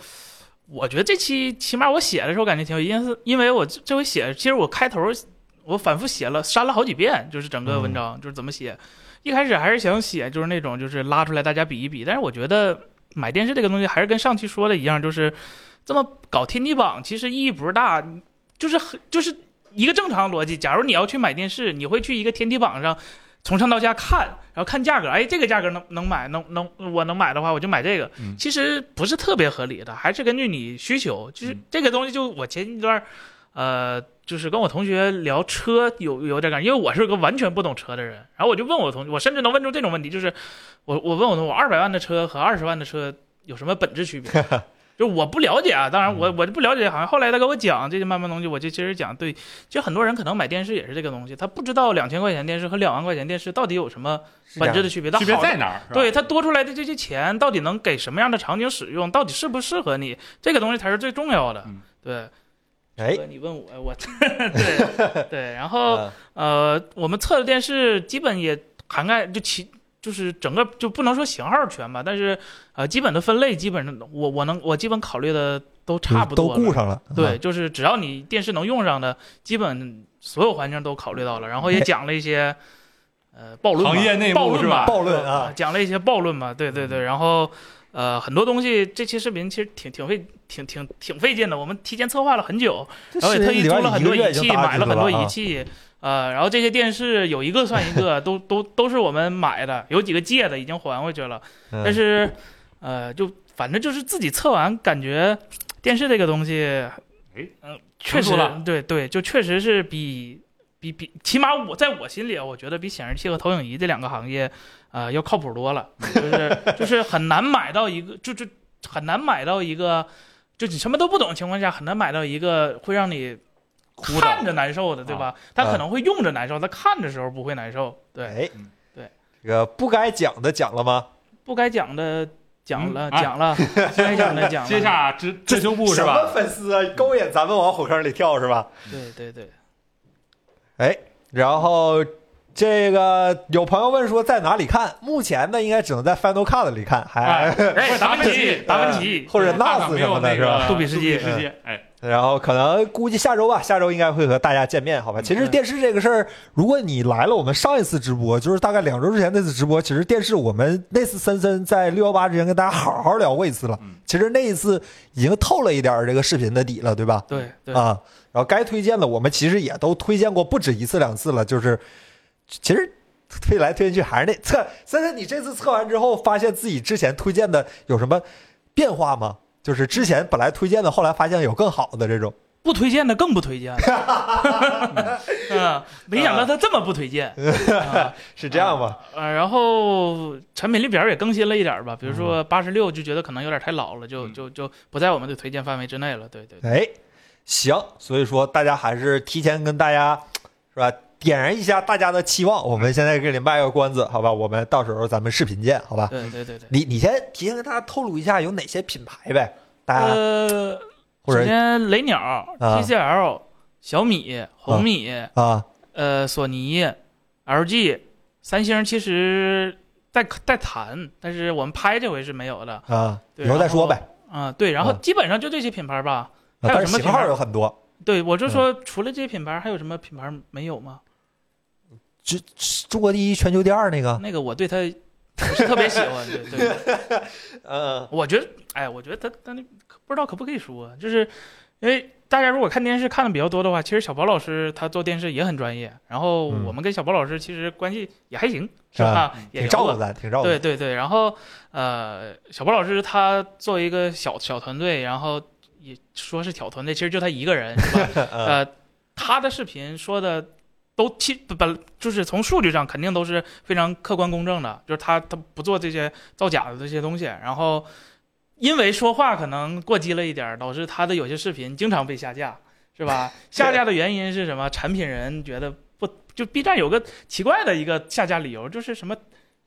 我觉得这期起码我写的时候感觉挺有意思，因为我这这回写，其实我开头我反复写了，删了好几遍，就是整个文章就是怎么写。一开始还是想写就是那种就是拉出来大家比一比，但是我觉得买电视这个东西还是跟上期说的一样，就是这么搞天梯榜其实意义不是大，就是很就是一个正常逻辑。假如你要去买电视，你会去一个天梯榜上。从上到下看，然后看价格，哎，这个价格能能买，能能我能买的话，我就买这个。嗯其实不是特别合理的，还是根据你需求。就是嗯这个东西，就我前一段，呃，就是跟我同学聊车有有点感觉，因为我是个完全不懂车的人，然后我就问我同学，我甚至能问出这种问题，就是我我问我同学，我二百万的车和二十万的车有什么本质区 别？就我不了解啊，当然我嗯我就不了解，好像后来他跟我讲这些慢慢东西，我就其实讲对，就很多人可能买电视也是这个东西，他不知道两千块钱电视和两万块钱电视到底有什么是这本样质的区别，但区别好在哪儿？是吧对它多出来的这些钱到底能给什么样的场景使用，到底适不适合你，这个东西才是最重要的。嗯对，哎，哥你问我，我 对对，然后嗯呃，我们测的电视基本也涵盖就其就是整个就不能说型号全吧，但是呃基本的分类基本上我我能我基本考虑的都差不都多了顾上了，对，就是只要你电视能用上的，基本所有环境都考虑到了，然哎后也讲了一些，呃，暴论吧行业内幕暴论是吧吧暴论啊嗯讲了一些暴论嘛，对对对，然后呃，很多东西这期视频其实挺挺费挺挺挺费劲的，我们提前策划了很久，这然后视也特频意里边租了一很个多月仪已经器，搭买进了去很多啊仪器，呃，然后这些电视有一个算一个，都都都是我们买的，有几个借的已经还回去了。嗯但是，呃，就反正就是自己测完，感觉电视这个东西，哎，嗯，确成熟实了，对对，就确实是比比比，起码我在我心里啊，我觉得比显示器和投影仪这两个行业，呃，要靠谱多了，就是 就是很难买到一个，就就很难买到一个，就你什么都不懂的情况下，很难买到一个会让你。哭的看着难受的，对吧？他啊可能会用着难受，他看的时候不会难受。对，哎嗯，对，这个不该讲的讲了吗？不该讲的讲了，嗯啊讲了，不该讲的讲了。 接下遮遮羞布是什么吧？粉丝啊，勾引咱们往火坑里跳是吧？对对对，哎，然后这个有朋友问说在哪里看？目前呢，应该只能在 Final Cut 里看，还、哎，哎，达芬奇，达芬呃奇，或者看看 NAS 没什有么的那是吧？个杜比世界世界，哎，然后可能估计下周吧，下周应该会和大家见面，好吧？其实嗯电视这个事儿，如果你来了我们上一次直播，就是大概两周之前那次直播，其实电视我们那次森森在六幺八之前跟大家好好聊过一次了嗯。其实那一次已经透了一点儿这个视频的底了，对吧？对对，啊，然后该推荐的我们其实也都推荐过不止一次两次了，就是其实推来推荐去还是那测。森森，你这次测完之后，发现自己之前推荐的有什么变化吗？就是之前本来推荐的，后来发现有更好的这种。不推荐的更不推荐了嗯啊，没想到他这么不推荐。啊是这样吗？呃，然后产品力表也更新了一点儿吧，比如说八十六就觉得可能有点太老了，就嗯就就不在我们的推荐范围之啊内了。对对，对哎，行，所以说大家还是提前跟大家是吧？点燃一下大家的期望。我们现在给你卖个关子，好吧？我们到时候咱们视频见， 好吧？对对对对。你你先提前跟大家透露一下有哪些品牌呗，大家、呃，啊或首者先雷鸟、TCL、小米、红米、啊，呃，索尼、LG、三星，其实在在谈，但是我们拍这回是没有的啊，对以后再说呗。啊。对，然后嗯基本上就这些品牌吧。啊还有但什是么型品牌号有很多，对，我嗯就说除了这些品牌，还有什么品牌没有吗？就中国第一，全球第二那个。那个我对它不是特别喜欢，对对。 嗯我觉得，哎，我觉得他他那可不知道可不可以说，就是因为大家如果看电视看的比较多的话，其实小宝老师他做电视也很专业，然后嗯我们跟小宝老师其实关系也还行，是吧？也挺聊照过顾咱，哦挺照顾对咱。对对，然后呃，小波老师他作为一个小小团队，然后也说是小团队，其实就他一个人，是 吧？嗯呃，他的视频说的都其本就是从数据上肯定都是非常客观公正的，就是他他不做这些造假的这些东西，然后因为说话可能过激了一点儿，导致他的有些视频经常被下架，是吧？下架的原因是什么？产品人觉得不就 B 站有个奇怪的一个下架理由，就是什么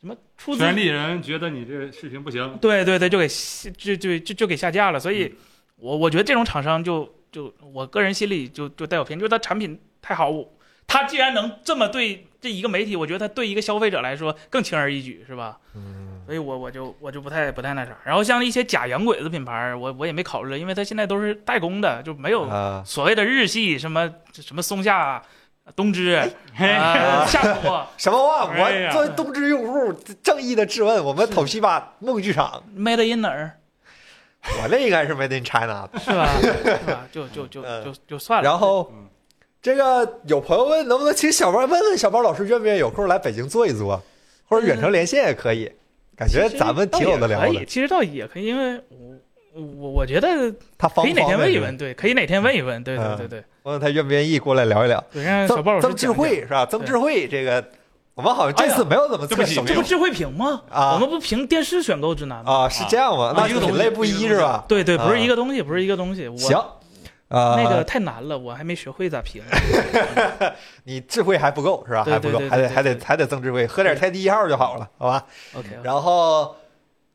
什么出资权利人觉得你这视频不行，对对对，就给下就就就就给下架了。所以嗯我，我觉得这种厂商就就我个人心里就就带有偏见，就是他产品太好，我他既然能这么对这一个媒体，我觉得他对一个消费者来说更轻而易举，是吧？嗯所以我我就我就不太不太那啥。然后像一些假洋鬼子品牌，我我也没考虑，因为它现在都是代工的，就没有啊，所谓的日系什么什么松下、东芝、 嘿啊夏普。 什么话？哎我呀作为东芝用户，正义的质问我们是头西吧梦剧场， Made in 哪儿我那应该是 Made in China 的。是吧？是吧？就就就 嗯就就算了。然后嗯这个有朋友问，能不能请小包问问小包老师愿不愿意有空来北京坐一坐，或者远程连线也可以。感觉嗯其实哎咱们挺有的聊倒也可的以，，其实倒也可以，因为我我我觉得他方可不以哪方天问一便？问，对，可以哪天问一问，对嗯对对对，问问他愿不愿意过来聊一聊。对，让小曾豹老师曾讲智慧是吧？曾智慧这个，我们好像这次没有怎么测对不起手讲，机这不智慧屏吗？啊我们不评电视选购指南吗？啊，是这样吗？啊那一个品东西类不一一个东是西吧？对对，啊不是一个东西，不是一个东西。我行，啊，那个太难了，我还没学会咋评。你智慧还不够是吧？对还不够，对对还对得对还得还得增智慧，喝点天地一号就好了，好吧？ OK，OK 然后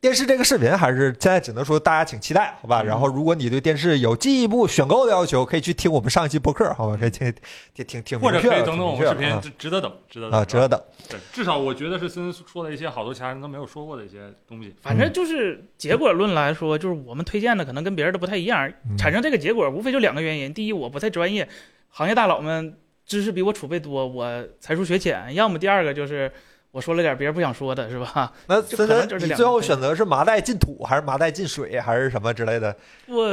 电视这个视频还是现在只能说大家请期待，好吧？嗯然后如果你对电视有进一步选购的要求，可以去听我们上一期播客，好吧？可以听挺挺挺或者明确可的以等等我挺们视明确频，的值值得等，值得啊等啊，值得等。对，至少我觉得是森森说的一些好多其他人都没有说过的一些东西。反正就是结果论来说，就是我们推荐的可能跟别人的不太一样嗯，产生这个结果无非就两个原因：第一，我不太专业，行业大佬们知识比我储备多，我才疏学浅；要么第二个就是我说了点别人不想说的，是吧？那就森可能森，就是你两最个后方选择是麻袋进土，还是麻袋进水，还是什么之类的？我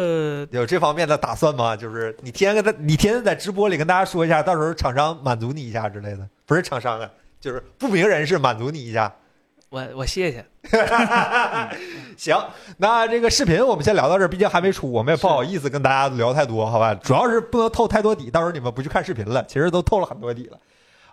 有这方面的打算吗？就是你天天跟他，你天天在直播里跟大家说一下，到时候厂商满足你一下之类的，不是厂商啊，就是不明人士满足你一下。我我谢谢。行，那这个视频我们先聊到这儿，毕竟还没出，我们也不好意思跟大家聊太多，好吧？主要是不能透太多底，到时候你们不去看视频了，其实都透了很多底了。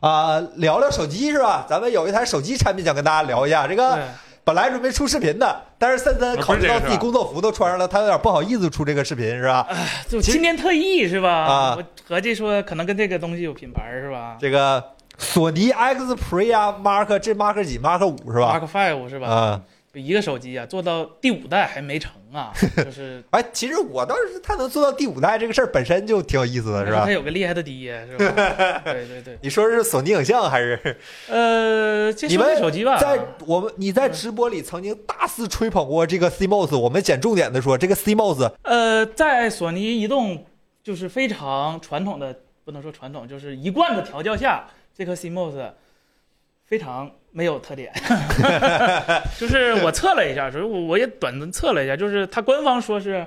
啊、聊聊手机是吧？咱们有一台手机产品想跟大家聊一下，这个对本来准备出视频的，但是啊森森考虑到自己工作服都穿上了，他有点不好意思出这个视频是吧？就其实今天特意是吧？啊我合计说可能跟这个东西有品牌是吧这个索尼 X Pre 啊，Mark 这 Mark 几 Mark 五是吧？ ？Mark Five 是吧？啊、就一个手机啊，做到第五代还没成 啊，就是哎，其实我倒是他能做到第五代这个事儿本身就挺有意思的，是吧他？有个厉害的爹是 吧？对对对，你说是索尼影像还 是呃，先你说们这手机吧，在我们你在直播里曾经大肆吹捧过这个 CMOS，我们捡重点的说，这个 CMOS 呃，在索尼移动就是非常传统的，不能说传统，就是一贯的调教下，这颗 CMOS 非常没有特点。 就是我测了一下，所以我我也短暂测了一下，就是它官方说是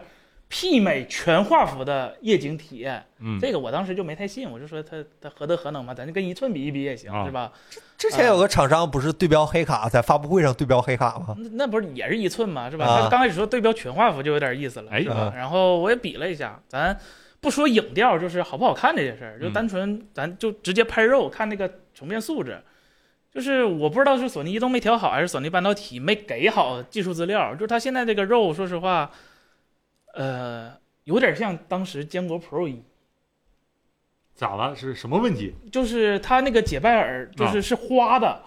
媲美全画幅的夜景体验，嗯这个我当时就没太信，我就说它它何德何能嘛，咱就跟一寸比一比也行，啊是吧？之前啊有个厂商不是对标黑卡，在发布会上对标黑卡吗？那那不是也是一寸嘛，是吧？啊他刚开始说对标全画幅就有点意思了，哎是吧啊？然后我也比了一下，咱不说影调，就是好不好看这件事儿，就嗯单纯咱就直接拍肉，看那个呈现素质。就是我不知道是索尼移动没调好，还是索尼半导体没给好技术资料。就是它现在这个肉，说实话，呃，有点像当时坚果 Pro 一。咋了？是什么问题？就是它那个解拜耳，啊就是是花的，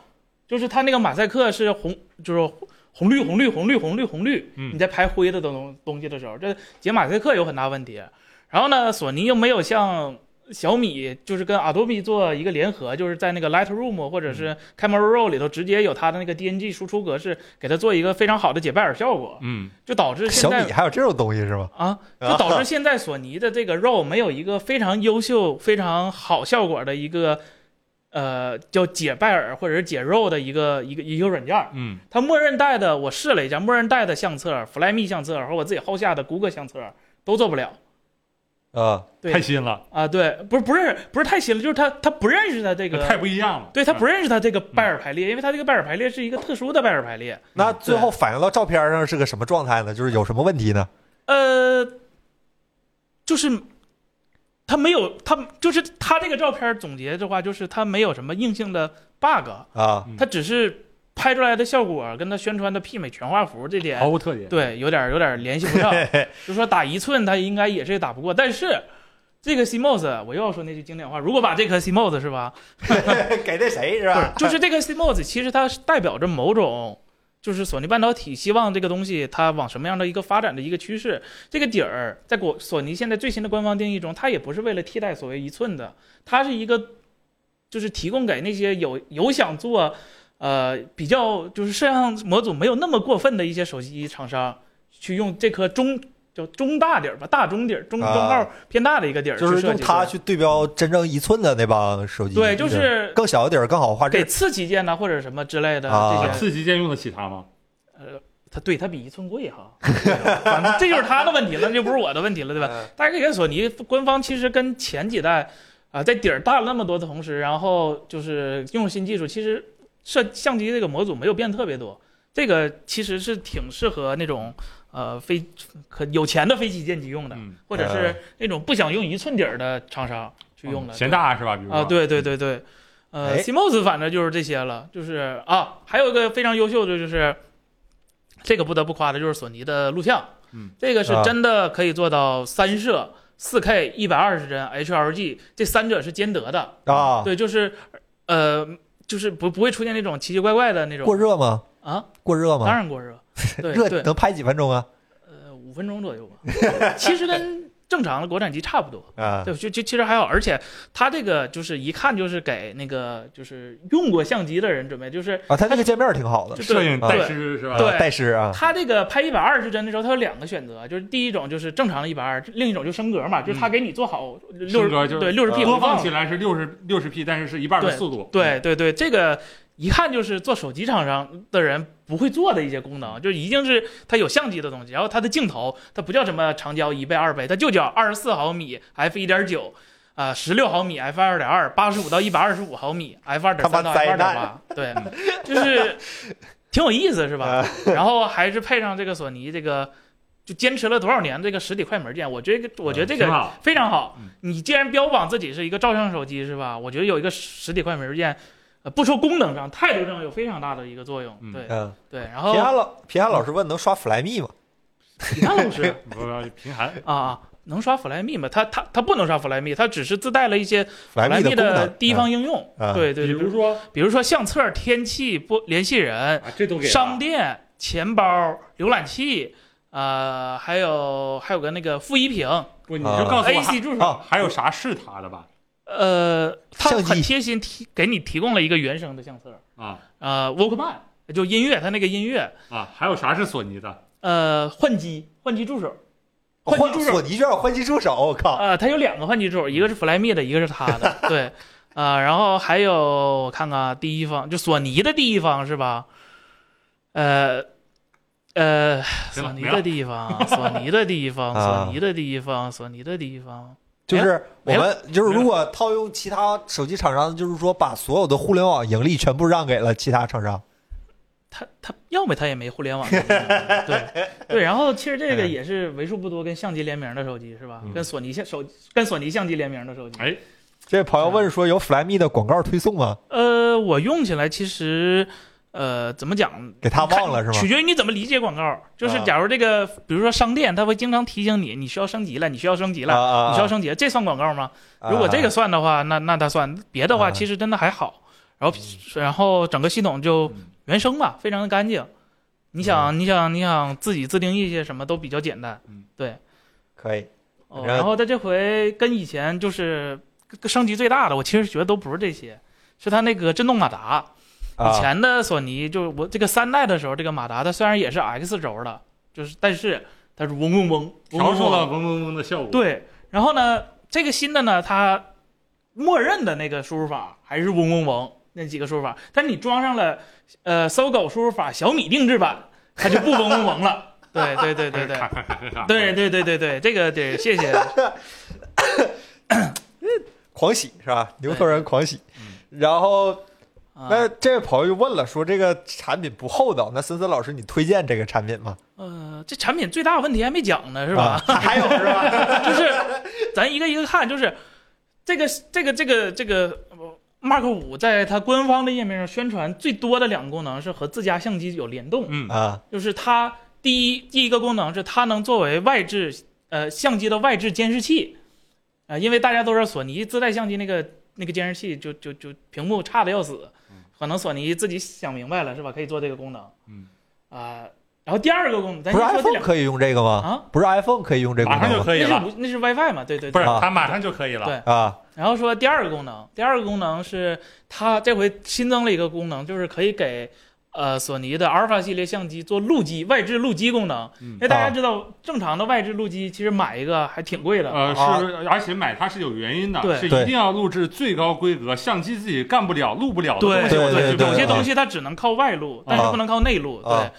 就是它那个马赛克是红，就是红绿红绿红绿红绿红绿。嗯你在排灰的东东西的时候，这解马赛克有很大问题。然后呢，索尼又没有像小米，就是跟 Adobe 做一个联合，就是在那个 Lightroom 或者是 Camera Raw 里头直接有它的那个 DNG 输出格式，给它做一个非常好的解拜耳效果，嗯，就导致小现在米还啊有这种东西是吗？啊，就导致现在索尼的这个 RAW 没有一个非常优秀、非常好效果的一个，呃，叫解拜耳或者是解 RAW 的一个一个一个软件儿。嗯它默认带的我试了一下，默认带的相册，Flyme 相册和我自己后下的谷歌相册都做不了啊，对太新了，啊。对，不是不是不是太新了，就是它它不认识它这太个，不一样了。对它不认识它这个拜耳排列，因为它这个拜耳排列是一个特殊的拜耳排列。那最后反映到照片上是个什么状态呢？就是有什么问题呢？呃，就是他没有他就是他这个照片总结的话，就是他没有什么硬性的 bug，啊，他只是拍出来的效果跟他宣传的媲美全画幅这点，嗯毫无特点。对，有点有点联系不上。就说打一寸，他应该也是打不过，但是。这个 CMOS，我又要说那句经典话，如果把这颗 CMOS 是吧， 给那谁是吧？ 就是这个 CMOS，其实它是代表着某种，就是索尼半导体希望这个东西它往什么样的一个发展的一个趋势。这个底儿，在国索尼现在最新的官方定义中，它也不是为了替代所谓一寸的，它是一个，就是提供给那些有有想做，呃，比较就是摄像模组没有那么过分的一些手机厂商，去用这颗中叫中大底儿吧，大中底儿，中中号偏大的一个底儿去啊就设计是出来，用它去对标真正一寸的那帮手机，对，就是更小一点儿更好画给质。次旗舰呐或者什么之类的啊这些。次旗舰用得起它吗？呃，它对它比一寸贵哈，反正这就是他的问题了，这不是我的问题了，对吧？大家可以看索尼官方其实跟前几代啊、在底儿大了那么多的同时，然后就是用新技术，其实摄相机这个模组没有变特别多，这个其实是挺适合那种呃非可有钱的非旗舰机用的，嗯，或者是那种不想用一寸底儿的厂商去用的。嫌大是吧？比如说啊，对对对对，嗯呃哎，CMOS 反正就是这些了，就是啊，还有一个非常优秀的就是，这个不得不夸的就是索尼的录像，嗯，这个是啊真的可以做到三摄、四 K、一百二十帧、HLG 这三者是兼得的，啊，对，就是呃，就是不不会出现那种奇奇怪怪的那过种热吗？啊，过热当吗？然 过热，对热对，能拍几分钟啊？呃，五分钟左右吧，其实跟正常的国产机差不多，啊，对，就就其实还好，而且它这个就是一看就是给那个就是用过相机的人准备，就是啊，它那个界面挺好的就，摄影啊带师是吧？对啊带师啊，它这个拍一百二十帧的时候，它有两个选择，就是第一种就是正常的一百二，另一种就升格嘛，就是它给你做好六十、嗯升格就是呃对六十 P 播回放放起，来是六十六十 P，但是是一半的对速度。嗯对对对，这个一看就是做手机厂商的人不会做的一些功能，就是一定是它有相机的东西，然后它的镜头它不叫什么长焦一倍、二倍，它就叫二十四毫米 f 一点九，啊，十六毫米 f 二点二，八十五到一百二十五毫米 f 二点他三妈到灾 f 难二点八，对，嗯就是挺有意思是吧？嗯然后还是配上这个索尼这个。就坚持了多少年这个实体快门键，我觉得我觉得这个挺好非常好嗯。你既然标榜自己是一个照相手机，是吧？我觉得有一个实体快门键，呃，不说功能上，态度上有非常大的一个作用嗯。对嗯，对，然平后安老平安老师问能刷 Flyme 吗？其他老师 不不，贫寒啊，能刷 Flyme 吗？它它它不能刷 Flyme，它只是自带了一些 Flyme 功的能地方应用啊。对对，比对如说比如说相册、天气、播联系人、啊，这都给了商店、钱包、浏览器。呃，还有还有个那个负一屏不，你啊就告诉我，A 还哦 C 助手，啊还有啥是他的吧？呃，它相很机贴心提给你提供了一个原生的相册，啊呃，Walkman 就音乐，它那个音乐，啊，还有啥是索尼的？呃，换机，换机助手，哦换机助手索尼居然有换机助手，我哦靠！呃，它有两个换机助手，一个是 Flyme 的，一个是它 的，对，啊、然后还有我看看啊第一方，就索尼的第一方是吧？呃，呃，索行了尼没的了第一方，索尼的第一方，啊索尼的第一方，索尼的第一方，就是我哎没了们就是如果套用其他手机厂商，就是说把所有的互联网盈利全部让给了其他厂商。它它要么它也没互联网，对对，然后其实这个也是为数不多跟相机联名的手机是吧？哎嗯跟索尼相手跟索尼相机联名的手机，哎这位朋友问说有 Flyme 的广告推送吗？呃，我用起来其实，呃，怎么讲？给他忘了是取吗？决于你怎么理解广告。就是啊假如这个，比如说商店，他会经常提醒你，你需要升级了，你需要升级啊了，啊啊你需要升级了，这算广告吗？啊如果这个算的话，那那它算；别的话，啊其实真的还好。然后嗯然后整个系统就原生吧，非常的干净。你嗯想你想你想自己自定义一些什么都比较简单。可以，哦嗯然后然后它这回跟以前就是升级最大的，我其实觉得都不是这些，是它那个震动马达。啊以前的索尼就是我这个三代的时候，这个马达它虽然也是 X 轴的，就是但是它是嗡嗡嗡，嗡调嗡出了嗡。嗡嗡嗡的效果。，对，然后呢，这个新的呢，它默认的那个输入法还是嗡嗡嗡那几个输入法，但你装上了呃搜狗输入法小米定制版，它就不嗡嗡嗡 了。对对对对对。咔咔咔咔。对对对对对，这个得谢谢。狂喜是吧？牛头人狂喜。然后那嗯啊、这位朋友就问了，说这个产品不厚道，那森森老师你推荐这个产品吗？呃，这产品最大问题还没讲呢，是吧？啊还有是 吧？就是咱一个一个看，就是这个这个这个这个呃 Mark 五在它官方的页面上宣传最多的两个功能是和自家相机有联动，嗯，啊就是它第一第一个功能是它能作为外置呃相机的外置监视器，啊、因为大家都知道索尼自带相机那个那个监视器就就就屏幕差的要死嗯，可能索尼自己想明白了是吧？可以做这个功能，嗯啊、然后第二个功能，咱不先是说这 iPhone 两个可以用这个吗？啊，不是 iPhone 可以用这个马功上能吗？就可以那了，是那是 WiFi 嘛？对对对，不是啊它马上就可以了。对啊然后说第二个功能，第二个功能是它这回新增了一个功能，就是可以给呃索尼的阿尔法系列相机做录机外置录机功能。嗯因为大啊家知道，正常的外置录机其实买一个还挺贵的。呃，啊是，而且买它是有原因的，对是对一定要录制最高规格，相机自己干不了、录不了的对东西，我才对去对买有些对东西它只能靠外录，但是不能靠内录。对。啊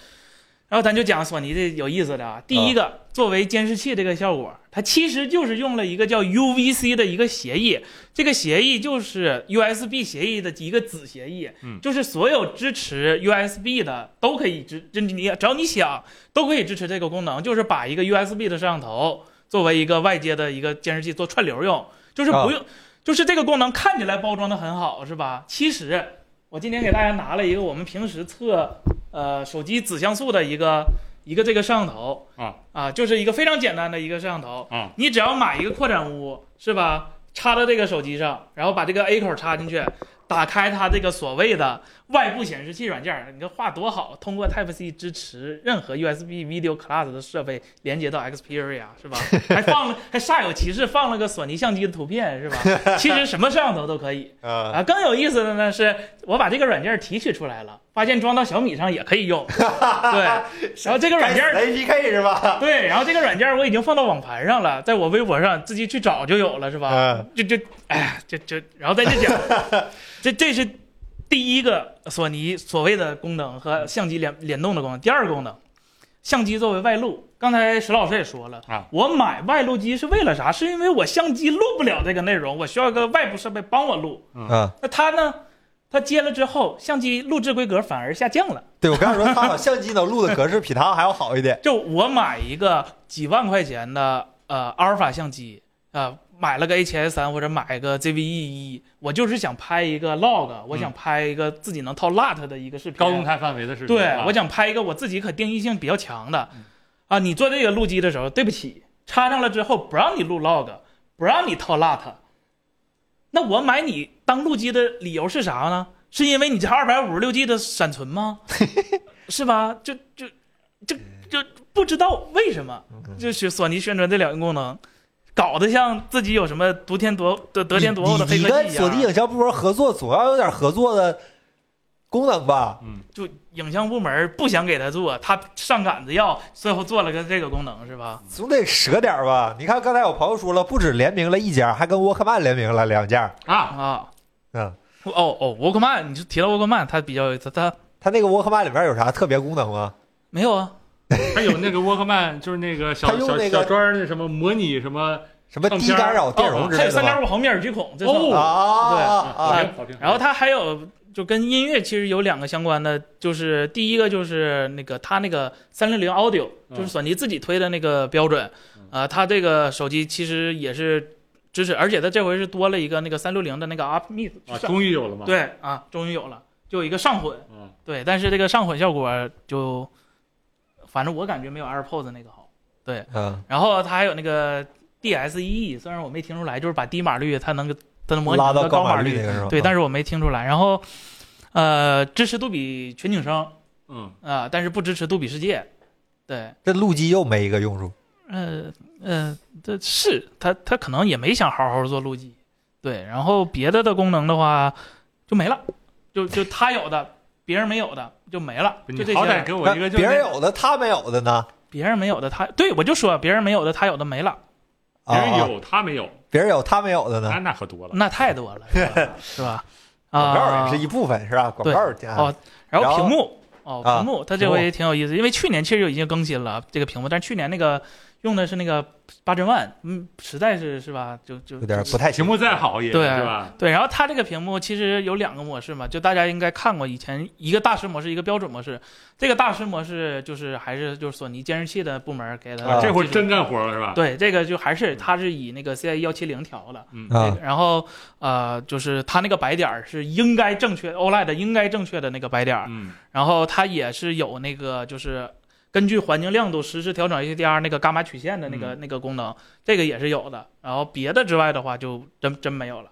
然后咱就讲索尼的有意思的啊，第一个，作为监视器这个效果，它其实就是用了一个叫 UVC 的一个协议，这个协议就是 USB 协议的一个子协议，嗯就是所有支持 USB 的都可以支，就你只要你想都可以支持这个功能，就是把一个 USB 的摄像头作为一个外接的一个监视器做串流用，就是啊不用，就是这个功能看起来包装的很好，是吧？其实我今天给大家拿了一个我们平时测呃手机子像素的一个一个这个摄像头啊就是一个非常简单的一个摄像头啊你只要买一个扩展坞是吧？插到这个手机上，然后把这个 A 口插进去，打开它这个所谓的外部显示器软件，你这画多好！通过 Type C 支持任何 USB Video Class 的设备连接到 Xperia 是吧？还放了还煞有其事放了个索尼相机的图片是吧？其实什么摄像头都可以。啊啊，更有意思的呢是，我把这个软件提取出来了，发现装到小米上也可以用。对，然后这个软件， APK 是吧？对，然后这个软件我已经放到网盘上了，在我微博上自己去找就有了，是吧？嗯就就，哎呀，就就，然后在这讲，这这是第一个索尼所谓的功能和相机联联动的功能。第二个功能，相机作为外录，刚才石老师也说了啊，我买外录机是为了啥？是因为我相机录不了这个内容，我需要一个外部设备帮我录。嗯，那它呢？它接了之后，相机录制规格反而下降了。 对我刚才说他把相机能录的格式比他还要好一点就我买一个几万块钱的呃阿尔法相机，呃，买了个 H S 三或者买个 Z V E 一，我就是想拍一个 log，我想拍一个自己能套 LUT 的一个视频。高动态范围的视频。对啊，我想拍一个我自己可定义性比较强的，嗯啊，你做这个录机的时候，对不起，插上了之后不让你录 log，不让你套 lut，那我买你当录机的理由是啥呢？是因为你这二百五十六 G 的闪存 吗？是吧？就就就就不知道为什么，嗯就是索尼宣传这两个功能，搞得像自己有什么独天夺得得天独厚的你黑你科跟技一啊索尼样，影像部门合作，总要有点合作的功能吧？就影像部门不想给他做，他上杆子要，最后做了个这个功能，是吧？总得舍点儿吧？你看刚才有朋友说了，不止联名了一家，还跟沃克曼联名了两家。啊，啊，嗯，哦哦，沃克曼，你就提到沃克曼，他比较他他他那个沃克曼里边有啥特别功能吗？没有啊，还有那个沃克曼，就是那个小他用小那个小砖儿那什么模拟什么什么低干扰电容之哦还类的有三吗点？五毫米耳距孔，这哦算啊啊啊好啊！评好评然后它还有就跟音乐其实有两个相关的，就是第一个就是那个它那个三六零 Audio，嗯就是索尼自己推的那个标准，啊，它这个手机其实也是支持，而且它这回是多了一个那个三六零的那个 Up Mix，啊啊，终于有了嘛。对啊，终于有了。就有一个上混，嗯，对，但是这个上混效果就，反正我感觉没有 AirPods 那个好。嗯，然后它还有那个 DSE，虽然 E，我没听出来，就是把低码率它能它能模拟拉到高高码率那个嗯是吧？对，但是是我没听出来。然后，呃，支持杜比全景声啊、嗯，但是不支持杜比世界。对，这路基又没一个用处。呃呃，这是它它可能也没想好好做路基，对。然后别的的功能的话就没了，就就它有的，别人没有的就没了，就这你些好了。歹给我一个就是别人有的他没有的呢？别人没有的它，对我就说别人没有的它有的 没了，啊别人啊嗯有他没有，别人有他没有的呢啊那？那可多了。那太多了，是吧 是吧？广啊、告也是一部分是吧？广对告儿挺好哦然然后后屏幕，哦，啊屏幕，它这屏幕回也挺有意思，因为去年其实就已经更新了这个屏幕，但是去年那个用的是那个八针万，嗯，实在是是吧，就就有点不太屏行。幕再好也对是吧？对。然后它这个屏幕其实有两个模式嘛，就大家应该看过以前一个大师模式，一个标准模式。这个大师模式就是还是就是索尼监视器的部门给啊它，这会儿真干啊活了是吧？对这个就还是它是以那个 CIE 幺七零调的。嗯啊对然后呃，就是它那个白点儿是应该正确 OLED 应该正确的那个白点儿，嗯然后它也是有那个就是根据环境亮度实时调整 HDR 那个伽马曲线的那个、那个功能，这个也是有的。然后别的之外的话，就真真没有了。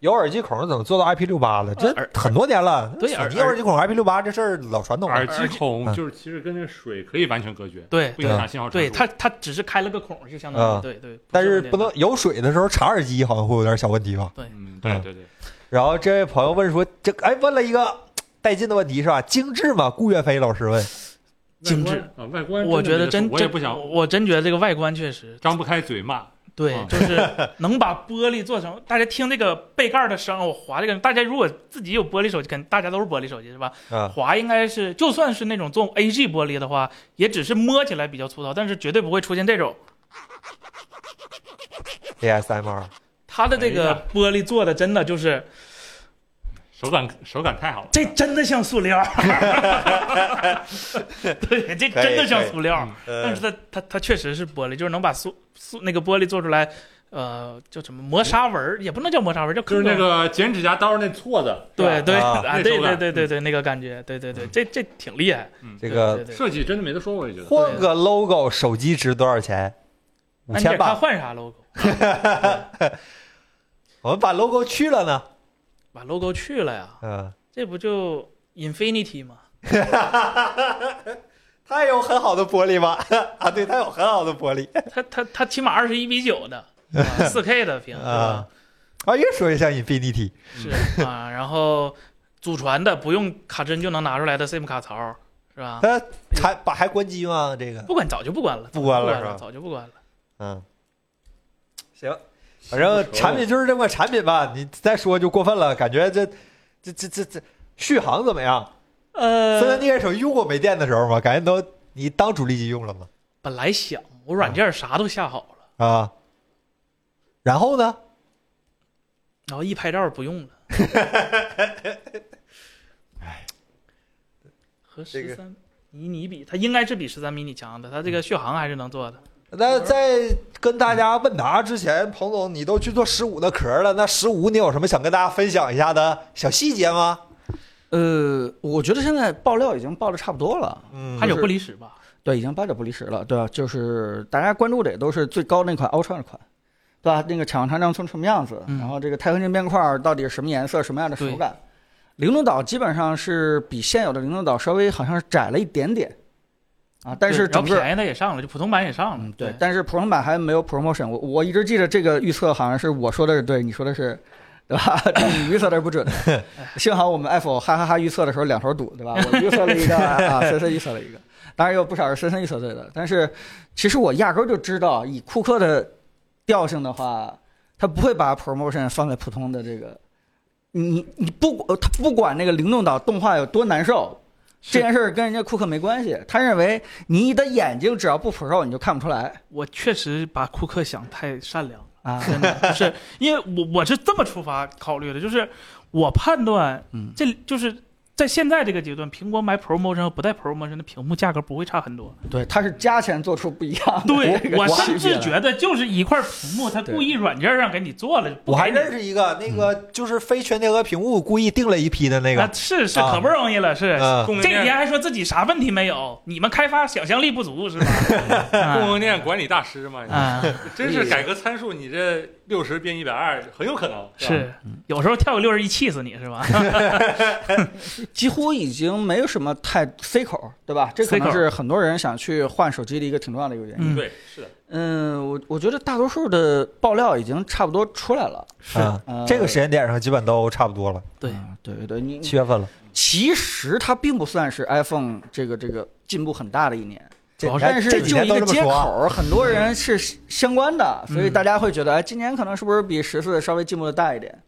有耳机孔怎么做到 IP 六八了？这耳很多年了。对索尼耳耳机孔 IP 六八这事儿老传统了耳。机孔嗯就是其实跟那个水可以完全隔绝，对不影响信号传对，输。它它只是开了个孔儿，就相当于、啊对对。但是是不能有水的时候插耳机，好像会有点小问题吧？嗯，对对对，然后这位朋友问说，这哎问了一个带劲的问题是吧？精致吗？顾岳飞老师问，精致外观啊，外观我觉得真没说我也不想我我真觉得这个外观确实张不开嘴骂。对嗯， 就是能把玻璃做成。大家听这个背盖儿的声，我划这个，大家如果自己有玻璃手机，肯大家都是玻璃手机是吧？啊，滑应该是，就算是那种做 AG 玻璃的话，也只是摸起来比较粗糙，但是绝对不会出现这种。 ASMR 它的这哎个呀玻璃做的真的就是，手感手感太好了，这真的像塑料， 对，这真的像塑料可以可以嗯，但是它它它确实是玻璃，就是能把塑塑那个玻璃做出来，呃，叫什么磨砂纹儿，也不能叫磨砂纹儿，叫就是那个剪指甲刀那锉子，对对啊啊，那对手感对对对对，那个感觉，对对对，这这挺厉害，嗯这对个对对设计真的没得说，我也觉得。换个 logo 手机值多少钱？五那你千得看吧。换啥 logo。我们把 logo 去了呢，把 logo 去了呀，嗯，这不就 Infinity 吗？它有很好的玻璃吗？ 啊，对，它有很好的玻璃它它它起码二十一比九的，四 K 的屏，对吧 啊？啊，越说越像 Infinity 是啊，然后祖传的不用卡针就能拿出来的 SIM 卡槽，是吧？它哎还把还关机吗？这个不管早就不关了，不关不了关是了，吧？早就不关了。嗯，行，反正产品就是这么产品吧，你再说就过分了，感觉这这这这这续航怎么样？呃，三三 D 手机用过没电的时候吗？感觉都你当主力机用了吗？本来想我软件啥都下好了，啊，然后呢？然后一拍照不用 了。哎 和这个十三迷你比，它应该是比十三迷你强的，它嗯这个续航还是能做的。那在跟大家问答之前，彭总，你都去做十五的壳了，那十五你有什么想跟大家分享一下的小细节吗？呃，我觉得现在爆料已经爆的差不多了，嗯八九不离十吧，对，已经八九不离十了，对吧？就是大家关注的也都是最高那款 Ultra 那款，对吧？那个采样长江从什么样子，嗯然后这个钛合金边框到底是什么颜色，什么样的手对感？灵动岛基本上是比现有的灵动岛稍微好像是窄了一点点，啊，但是对然整后个便宜的也上了，就普通版也上了嗯，。对，但是普通版还没有 promotion 我。我一直记得这个预测好像是我说的是对，你说的是，对吧？ 你预测的是不准的。幸好我们 F 哈哈哈预测的时候两头堵，对吧？我预测了一个啊，森森预测了一个，当然有不少是森森预测对的。但是其实我压根儿就知道，以库克的调性的话，他不会把 promotion 放在普通的这个。你你不管他不管那个灵动岛动画有多难受，这件事儿跟人家库克没关系。他认为你的眼睛只要不 pro 你就看不出来。我确实把库克想太善良了，啊，真的，就是因为我我是这么出发考虑的，就是我判断嗯这就是在现在这个阶段，苹果买 promotion 和不带 promotion 的屏幕价格不会差很多。 对，它是加钱做出不一样 的。对我甚区别至了觉得就是一块屏幕，它对故意软件上给你做了，不我还给你认识一个，那个就是非全天鹅屏幕故意定了一批的那啊个，是是啊可不容易了，是嗯，供应这几天链还说自己啥问题没有，你们开发想象力不足是吧？供啊应链管理大师嘛，你啊，真是改革参数，你这六十变一百二，很有可能吧是，有时候跳个六十一气死你是吧？几乎已经没有什么太 C 口，对吧？这可 C 能口是很多人想去换手机的一个挺重要的一个原因。嗯对，是的，嗯，我我觉得大多数的爆料已经差不多出来了。是呃啊这个时间点上基本都差不多了，对啊对对对，你七月份了，其实它并不算是 iPhone 这个这个进步很大的一年，这主要但哎是这几就年一都个这么接说啊，口，很多人是相关的，所以嗯大家会觉得，哎，今年可能是不是比十四稍微进步的大一点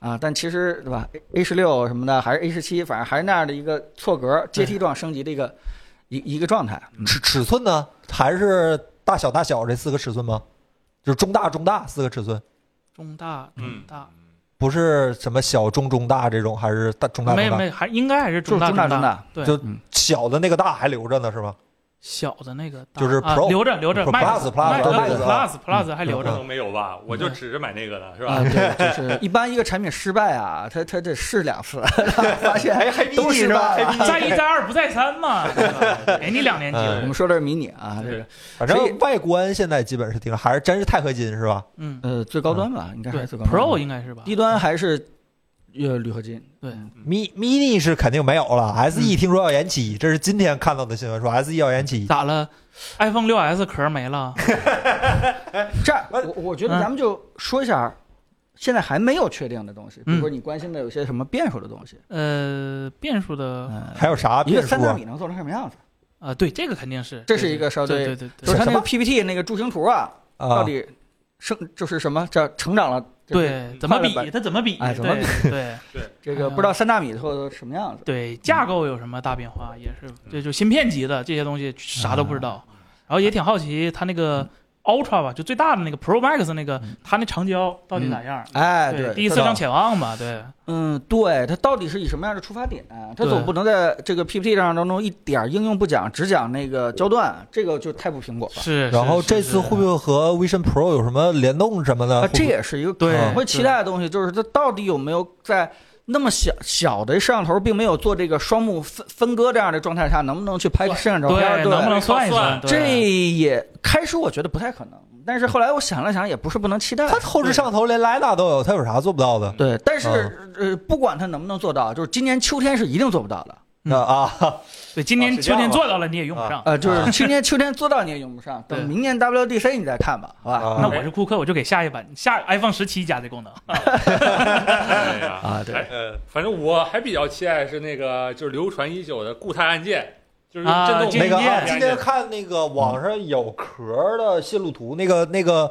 啊？但其实对吧，A 十六什么的，还是 A 十七，反正还是那样的一个错格阶梯状升级的一个一一个状态。尺尺寸呢还是大小大小这四个尺寸吗？就是中大中大四个尺寸，中大中嗯大，不是什么小中中大这种，还是大中大没中大没还应该还是就是大中大中中大，大，对，就小的那个大还留着呢是吗？小的那个大就是啊 Pro，留着留着 Pro- Max Plus- Plus- Max- Plus- Plus Plus 还留嗯不可着，能没有吧？我嗯就指着买那个了，是啊，吧？对，就是 一般一个产品失败啊，他他得试两次， 发现哎黑都失败了。在一在二不在三嘛，对吧给你两年机嗯我会，们说的是迷你啊，这个对反所以正外观现在基本是挺，还是真是钛合金是吧？嗯，呃最高端吧，应该还对是最高端。 Pro 应该是吧？低端还是呃铝合金，对嗯 Mi Mini 是肯定没有了，S E 听说要延期，这是今天看到的新闻说 S E 要延嗯期。咋了？iPhone 六 S 壳 没了，这样哎我我觉得嗯咱们就说一下，现在还没有确定的东西，比如嗯说你关心的有些什么变数的东西，呃，变数嗯的还有啥一变个数三纳啊？米能做成什么样子？啊，对，这个肯定是，这是一个稍对微对对对就是它那什个么 PPT 那个柱形图啊，到啊，底升就是什么叫成长了？这个，对，怎么比快了它怎么比？哎怎么比对对这个不知道三纳米以后什么样子。对，架构有什么大变化也是，这就芯片级的这些东西啥都不知道，嗯然后也挺好奇它那个 Ultra 吧，就最大的那个 Pro Max 那个，它那长焦到底咋样？嗯哎，第一次上潜望嘛，对，嗯，对，它到底是以什么样的出发点？啊它对总不能在这个 PPT 上当中一点儿应用不讲，只讲那个焦段，这个就太不苹果了。是。然后是这次是会不会和 Vision Pro 有什么联动什么的？啊会，不这会也是一个可对能会期待的东西，就是它到底有没有在那么小小的摄像头，并没有做这个双目分分割这样的状态下，能不能去拍摄像照片？对，能不能算一算？算对这也开始我觉得不太可能，但是后来我想了想，也不是不能期待。它后置摄像头连莱达都有，它有啥做不到的？对，但是、呃，不管它能不能做到，就是今年秋天是一定做不到的。那啊，对，今啊年是这秋样天吗做到了，你也用不上。呃，就是今年秋天做到你也用不 上，对等明年 WDC 你再看吧，好吧？啊那我是库克，我就给下一版下 iPhone 十七加这功能。哎呀啊对哎呃，反正我还比较期待是那个就是流传已久的固态按键，就是啊震动 静那音个键啊，今天看那个网上有壳的线路图，那个那个。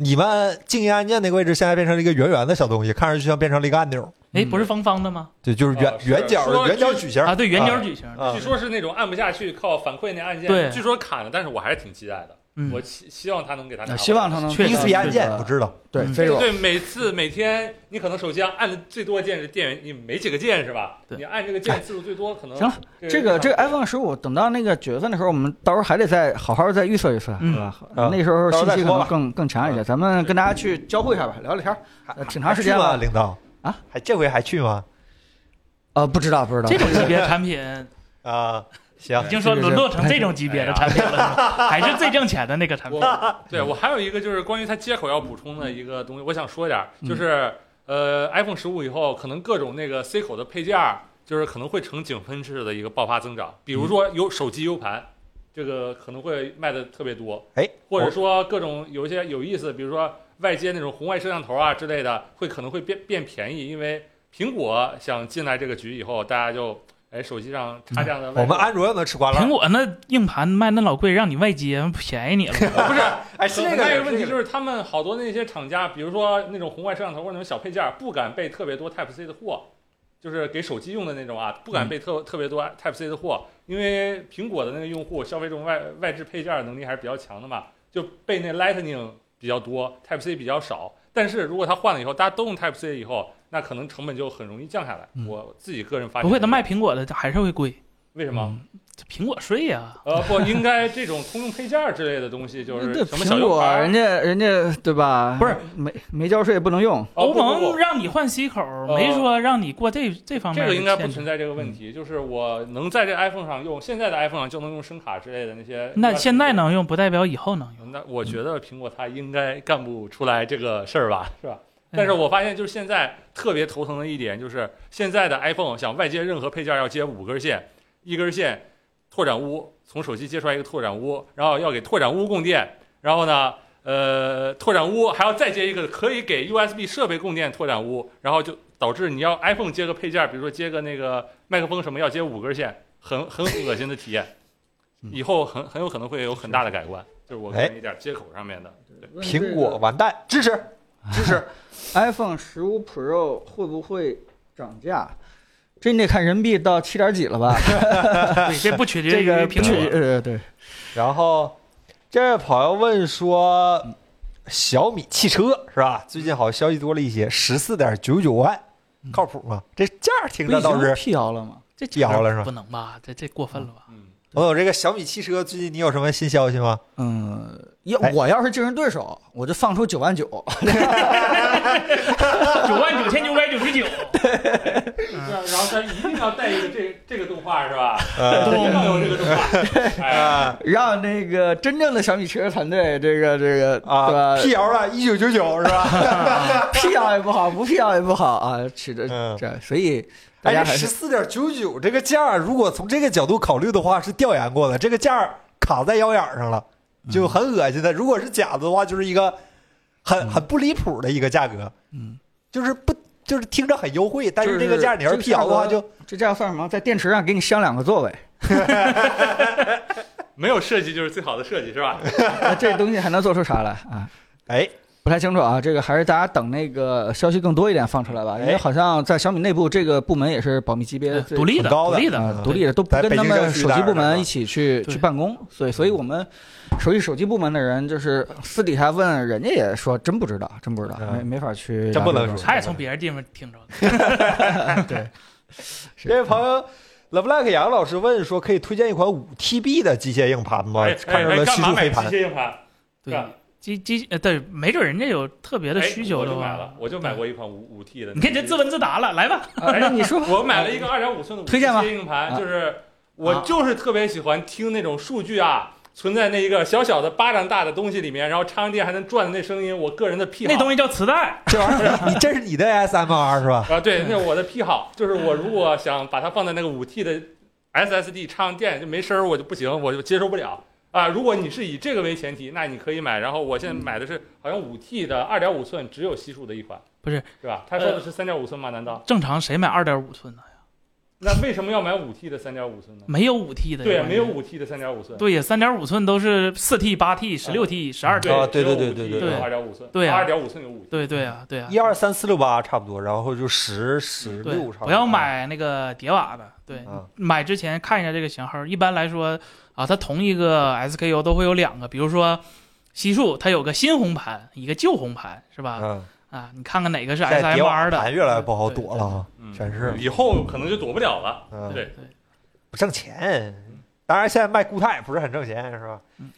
你们静音按键那个位置现在变成了一个圆圆的小东西，看上去像变成了一个按钮，哎，不是方方的吗？对，就是圆啊是圆角说圆角矩形啊，对，圆角啊矩形。啊据说是那种按不下去靠反馈那按键，对据说砍了，但是我还是挺期待的，嗯我希希望他能给他拿回呃来。希望它能确实做到 USB 按这键个不知道，对嗯飞对柔对，每次每天你可能手机上按的最多键是电源，你没几个键是吧？对你按这个键次数最多可能哎行了这个这个上 iPhone 十五，等到那个九月份的时候，我们到时候还得再好好再预测预测，嗯对吧？啊那时候信到时候再息可说能吧更更强一些，咱们跟大家去交互一下吧，聊聊天儿，呃挺长时间了，了。领导啊，还这回还去吗？呃，不知道不知道这，种级别产品，啊，行已，经说沦落成这种级别的产品了，还是最挣钱的那个产品。我 对我还有一个就是关于它接口要补充的一个东西，我想说一点儿，嗯就是呃，iPhone 十五以后可能各种那个 C 口的配件儿，就是可能会呈井喷式的一个爆发增长，比如嗯说有手机 U 盘。这个可能会卖的特别多，哎，或者说各种有一些有意思，比如说外接那种红外摄像头啊之类的，会可能会变变便宜，因为苹果想进来这个局以后，大家就哎手机上插这样的外嗯我们挂安卓又能吃瓜了苹。果那硬盘卖那老贵，让你外接，便宜你了。不是哎，还有一个问题就是，他们好多那些厂家，比如说那种红外摄像头或者那种小配件儿，不敢备特别多 Type C 的货，就是给手机用的那种啊，不敢备特、特别多 Type C 的货，因为苹果的那个用户消费这种外外置配件儿能力还是比较强的嘛，就备那 Lightning 比较多，Type C 比较少。但是如果他换了以后，大家都用 Type C 以后，那可能成本就很容易降下来。嗯我自己个人发 现不会，他卖苹果的还是会贵，为什嗯么？这苹果税呀、呃，不应该这种通用配件儿之类的东西，就是那什么小啊苹油果花儿人家人家对吧？不是没没交税不能用，哦欧不不盟不让你换 C 口，没说让你过这这方面这的限个制。应该不存在这个问题，就是我能在这 iPhone 上用，现在的 iPhone 上就能用声卡之类的那些。那现在？能用，不代表以后能用。那我觉得苹果它应该干不出来这个事儿吧，是吧？嗯但是我发现就是现在特别头疼的一点就是，现在的 iPhone 想外接任何配件要接五根线，一根线拓展坞从手机接出来一个拓展坞，然后要给拓展坞供电，然后呢，呃，拓展坞还要再接一个可以给 USB 设备供电拓展坞，然后就导致你要 iPhone 接个配件，比如说接个那个麦克风什么要接五根线，很很恶心的体验，嗯以后很很有可能会有很大的改观，就是我看一点接口上面的。苹果 完蛋，支持支持。 iPhone 十五 Pro 会不会涨价？这你得看人民币到七点几了吧？对，这不取决这于个苹确果。呃对，然后这位朋友问说，小米汽车是吧？最近好像消息多了一些，十四点九九万，靠谱吗？这价儿听着倒不已经是。辟谣了吗？这辟谣了是吧不能吧？这这过分了吧？嗯，朋友，这个小米汽车最近你有什么新消息吗？嗯，要哎我要是竞争对手，我就放出九万九， 九万九千九百九十九，然后他一定要带一个这这个动画是吧？呃一定要有这个动画。 哎，啊让那个真正的小米汽车团队，这个这个对啊！吧辟谣了，一九九九是吧？ 辟谣也不好，不辟谣也不好啊，取的嗯这，所以大哎，家这还十是四点九九这个价儿，如果从这个角度考虑的话，是调研过的，这个价儿卡在腰眼儿上了，就很恶心的。如果是假的话，就是一个很很不离谱的一个价格，嗯，就是不就是听着很优惠，但就是是这个价儿你要是辟谣的话，这就这价算什么？在电池上给你镶两个座位， 没有设计就是最好的设计是吧？那这东西还能做出啥来啊？哎不太清楚啊，这个还是大家等那个消息更多一点放出来吧，因为哎呃好像在小米内部这个部门也是保密级别的最独立很的，高独的立啊嗯的，，独立的都不嗯在跟北他京们郊区手那机儿部的是吧门一起去对去办公，所以所以我们熟悉手机部门的人，就是私底下问人家也说真不知道，真不知道，嗯没没法去真了解这种，不能说他也从别的地方听着的。这位朋友。The Black 杨老师问说：“可以推荐一款五 TB 的机械硬盘吗？哎看上哎了干虚嘛数买黑机盘，械硬盘？是对吧，机机呃对，没准人家有特别的需哎求我的就买话了，，我就买过一款五五 T 的。你看这自问自答了，来吧，啊。那你说吧，我买了一个二点五寸的推荐吧五 T 硬盘，啊就是我就是特别喜欢听那种数据啊。存在那一个小小的巴掌大的东西里面，然后插上电还能转的那声音，我个人的癖好。那东西叫磁带，这玩意儿你这是你的 SMR 是吧？ 啊，对，那我的癖好就是我如果想把它放在那个五 T 的 SSD 插上电就没声儿，我就不行，我就接受不了啊。如果你是以这个为前提，那你可以买。然后我现在买的是好像五 T 的二点五寸只有西数的一款，不是呃是吧？他说的是三点五寸吗？难道正常谁买二点五寸呢？那为什么要买五 T 的三点五寸呢？没有五 T 的，对，没有。五 T 的三点五寸。对呀，三点五寸都是四 T、八 T、十六 T、十二 T。啊对对只有对对 5T 对对二点五寸，对啊二点五寸有五 T，对对啊，对啊，一二三四六八差不多，然后就十十对六差不多。不要买那个叠瓦的，对，啊，买之前看一下这个型号。一般来说啊，它同一个 SKU 都会有两个，比如说西数它有个新红盘，一个旧红盘，是吧？嗯，啊，你看看哪个是在叠瓦盘 SMR 的，越来越不好躲了啊，嗯全是以后可能就躲不了了。嗯，对对对，不挣钱。当然，现在卖固态不是很挣钱，是吧嗯？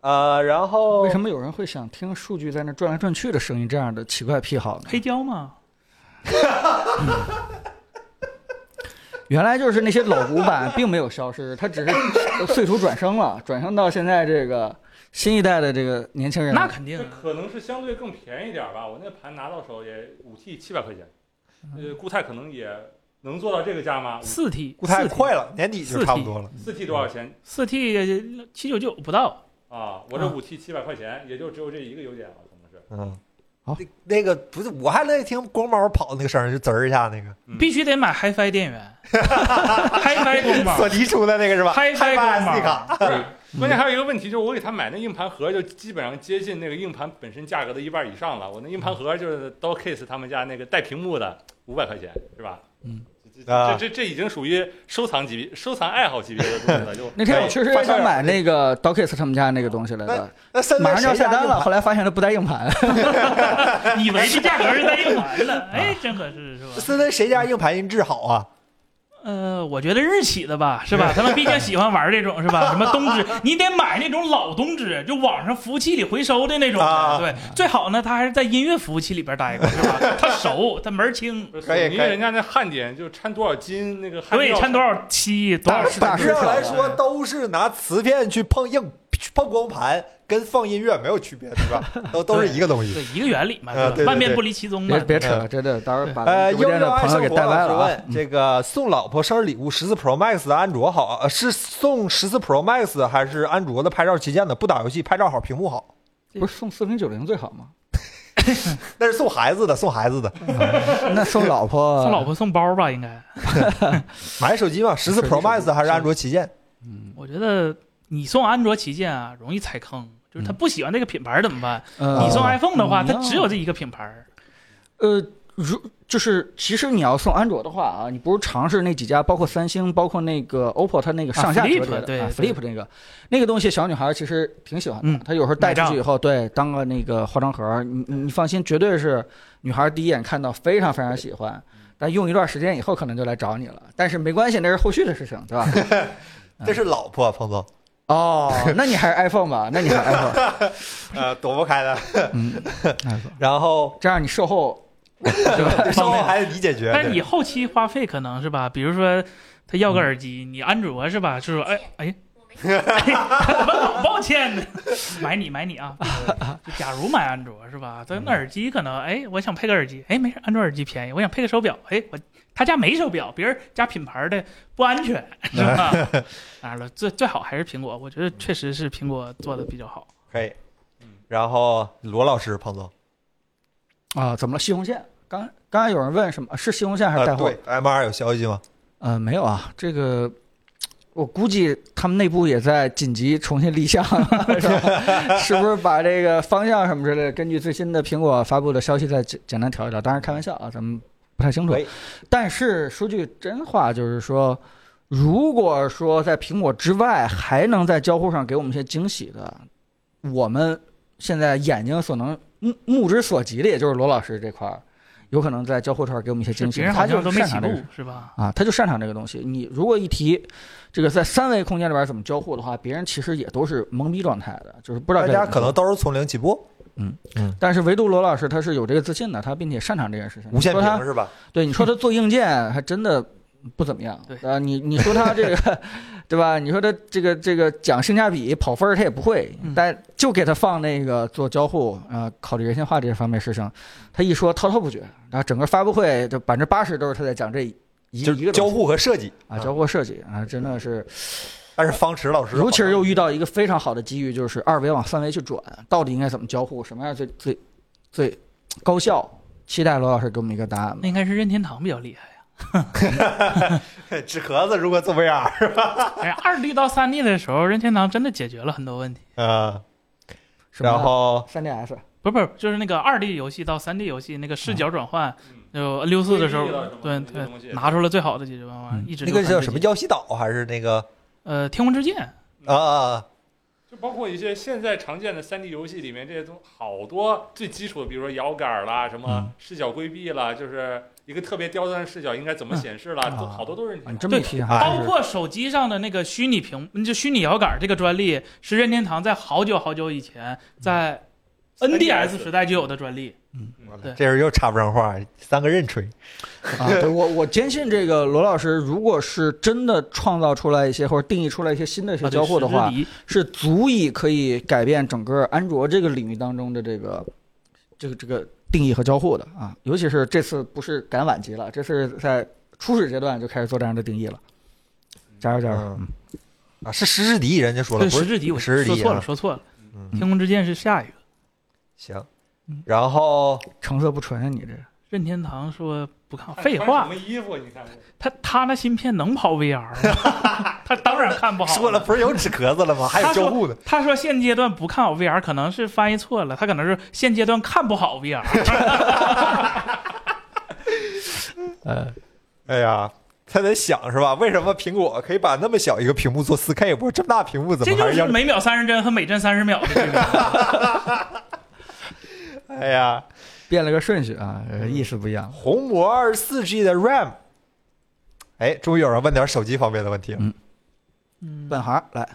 呃，然后为什么有人会想听数据在那转来转去的声音这样的奇怪癖好呢？黑胶嘛，原来就是那些老古板并没有消失，它只是碎土转生了，转生到现在这个新一代的这个年轻人。那肯定这啊。可能是相对更便宜点儿吧。我那盘拿到手也五 T 七百块钱，嗯呃，固态可能也能做到这个价吗？四 T 固态四 T 快了，年底就差不多了。四 T 多少钱四 T 七九九不到，啊？我这嗯啊五 T 七百块钱，也就只有这一个优点了，可能是。嗯，好那那个不是，我还乐意听光猫跑那个声儿，就滋儿一下那个。嗯必须得买 HiFi 电 源，HiFi 公索包尼出的那个是吧？嗨嗨吧嗨光猫 SD 卡，啊 关键还有一个问题，就是我给他买那硬盘盒，就基本上接近那个硬盘本身价格的一半以上了。我那硬盘盒就是 d o l Case 他们家那个带屏幕的，五百块钱是吧？嗯，这这这已经属于收藏级别、收藏爱好级别的东西了，就那哎天我确实也想买那个 Docus 他们家那个东西来的，那三马菱上就要谁家下单硬了，盘后来发现它不带硬盘，以为这价格是在硬盘了，哎，真合适是吧？森森谁家硬盘音质好啊？呃，我觉得日企的吧，是吧？他们毕竟喜欢玩这种，是 吧？什么东芝，你得买那种老东芝，就网上服务器里回收的那种的。啊对，最好呢，他还是在音乐服务器里边待过，是吧？他熟，他门儿 清，可以因可为以人家那焊点就掺多少斤，那个焊对，料掺多少漆，多大少师本大质师上条来的。啊说都是拿磁片去碰硬去碰光盘，跟放音乐没有区别，对吧？都都是一个东西。对一个原理嘛，啊吧对对万变对不离其宗嘛别。别扯了，嗯真的，到时候把呃，直播悠间的悠爱朋友生给活带歪老师了啊问：！这个送老婆生日礼物十四 Pro Max 的安卓好，呃，是送十四 Pro Max 还是安卓的拍照旗舰的？不打游戏，拍照好，屏幕好。不是送四零九零最好吗？那是送孩子的，送孩子的， 那 送老婆，送老，婆送包吧，应该。买手机嘛，十四 Pro Max 还是安卓旗舰？嗯我觉得你送安卓旗舰啊，容易踩坑，就是他不喜欢这个品牌怎么办？嗯啊你送 iPhone 的话，你它要只有这一个品牌儿。呃，如就是其实你要送安卓的话啊，你不如尝试那几家，包括三星，包括那个 OPPO，它那个上下折叠的、啊，Flip，对啊对，Flip 那个那个东西，小女孩其实挺喜欢的。嗯她有时候带出买去账以后，对，当个那个化妆盒儿，你你你放心，绝对是女孩第一眼看到非常非常喜欢。但用一段时间以后，可能就来找你了。但是没关系，那是后续的事情，对吧？这是老婆，啊彭 总，哦，那你还是 iPhone 吧，那你 还是 iPhone，呃，躲不开的。嗯，iPhone，然后这样你售后， 对吧？这售后还得你解啊决。但是你后期花费可能是吧，比如说他要个耳机，嗯你安卓是吧？就是说哎哎， 怎么老抱歉呢？买你买你啊！就假如买安卓是吧？他那耳机可能哎，我想配个耳机，哎没事，安卓耳机便宜。我想配个手表，哎我他家没手表，别人家品牌的不安 全是吧？当然了，最最好还是苹果，我觉得确实是苹果做的比较好。可以。然后罗老师，彭总，啊，怎么了？西红柿？刚刚才有人问什么？是西红柿还是带呃，货？对，M 二有消息吗？呃，没有啊，这个我估计他们内部也在紧急重新立项， 是吧？是不是把这个方向什么之类的，根据最新的苹果发布的消息再简简单调一调？当然开玩笑啊，咱们不太清楚可以。但是说句真话，就是说。如果说在苹果之外还能在交互上给我们一些惊喜的，我们现在眼睛所能目目之所及的，也就是罗老师这块儿，有可能在交互这儿给我们一些就惊喜。别人嗯好他就像是都没擅起长这个步事儿是吧？啊，他就擅长这个东西。你如果一提这个在三维空间里边怎么交互的话，别人其实也都是懵逼状态的，就是不知大道该怎家么可能做。都是从零起步，但是唯独罗老师他是有这个自信的，他并且擅长这件事情。无限你说屏他是吧？对你说他做硬件还真的不怎么样。对啊，你你说他这个 对吧？你说他这个这个讲性价比跑分儿他也不会，嗯但就给他放那个做交互啊、呃考虑人性化这些方面事情，他一说滔滔不绝，然后整个发布会就百分之八十都是他在讲这一一就一是个东交西互和设计啊交互设计啊，真的是。但是方驰老师好像，尤其是又遇到一个非常好的机遇，就是二维往三维去转，到底应该怎么交互，什么样最最最高效？期待罗老师给我们一个答案吧那。应该是任天堂比较厉害。纸盒子如果做 VR，哎，二 D 到三 D 的时候，任天堂真的解决了很多问题。嗯，什么然后三 DS 不是不是，就是那个二 D 游戏到三 D 游戏那个视角转换，就 N 嗯六四的时候规避了什么，对这些东西对，拿出了最好的解决方案嗯，一直那个就看叫这什么些？耀西岛啊还是那个呃，天空之剑，啊啊就包括一些现在常见的三 D 游戏里面这些东好多最基础的，比如说摇杆啦，什么视角规避啦，就是一个特别刁钻的视角应该怎么显示啦，嗯都好多都是你啊，你这么一提醒，对还包是括手机上的那个虚拟屏，嗯就虚拟摇杆这个专利，是任天堂在好久好久以前在嗯 NDS 时代就有的专利。啊，这人又插不上话，三个任吹，啊，对我我坚信这个罗老师，如果是真的创造出来一些或者定义出来一些新的一些啊对交互的十话之，敌是足以可以改变整个安卓这个领域当中的这个这个这个定义和交互的啊，尤其是这次不是赶晚集了，这次是在初始阶段就开始做这样的定义了。加油加油！嗯啊，是十之敌，人家说了，对，不十是之敌，我十之说敌错了，啊，说错了嗯。天空之剑是下一个。行嗯，然后成色不纯啊，你这任天堂说不看，废穿话嗯什，么衣服？你看，他他那芯片能跑 VR 吗？他当然看不好。说了不是有纸壳子了 吗？还有交互呢，他说现阶段不看好 VR，可能是翻译错了，他可能是现阶段看 不好 VR。哎呀，他得想是吧？为什么苹果可以把那么小一个屏幕做 4K？我这么大屏幕怎这么还就是是要？每秒三十帧和每帧三十秒的区别。 哎呀，变了个顺序啊，呃意识不一样了。红魔二四 G 的 RAM，哎，终于有人问点手机方面的问题了。嗯本行来，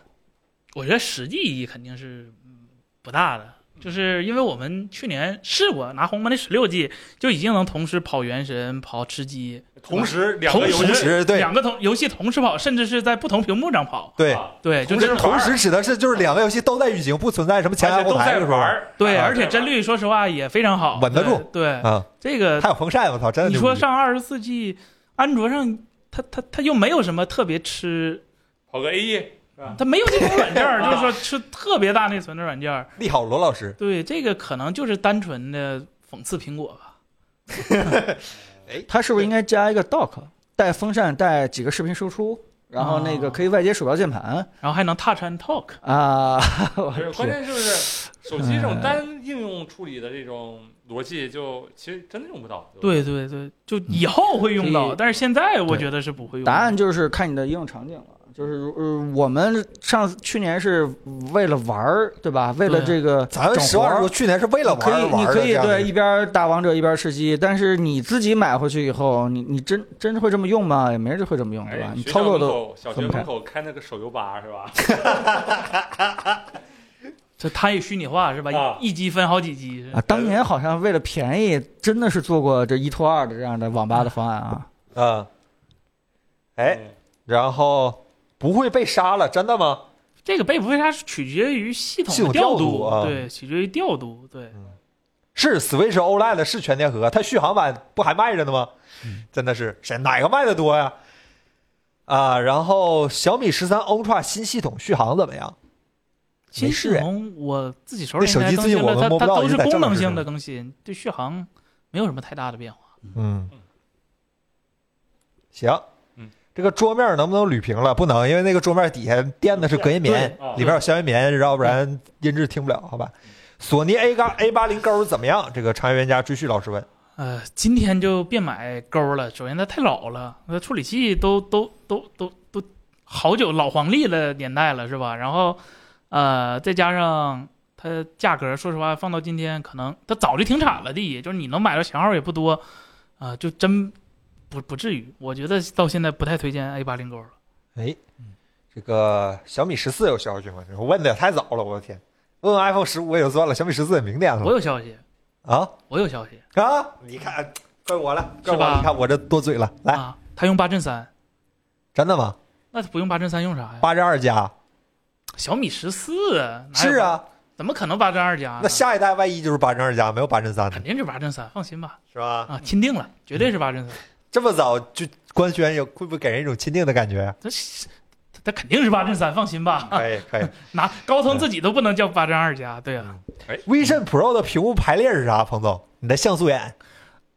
我觉得实际意义肯定是嗯不大的，就是因为我们去年试过拿红魔那十六 G 就已经能同时跑原神、跑吃鸡，同时两同个游时同戏时对两个同游戏同时跑，甚至是在不同屏幕上跑。对，啊对，就同真时的同时指的是就是两个游戏都在运行，不存在什么前台而且后啊都台在是玩吧？儿，对，啊而且帧率说实话也非常好，稳得住对，对啊，这个还有风扇，我操，真的你牛说逼上二十四 G，安卓上它它它又没有什么特别吃，跑个 A E，它没有这种软件儿，啊就是说吃特别大内存的软件儿。利好罗老师，对，这个可能就是单纯的讽刺苹果吧。它是不是应该加一个 dock，带风扇，带几个视频输出，然后那啊个哦可以外接鼠标键盘然后还能 Touch and Talk，啊？ 我不是关天，键是不是手机这种单应用处理的这种逻辑，就其实真的用不到。吧，对对对，就嗯以后会用所到，以但是现在我觉得是不会用到。答案就是看你的应用场景了。就是如呃，我们上去年是为了玩儿，对吧？为了这对个咱们整十万活多儿去年是为了玩可儿以，你玩儿可的以这样的对一边打王者一边吃鸡，但是你自己买回去以后，你你真真会这么用吗？也没人会这么用，对吧哎？你学操校作门都口小分学不开门口开那个手游吧是吧？这它也虚拟化是吧？啊一一机分好几机，啊，当年好像为了便宜，真的是做过这一拖二的这样的网吧的方案啊。嗯，哎，嗯，然后不会被杀了，真的吗？这个被不被杀是取决于系系统统的调调度啊嗯对，取决于调度，对。是 Switch OLED 是全天合，它续航版不还卖着呢吗？嗯真的是谁哪个卖的多呀？啊，然后小米十三 Ultra 新系统续航怎么样？新没系事哎统我自己手那里手现在机更最近新我了，们它摸不它到都一是台功正能式性的的更新，对续航没有什么太大的变化。嗯嗯，行嗯。这个桌面能不能捋平了？不能，因为那个桌面底下垫的是隔音棉对啊，里边有消音棉，要不然音质听不了，嗯好吧？索尼 A 杠 A 八零勾怎么样？这个长源家追旭老师问。呃，今天就别买勾了，首先它太老了，那处理器都都都都都好久老黄历的年代了，是吧？然后，呃，再加上它价格，说实话，放到今天可能它早就停产了的，也就是你能买到型号也不多，啊、就真不不至于。我觉得到现在不太推荐 A 八零勾了。哎，这个小米十四有消息吗？我问的也太早了，我的天！问问 iPhone 十五也就算了，小米十四也明年我了有消息，啊我有消息啊！你看，怪我了，怪我！是吧你看我这多嘴了，来，啊，它用八阵三，真的吗？那它不用八阵三用啥呀？八十二加小米十四是，啊，怎么可能八针二加呢？那下一代万一就是八十二加，没有八针三的肯定是八针三，放心吧，是吧？啊，钦定了，绝对是八针三，这么早就官宣，有会不会给人一种钦定的感觉？啊这是它它肯定是八针三，放心吧，可以可以。拿高通自己都不能叫八针二加，对嗯啊， Vision Pro 的屏幕排列是啥？彭总，你的像素眼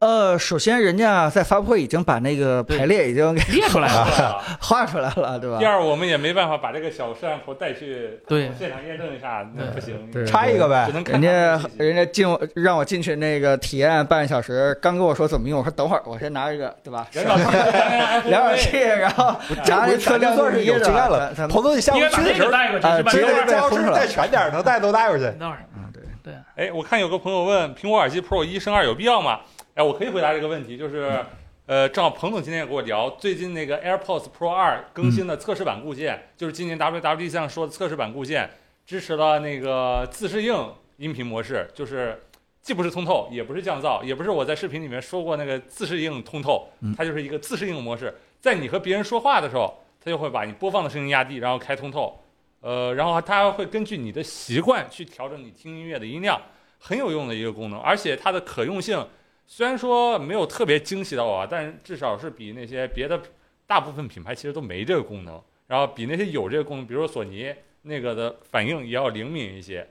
呃，首先人家在发布会已经把那个排列已经给列 出来了， 画出来了，对吧嗯第？二，我们也没办法把这个小摄像头带去对现场验证一下，那对不行，对插一个呗只。 能看人家它的信息人家进我让我进去那个体验半个小时，刚跟我说怎么用，我说等会儿我先拿一个，对吧？人老师量点器，然后拿这一回测咱量就算是有经验了。咱们彭总，你下应回该去把的时这候个，带过去啊是吧？直接等会这儿要是个再全点儿，能带都带回去等。会儿，啊，对，哎，我看有个朋友问苹果耳机 Pro 一升二有必要吗？哎，我可以回答这个问题，就是，呃，正好彭总今天也跟我聊，最近那个 AirPods Pro 二更新的测试版固件，就是今年 WWDC 上说的测试版固件，支持了那个自适应音频模式，就是既不是通透，也不是降噪，也不是我在视频里面说过那个自适应通透嗯，它就是一个自适应模式，在你和别人说话的时候，它就会把你播放的声音压低，然后开通透。呃，然后它会根据你的习惯去调整你听音乐的音量，很有用的一个功能，而且它的可用性虽然说没有特别惊喜到我啊，但至少是比那些别的大部分品牌其实都没这个功能，然后比那些有这个功能，比如说索尼那个的反应也要灵敏一些。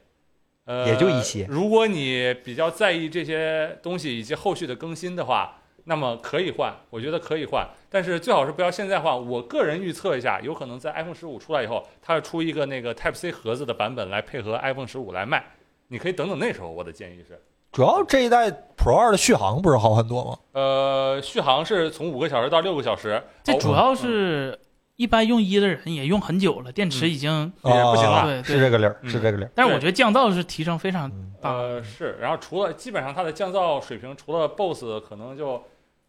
呃，也就一些如果你比较在意这些东西以及后续的更新的话，那么可以换，我觉得可以换，但是最好是不要现在换。我个人预测一下，有可能在 iPhone 十五出来以后，它会出一个那个 Type C 盒子的版本来配合 iPhone 十五来卖。你可以等等那时候，我的建议是，主要这一代 Pro 二的续航不是好很多吗？呃，续航是从五个小时到六个小时，这主哦要是一般用一的人也用很久了，电嗯池已经，也不行啊对了。是对。这个理儿，嗯是这个理儿。但是我觉得降噪是提升非常嗯大。呃，是，然后除了基本上它的降噪水平，除了 BOSS，可能就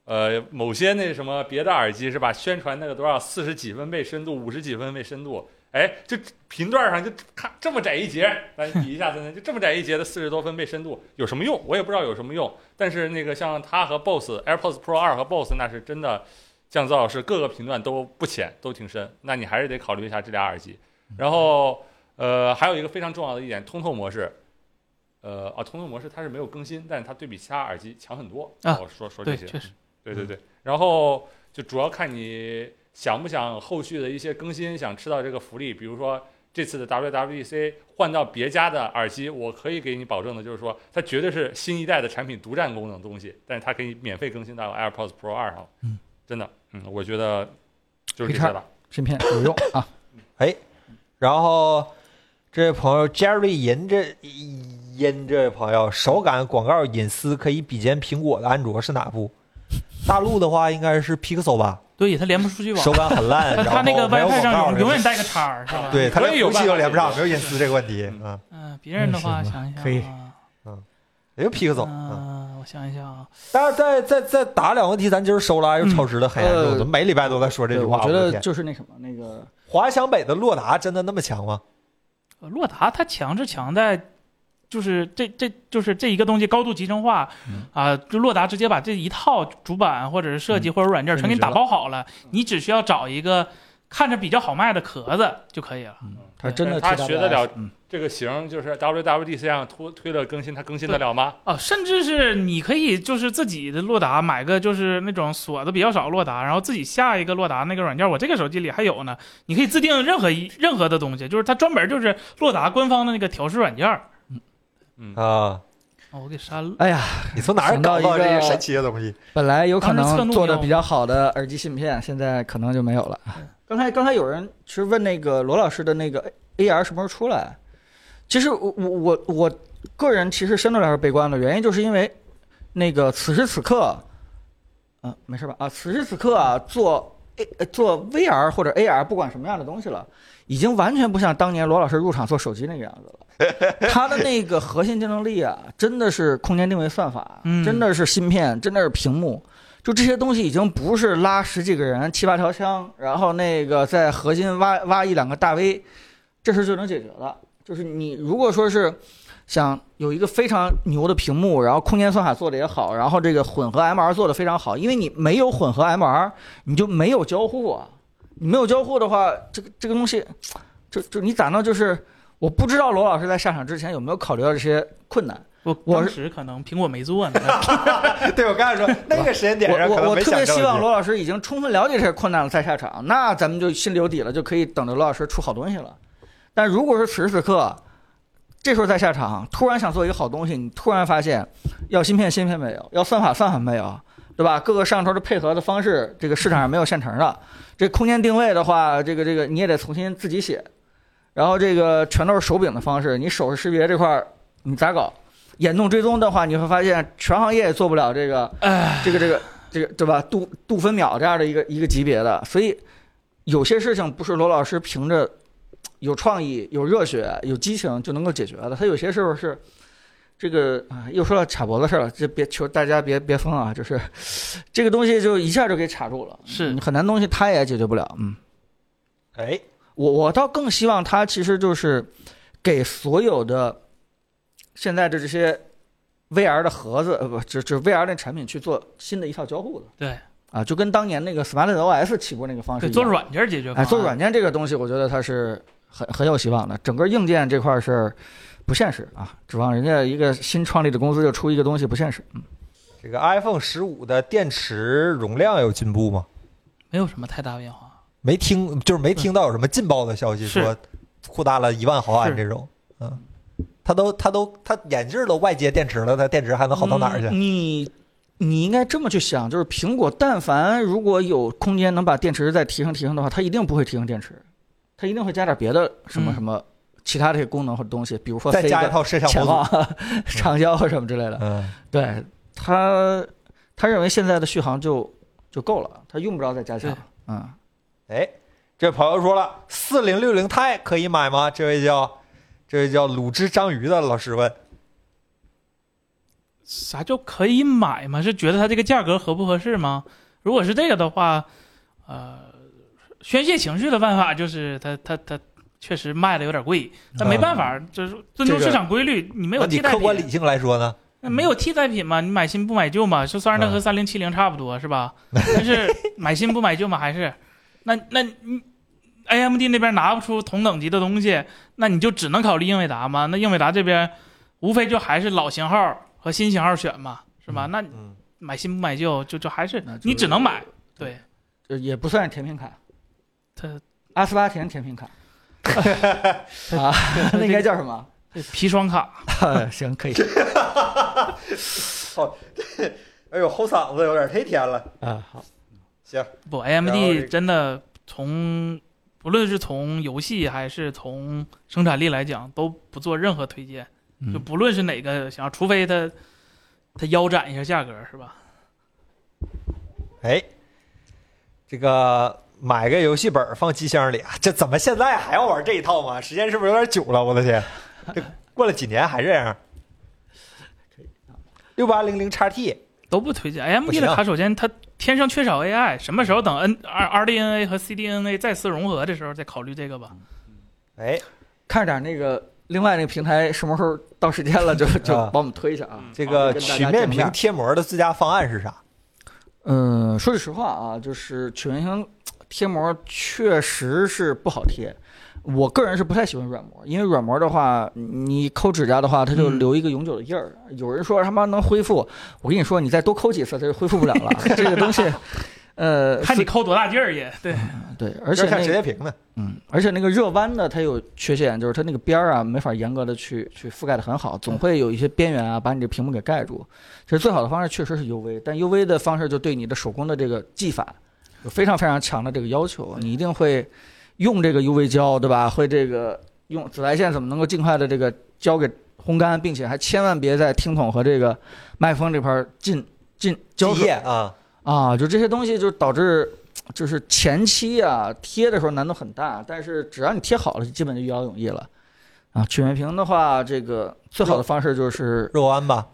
呃某些那什么别的耳机是吧？宣传那个多少四十几分贝深度、五十几分贝深度，哎，就频段上就咔这么窄一截，咱比一下，森森就这么窄一截的四十多分贝深度有什么用？我也不知道有什么用。但是那个像它和 BOSS AirPods Pro 二和 BOSS 那是真的降噪是各个频段都不浅，都挺深，那你还是得考虑一下这俩耳机。然后呃还有一个非常重要的一点，通透模式。呃啊，通透模式它是没有更新，但是它对比其他耳机强很多。啊我说说这对，些，确实，对对对，然后就主要看你想不想后续的一些更新，想吃到这个福利。比如说这次的 WWDC 换到别家的耳机，我可以给你保证的就是说，它绝对是新一代的产品独占功能的东西，但是它可以免费更新到 AirPods Pro 二上。嗯，真的，嗯，我觉得就没是这些差了。芯片有用 啊。然后这位朋友 Jerry 银这银这位朋友，手感广告隐私可以比肩苹果的安卓是哪部？大陆的话应该是 Pixel 吧，对它连不出去网手，感很 烂，然它后那个没有 WiFi 广告上没有永远带个叉儿，是吧？对，它可以连有服务器都办法连不上，解没决有隐私这个问题嗯啊。嗯，别人的话那行吧想一想啊，可以也就 Pixel，嗯，嗯，我想一想啊，但是再再再打两个问题，咱今儿收了啊，又超时的黑暗嗯中，呃怎么每礼拜都在说这句对话？我觉的得天就是那什么，那个华强北的洛达真的那么强吗？呃洛达它强是强在，就是这这就是这一个东西高度集成化嗯啊，就洛达直接把这一套主板或者是设计或者软件嗯全给你打包好了，嗯你只需要找一个看着比较好卖的壳子就可以了。他真的他替代学不得了嗯，这个型就是 WWDC 上推推了更新，它更新得了吗？哦，甚至是你可以就是自己的洛达买个就是那种锁的比较少的洛达，然后自己下一个洛达那个软件，我这个手机里还有呢，你可以自定任何一任何的东西，就是它专门就是洛达官方的那个调试软件儿。嗯，啊，哦，我给删了。哎呀，你从哪儿搞想到到一这个些神奇的东西？ 本来有可当时侧能录做的用比较好的耳机芯片，现在可能就没有了。刚才刚才有人其实问那个罗老师的那个 AR 什么时候出来，其实我我我我个人其实相对来说悲观的原因，就是因为那个此时此刻，嗯、没事吧？啊，此时此刻啊，做 A 呃做 VR 或者 AR 不管什么样的东西了，已经完全不像当年罗老师入场做手机那个样子了。它的那个核心竞争力啊，真的是空间定位算法，嗯真的是芯片，真的是屏幕，就这些东西已经不是拉十几个人、七八条枪，然后那个在核心挖挖一两个大 V，这事儿就能解决了。就是你如果说是想有一个非常牛的屏幕，然后空间算法做的也好，然后这个混合 MR 做的非常好，因为你没有混合 MR，你就没有交互啊。你没有交互的话，这个这个东西，就就你咋弄？就是我不知道罗老师在下场之前有没有考虑到这些困难。我我当是时可能苹果没做呢，对我刚才说那个时间点上可我我能我没特想别这希么望多。罗老师已经充分了解这些困难了再下场，那咱们就心里有底了，就可以等着罗老师出好东西了。但如果是此时此刻，这时候再下场，突然想做一个好东西，你突然发现要芯片芯片没有，要算法算法没有，对吧？各个上头的配合的方式，这个市场上没有现成的。这空间定位的话，这个这个你也得重新自己写，然后这个全都是手柄的方式，你手势识别这块儿你咋搞？眼动追踪的话，你会发现全行业也做不了这个。哎，这个这个这个对吧？度度分秒这样的一个一个级别的，所以有些事情不是罗老师凭着有创意、有热血、有激情就能够解决的，他有些时候是。这个啊，又说到卡脖子事儿了，这别求大家别别疯啊！就是这个东西就一下就给卡住了， 是嗯很难东西，他也解决不了。嗯，哎，我我倒更希望他其实就是给所有的现在的这些 VR 的盒子，呃，不，就就 VR 那产品去做新的一套交互的。对啊，就跟当年那个 Smart OS 起步那啊个方式一对，样，做软件解决方哎，案，做软件这个东西，我觉得它是很很有希望的。整个硬件这块是不现实啊，指望人家一个新创立的公司就出一个东西不现实。这个 iPhone 十五的电池容量有进步吗？没有什么太大变化。没听，就是没听到有什么劲爆的消息嗯是说扩大了一万毫安是这种。嗯，它都它都它眼镜都外接电池了，它电池还能好到哪儿去？嗯你你应该这么去想，就是苹果但凡如果有空间能把电池再提升提升的话，它一定不会提升电池，它一定会加点别的什么嗯什么其他这些功能或者东西，比如说再塞加一个套摄像潜 模组。望、长焦什么之类的。嗯，对，它他他认为现在的续航就就够了，他用不着再加强对。嗯，哎，这朋友说了，四零六零 i 可以买吗？这位叫这位叫卤汁章鱼的老师问，啥叫可以买吗？是觉得它这个价格合不合适吗？如果是这个的话，呃，宣泄情绪的办法就是它它它确实卖的有点贵，但没办法，就是尊嗯这重个市场规律，你没有那你替代客观品理，性来说呢？那嗯没有替代品嘛？你买新不买旧嘛？就虽然它和三零七零差不多 是吧？但是买新不买旧嘛，还是那那你 AMD 那边拿不出同等级的东西，那你就只能考虑英伟达嘛？那英伟达这边无非就还是老型号和新型号选嘛，是吧？那嗯，买新不买旧，就就还是那就是你只能买。对，这也不算是甜品卡，它阿斯巴甜甜 品卡。啊，那应该叫什 么？这砒霜卡，行，可以。哎呦，后嗓子有点忒甜了。啊，好，行，不然后这个，AMD 真的从不论是从游戏还是从生产力来讲，都不做任何推荐，就不论是哪个想要，除非它它腰斩一下价格，是吧？哎，这个买个游戏本儿放机箱里啊，这怎么现在还要玩这一套吗？时间是不是有点久了？我的天，这过了几年还这样。六八零零 x T，都不推荐。不 AMD 行啊的卡首先它天生缺少 AI，什么时候等 N R RDNA 和 CDNA 再次融合的时候再考虑这个吧。哎，看着点那个另外那个平台什么时候到时间了，就就啊把我们推一下啊。这嗯个跟大家曲面见面屏贴膜的最佳方案是啥？嗯，说句实话啊，就是曲面屏贴膜确实是不好贴。我个人是不太喜欢软膜，因为软膜的话，你抠指甲的话，它就嗯留一个永久的印儿。有人说他妈能恢复，我跟你说，你再多抠几次，它就恢复不了了。这个东西，呃， 看你抠多大劲儿也对，对，而且要看那折个叠屏呢。嗯，而且那个热弯的它有缺陷，就是它那个边儿啊没法严格的去去覆盖的很好，总会有一些边缘啊把你这屏幕给盖住。其实最好的方式确实是 UV，但 UV 的方式就对你的手工的这个技法有非常非常强的这个要求，你一定会用这个 UV 胶，对吧？会这个用紫外线怎么能够尽快的这个胶给烘干，并且还千万别在听筒和这个麦克风这块儿进进胶机水液啊，啊，就这些东西就导致，就是前期啊贴的时候难度很大，但是只要你贴好了，基本就摇摇泳衣了。啊，曲面屏的话，这个最好的方式就是，若安吧，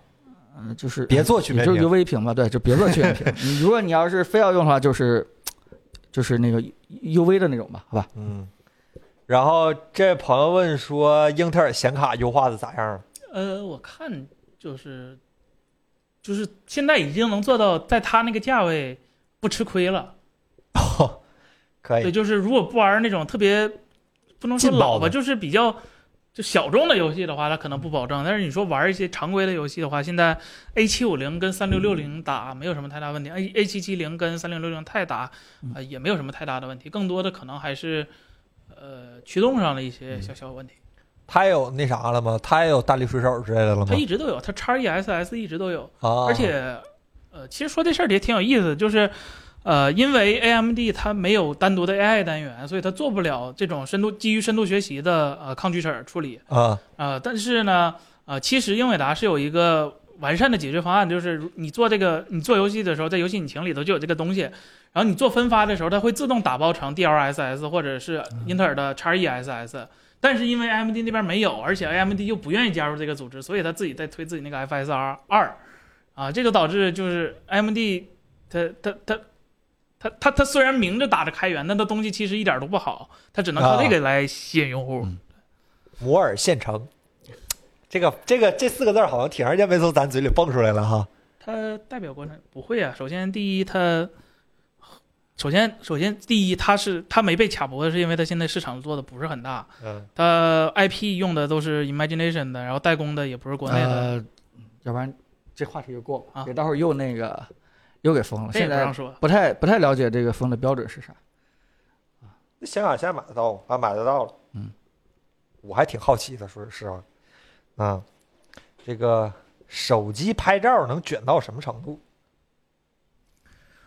嗯、就是别做曲也面就是屏。 UV 屏吧，对，就别做曲 面屏。你如果你要是非要用的话，就是就是那个 UV 的那种吧，好吧？嗯。然后这朋友问说，英特尔显卡优化的咋样？呃，我看就是就是现在已经能做到在它那个价位不吃亏了。可对，以，就是如果不玩那种特别不能说哎劲爆老吧，的就是比较就小众的游戏的话，它可能不保证。但是你说玩一些常规的游戏的话，现在 A 七五零跟三六六零打没有什么太大问题，A 哎 A 七七零跟三零六零太打嗯啊也没有什么太大的问题，更多的可能还是呃驱动上的一嗯些小小问题。它有那啥了吗？它也有大力水手之类的了吗它？一直都有，它叉 E S S 一直都有。啊，而且，呃，其实说这事儿也挺有意思的，就是，呃，因为 AMD 它没有单独的 AI 单元，所以它做不了这种深度基于深度学习的呃抗锯齿处理。啊，呃，但是呢，呃，其实英伟达是有一个完善的解决方案，就是如你做这个你做游戏的时候，在游戏引擎里头就有这个东西，然后你做分发的时候，它会自动打包成 DLSS 或者是英特尔的 XESS。但是因为 AMD 那边没有，而且 AMD 又不愿意加入这个组织，所以他自己在推自己那个 FSR 二，啊，这就导致就是 AMD 它它它它它它虽然明着打着开源，但它东西其实一点都不好，它只能靠这个来吸引用户。摩尔县城，这个这个这四个字儿好像挺长时间没从咱嘴里蹦出来了哈。它代表国产不会啊。首先，第一，它首先首先第一，它是它没被卡脖，是因为它现在市场做的不是很大，嗯，它 IP 用的都是 Imagination 的，然后代工的也不是国内的，呃，要不然这话题就过了，啊别到时候又那个又给封了。这也现不在让说。不太不太了解这个封的标准是啥。那显卡现在买得到吗？啊，买得到了。嗯，我还挺好奇的，说实话，啊，这个手机拍照能卷到什么程度？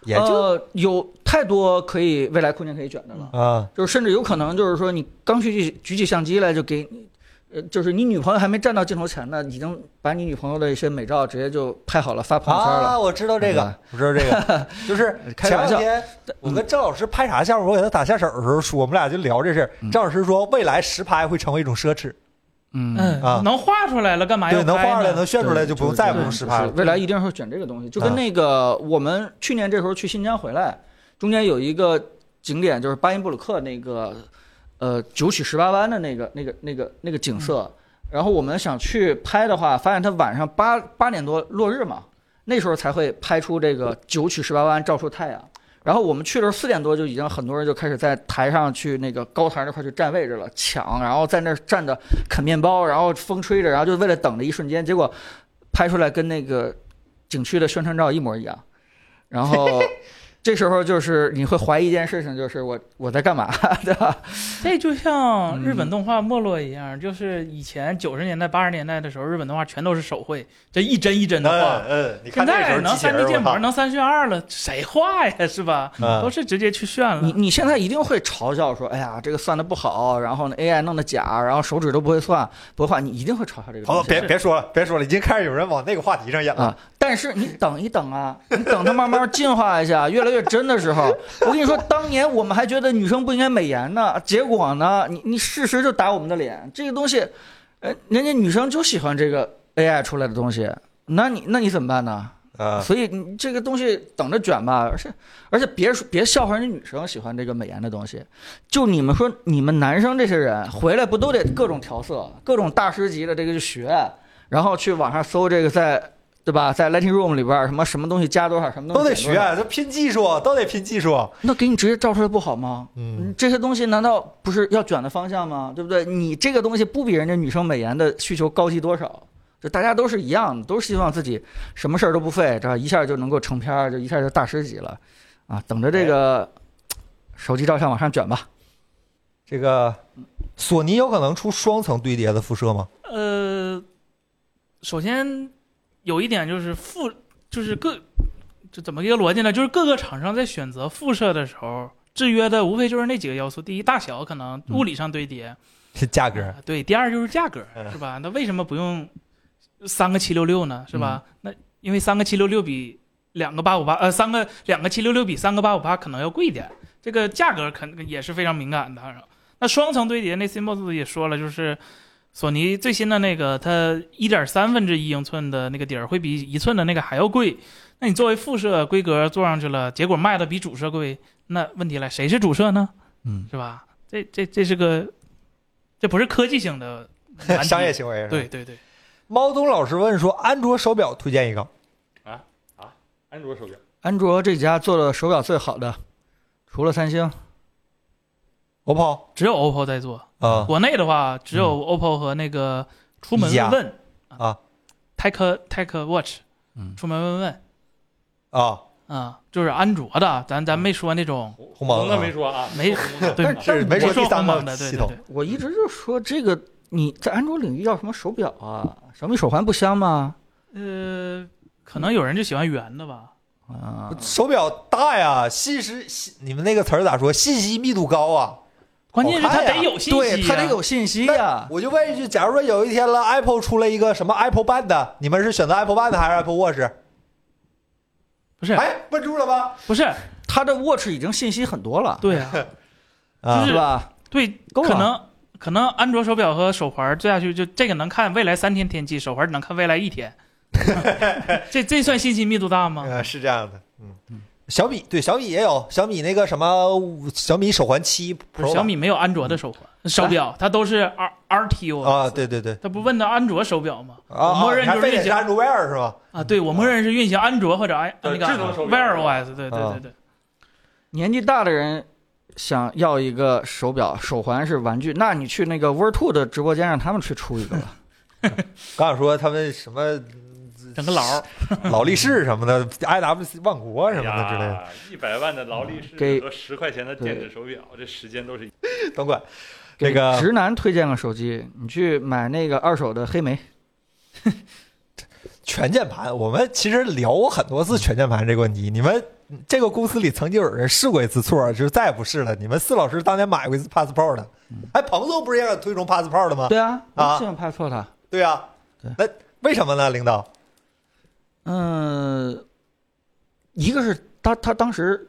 也就呃、有太多可以未来空间可以卷的了，啊，就是甚至有可能就是说你刚举起举起相机来就给你，呃，就是你女朋友还没站到镜头前呢，已经把你女朋友的一些美照直接就拍好了发朋友圈了。啊，我知道这个啊，我知道这 个，就是开玩前笑两天我跟郑老师拍啥项目，我给他打下手的时候说，我们俩就聊这事儿。郑老师说，未来实拍会成为一种奢侈，嗯，嗯，啊能画出来了，干嘛要对，能拍呢画出来，能炫出来，对就不用再是不用这实样拍就了啊是。未来一定是选这个东西，就跟那个我们去年这时候去新疆回来，中间有一个景点就是巴音布鲁克那个，呃，九曲十八弯的那个那个那个那个景色。然后我们想去拍的话，发现它晚上八八点多落日嘛，那时候才会拍出这个九曲十八弯照出太阳。然后我们去的时候四点多就已经很多人就开始在台上去那个高台那块去占位置了，抢，然后在那儿站着啃面包，然后风吹着，然后就为了等的一瞬间，结果拍出来跟那个景区的宣传照一模一样。然后这时候就是你会怀疑一件事情，就是我我在干嘛， 对吧？这就嗯像日本动画没落一样，就是以前九十年代、八十年代的时候，日本动画全都是手绘，这一帧一帧的嗯画。嗯，你看现那时在候能机器三 D 人，建我模，操，能三渲二了，谁画呀？是吧？都嗯是直接去炫你了。你现在一定会嘲笑说，哎呀，这个算的不好，然后呢 AI 弄的假，然后手指都不会算，不会画，你一定会嘲笑这个好了，东西。别别说了，别说了，已经开始有人往那个话题上演了。啊！但是你等一等啊，你等它慢慢进化一下， 越来越真的时候，我跟你说，当年我们还觉得女生不应该美颜呢，结果呢，你你事实就打我们的脸，这个东西，呃，人家女生就喜欢这个 AI 出来的东西，那你那你怎么办呢？嗯，所以你这个东西等着卷吧，而且而且别说别笑话人家女生喜欢这个美颜的东西，就你们说你们男生这些人回来不都得各种调色，各种大师级的这个去学，然后去网上搜这个在对吧，在 Lightroom 里边儿什么什么东西加多少，什么都东得西学啊减多少，，这拼技术，都得拼技术。那给你直接照出来不好吗？嗯，这些东西难道不是要卷的方向吗？对不对？你这个东西不比人家女生美颜的需求高级多少？就大家都是一样的，都是希望自己什么事儿都不费，这样一下就能够成片儿，就一下就大师级了啊！等着这个手机照相往上卷吧。这个索尼有可能出双层堆叠的辐射吗？呃，首先有一点就是复，就是各这怎么一个逻辑呢？就是各个厂商在选择辐射的时候，制约的无非就是那几个要素：第一，大小可能物理上堆叠，这价格，啊对，第二就是价格，嗯是吧？那为什么不用三个七六六呢？是吧？那因为三个七六六比两个八五八，呃，三个两个七六六比三个八五八可能要贵一点，这个价格肯也是非常敏感的。那双层堆叠，那 Simos 也说了，就是索尼最新的那个，它一点三分之一英寸的那个底儿会比一寸的那个还要贵。那你作为副摄规格做上去了，结果卖的比主摄贵，那问题来，谁是主摄呢？嗯，是吧？这这这是个，这不是科技性的难题商业行为是吧对。对对，猫东老师问说，安卓手表推荐一个，安卓手表，安卓这家做的手表最好的，除了三星， OPPO 只有 OPPO 在做。啊嗯国内的话，只有 OPPO 和那个出门一加问问啊 Tech Tech Watch，嗯出门问问啊，啊，就是安卓的，咱嗯咱没说那种鸿蒙的啊没说啊，没对但是没说说第三鸿蒙方的对系对统对，我一直就说这个你在安卓领域要什么手表啊？小米手环不香吗？呃，可能有人就喜欢圆的吧，啊，手表大呀，信息信你们那个词儿咋说？信息密度高啊。关键是好它看呀得有信息、对，它得。有信息呀、那我就问一句，假如说有一天了，Apple 出了一个什么 Apple Band，你们是选择 Apple Band 还是 Apple Watch？不是哎，问住了吧？不是，它的 Watch 已经信息很多了，对啊，啊就是是吧？对，够可了能可能安卓手表和手环做下去，就这个能看未来三天天气，手环能看未来 一天。这这算信息密度大吗？呃，是这样的，嗯。小米对小米也有小米那个什么小米手环七不是 Pro 嗯小米没有安卓的手环手表，它都是 R R T O 啊，，对对对它不问的安卓手表吗？啊，我默认啊就你还是非运得是行 Android Wear 是吧？啊，对我默认是运行安卓或者 i 对那智能手个表 Wear OS，对对啊对对，年纪大的人想要一个手表、手环是玩具，那你去那个 Virtu 的直播间让他们去出一个 吧。刚想说他们什么整个 劳劳力士什么的，IWC 万国哎什么的之类的。哎一百万的劳力给士和十块钱的电子手表，这时间都是等会儿，这给个直男推荐个手机，你去买那个二手的黑莓。全键盘，我们其实聊过很多次全键盘这个问题。你们这个公司里曾经有人试过一次错，就是再也不试了。你们四老师当年买过一次 Passport，哎，彭总不是也想推崇 Passport 吗？对啊，啊我喜欢拍错它。对啊，对那为什么呢，领导？嗯，一个是他他当时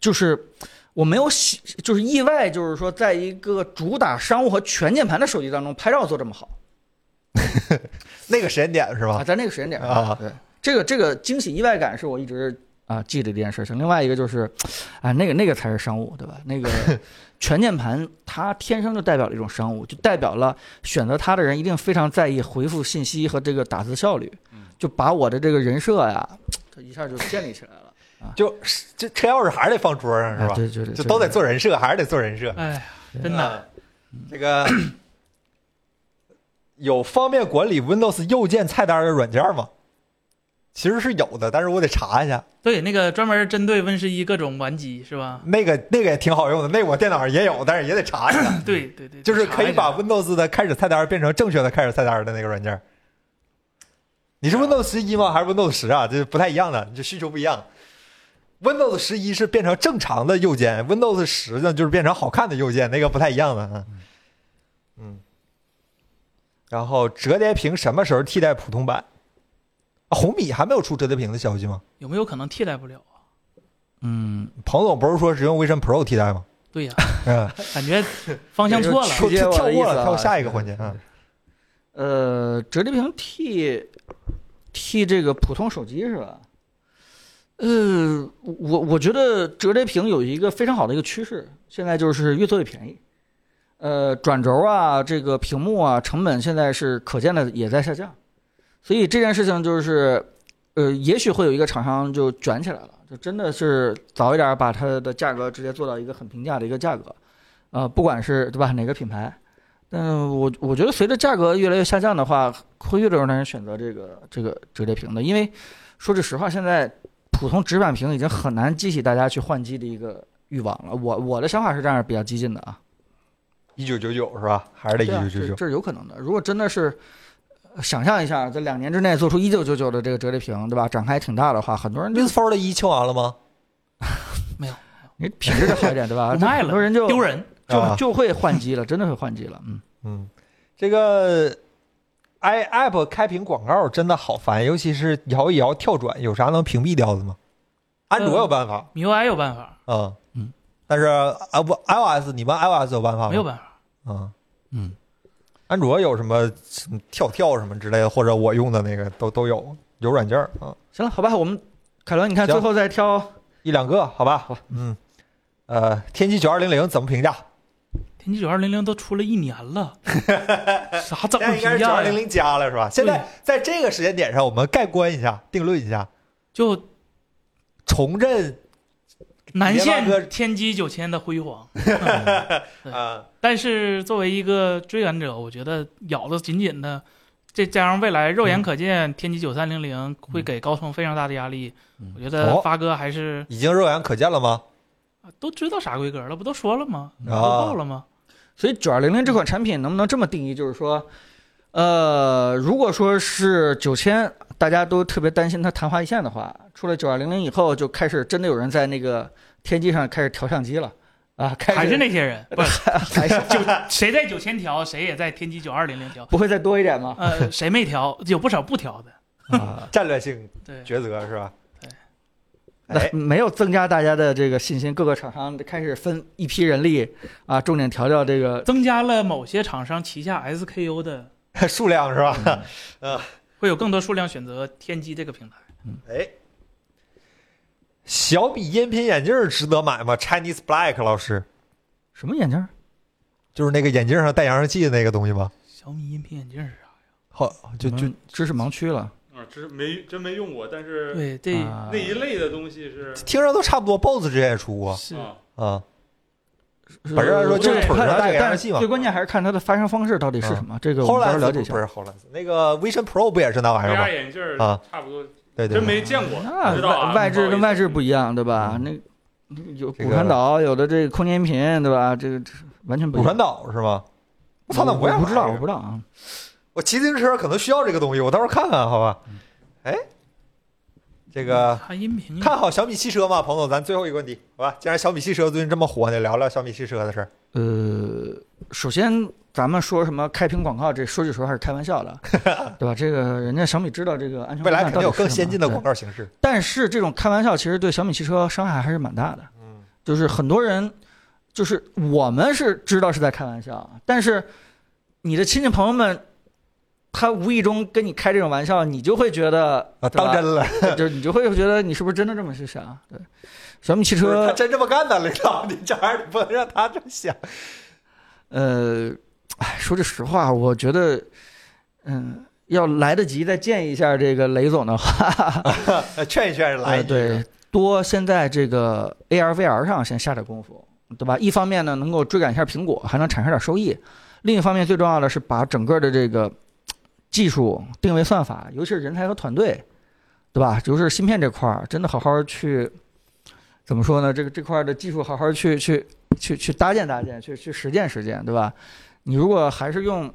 就是我没有喜，就是意外，就是说在一个主打商务和全键盘的手机当中，拍照做这么好那个时间点是啊，吧？在那个时间点上啊对这个这个惊喜意外感是我一直啊记得的一件事情。另外一个就是，啊那个那个才是商务，对吧？ 那个全键盘它天生就代表了一种商务，就代表了选择它的人一定非常在意回复信息和这个打字效率嗯，就把我的这个人设呀，这一下就建立起来了。就是这车钥匙还是得放桌上是哎吧？啊对，就是就都得做人设，还是得做人设。哎呀，真的，嗯这个有方便管理 Windows 右键菜单的软件吗？其实是有的，但是我得查一下。对那个专门针对 Win 十一各种玩机是吧？那个那个也挺好用的，那我电脑上也有，但是也得查一 下。对对对，嗯就是可以把查一查 Windows 的开始菜单变成正确的开始菜单的那个软件。你啊是 Windows 十一吗？还是 Windows 十啊？这不太一样的，你这需求不一样。Windows 十一是变成正常的右键，Windows 十呢就是变成好看的右键，那个不太一样的啊。嗯。然后折叠屏什么时候替代普通版？啊红米还没有出折叠屏的消息吗？有没有可能替代不了啊？嗯，彭总不是说只用 Vision Pro 替代吗？对呀， 嗯，感觉方向错 了。跳理解跳我的意过思啊了，跳下一个环节啊。呃，折叠屏替替这个普通手机是吧？呃，我我觉得折叠屏有一个非常好的一个趋势，现在就是越做越便宜。呃，转轴啊，这个屏幕啊，成本现在是可见的也在下降，所以这件事情就是，呃，也许会有一个厂商就卷起来了，就真的是早一点把它的价格直接做到一个很平价的一个价格，呃，不管是对吧哪个品牌，但我我觉得随着价格越来越下降的话，会越来越多人选择这个这个折叠屏的，因为说句实话，现在普通直板屏已经很难激起大家去换机的一个欲望了。我我的想法是这样，比较激进的啊，一九九九是吧？还是得一对啊九九这九？这是有可能的。如果真的是呃想象一下，在两年之内做出一九九九的这个折叠屏，对吧？展开挺大的话，很多人就 Miss Four 的一清完了吗？你品质就好一点，对 吧？不卖啊很多人就了，丢人。就啊就会换机了，真的会换机了。嗯，嗯，这个 i app 开屏广告真的好烦，尤其是摇一摇跳转，有啥能屏蔽掉的吗？安卓有办法， MIUI 有办法，嗯嗯，但是啊不 iOS 你们 iOS 有办法吗？没有办法。嗯嗯，安卓有什么什么跳跳什么之类的，或者我用的那个都都有有软件儿啊。嗯行了，好吧，我们凯伦，你看行最后再挑。一两个，好吧，好吧，嗯，呃，天玑九二零零怎么评价？天玑九二零零都出了一年了，啥怎现在么应该评是九价二零呀？零加了是吧？现在在这个时间点上，我们盖棺一下，定论一下，就重振难别拉现哥天玑九千的辉煌，对啊、但是作为一个追赶者，我觉得咬得紧紧的，再加上未来肉眼可见天玑九三零零会给高通非常大的压力，嗯我觉得哦发哥还是已经肉眼可见了吗？都知道啥规格了，不都说了吗？啊都报了吗？所以九二零零这款产品能不能这么定义？就是说，呃，如果说是九千，大家都特别担心它昙花一现的话，出了九二零零以后，就开始真的有人在那个天玑上开始调相机了啊，开始还是那些人，不是还 是九谁在九千调，谁也在天玑九二零零调，不会再多一 点 吗？呃，谁没调？有不少不调的，啊，战略性对，抉择是吧？对，那哎，没有增加大家的这个信心，各个厂商开始分一批人力啊，重点调教这个增加了某些厂商旗下 SKU 的。哎 数量是吧？会有更多数量选择天玑这个平台。哎，小米音频眼镜儿值得买吗？Chinese Black 老师，什么眼镜儿？就是那个眼镜上带扬声器的那个东西吗？嗯小米音频眼镜是啊啥？好，就我就们嗯知识盲区了。啊，这没真没用过，但是对，这啊那一类的东西是听着都差不多，BOSS 之前也出过是啊，啊。反反正说就是腿上啊戴个但扬声器是嘛啊最关键还是看它的发声方式到底是什么，这个我后们到来时候了解一下不。是后来，那个 Vision Pro 不也是那哎玩意儿吗哎 VR？眼镜儿啊差不多，对对对，真没见过，不知道那啊外外置跟外置不一一样，对吧？那嗯有骨传导，有的这个空间音频，对吧？这个这完全不骨一传。样导是吗？我我操，那我也不知道，买我这个不知道啊。我我骑自行车可能需要这个东西，我到时候看看，好吧？哎，这个看音频看好小米汽车吗，彭总？咱最后一个问题，好吧？既然小米汽车最近这么火，你聊聊小米汽车的事儿。呃，首先咱们说什么开屏广告，这说句实话还是开玩笑 的，对吧？这个人家小米知道这个安全未规来范肯定有到底是更什先么进的对广告形式。但是这种开玩笑其实对小米汽车伤害还是蛮大的。嗯，就是很多人，就是我们是知道是在开玩笑，但是你的亲戚朋友们，他无意中跟你开这种玩笑，你就会觉得啊，当，真 了，对吧就是你就会觉得你是不是真的这么去想？对，小米汽不是他车，真这么干的，领导，你这玩意儿你不能让他这么想。呃，哎，说句实话，我觉得，嗯。要来得及再见一下这个雷总的话，呃 劝一劝人来呃，一句是吧对，多先在这个 AR、VR 上先下点功夫，对吧？一方面呢，能够追赶一下苹果，还能产生点收益；另一方面，最重要的是把整个的这个嘖技术定位算法，尤其是人才和团队，对吧？尤其是芯片这块儿，真的好好去怎么说呢？这个这块儿的技术好好去去去去搭建搭建，去去实践实践，对吧？你如果还是用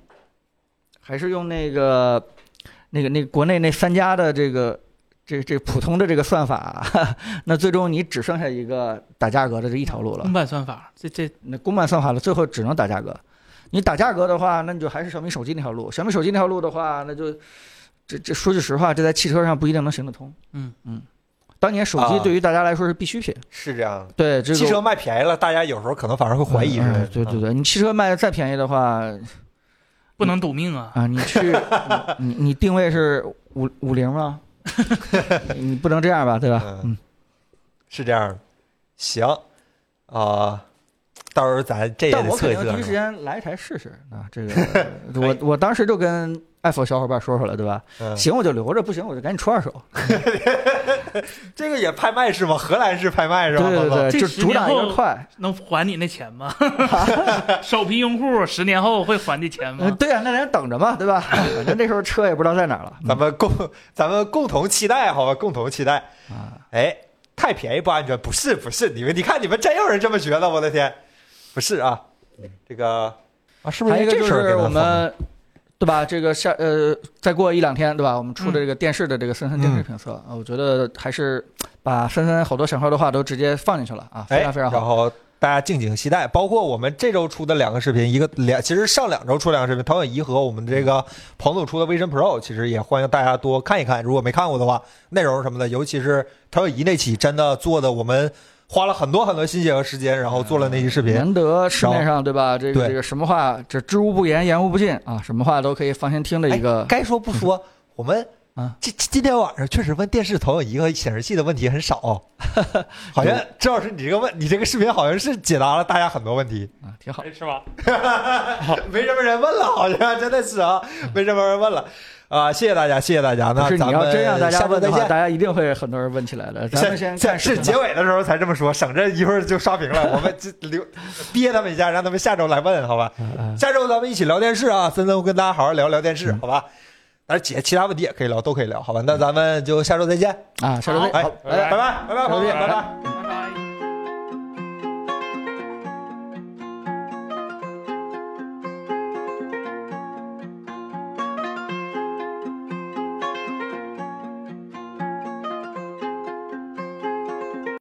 还是用那个那个那个国内那三家的这个这这普通的这个算法， 那最终你只剩下一个打价格的这一条路了嗯公。版算法，这这那公版算法了，最后只能打价格。你打价格的话，那你就还是小米手机那条路。小米手机那条路的话，那就这这说句实话，这在汽车上不一定能行得通。嗯嗯，当年手机啊对于大家来说是必需品，是这样的。对这个汽车卖便宜了，大家有时候可能反而会怀疑之类的。嗯对对啊，对，你汽车卖的再便宜的话，不能赌命啊！啊，你去， 你你定位是五五零吗？ 你不能这样吧，对吧？嗯嗯，是这样的。行啊，到时候咱这也但得我测肯一定第一时测。间来一台试试啊！这 个，我我当时就跟爱否小伙伴说说了，对吧？嗯，行我就留着，不行我就赶紧出二手。这个也拍卖是吗？荷兰式拍卖是对吧？对对，这就十主年打一后个快。能还你那钱 吗？ 首批用户十年后会还你钱嗯，吗？对啊，那咱等着吧，对 吧？反正那时候车也不知道在哪儿了。咱们共咱们共同期待，好吧？共同期待。嗯啊，哎，太便宜不安全，不是不是，你们你看你们真有人这么觉得，我的天，不是啊，这个啊是不是还有一个这就事儿给是它我放了们，对吧？这个下呃，再过一两天，对吧？我们嗯出的这个电视的这个森森电视评测，啊我觉得还是把森森好多想说的话都直接放进去了啊，非哎，常非常然好。后大家敬请期待，包括我们这周出的两个视频，一个两，其实上两周出两个视频，陶远怡和我们这个嗯彭总出的微神 Pro，其实也欢迎大家多看一看。如果没看过的话，内容什么的，尤其是陶远怡那期，真的做的我们花了很多很多心血和时间，然后做了那期视频。难得市面上对吧？这对个这个什么话，这知无不言，言无不尽啊，什么话都可以放心听的一个。哎该说不 说，我们。啊今今天晚上确实问电视投影仪和显示器的问题很少、 好像郑老师你这个问你这个视频好像是解答了大家很多问题。啊，挺好。哎是吗？没什么人问了，好像真的是啊，没什么人问了啊！谢谢大家，谢谢大家。不那是你咱要真让大们家下问播的再话，见。大家一定会很多人问起来的。咱们先这看是视频结吧。尾的时候才这么说，省着一会儿就刷屏 了。我们这留憋他们一下，让他们下周来问，好吧？嗯下周咱们一起聊电视啊，森森会跟大家好好聊聊电视，好吧？但是姐其他问题也可以聊，都可以聊，好吧？那咱们就下周再见，嗯啊，下周再见哎，好拜拜，拜拜，朋友们，拜拜。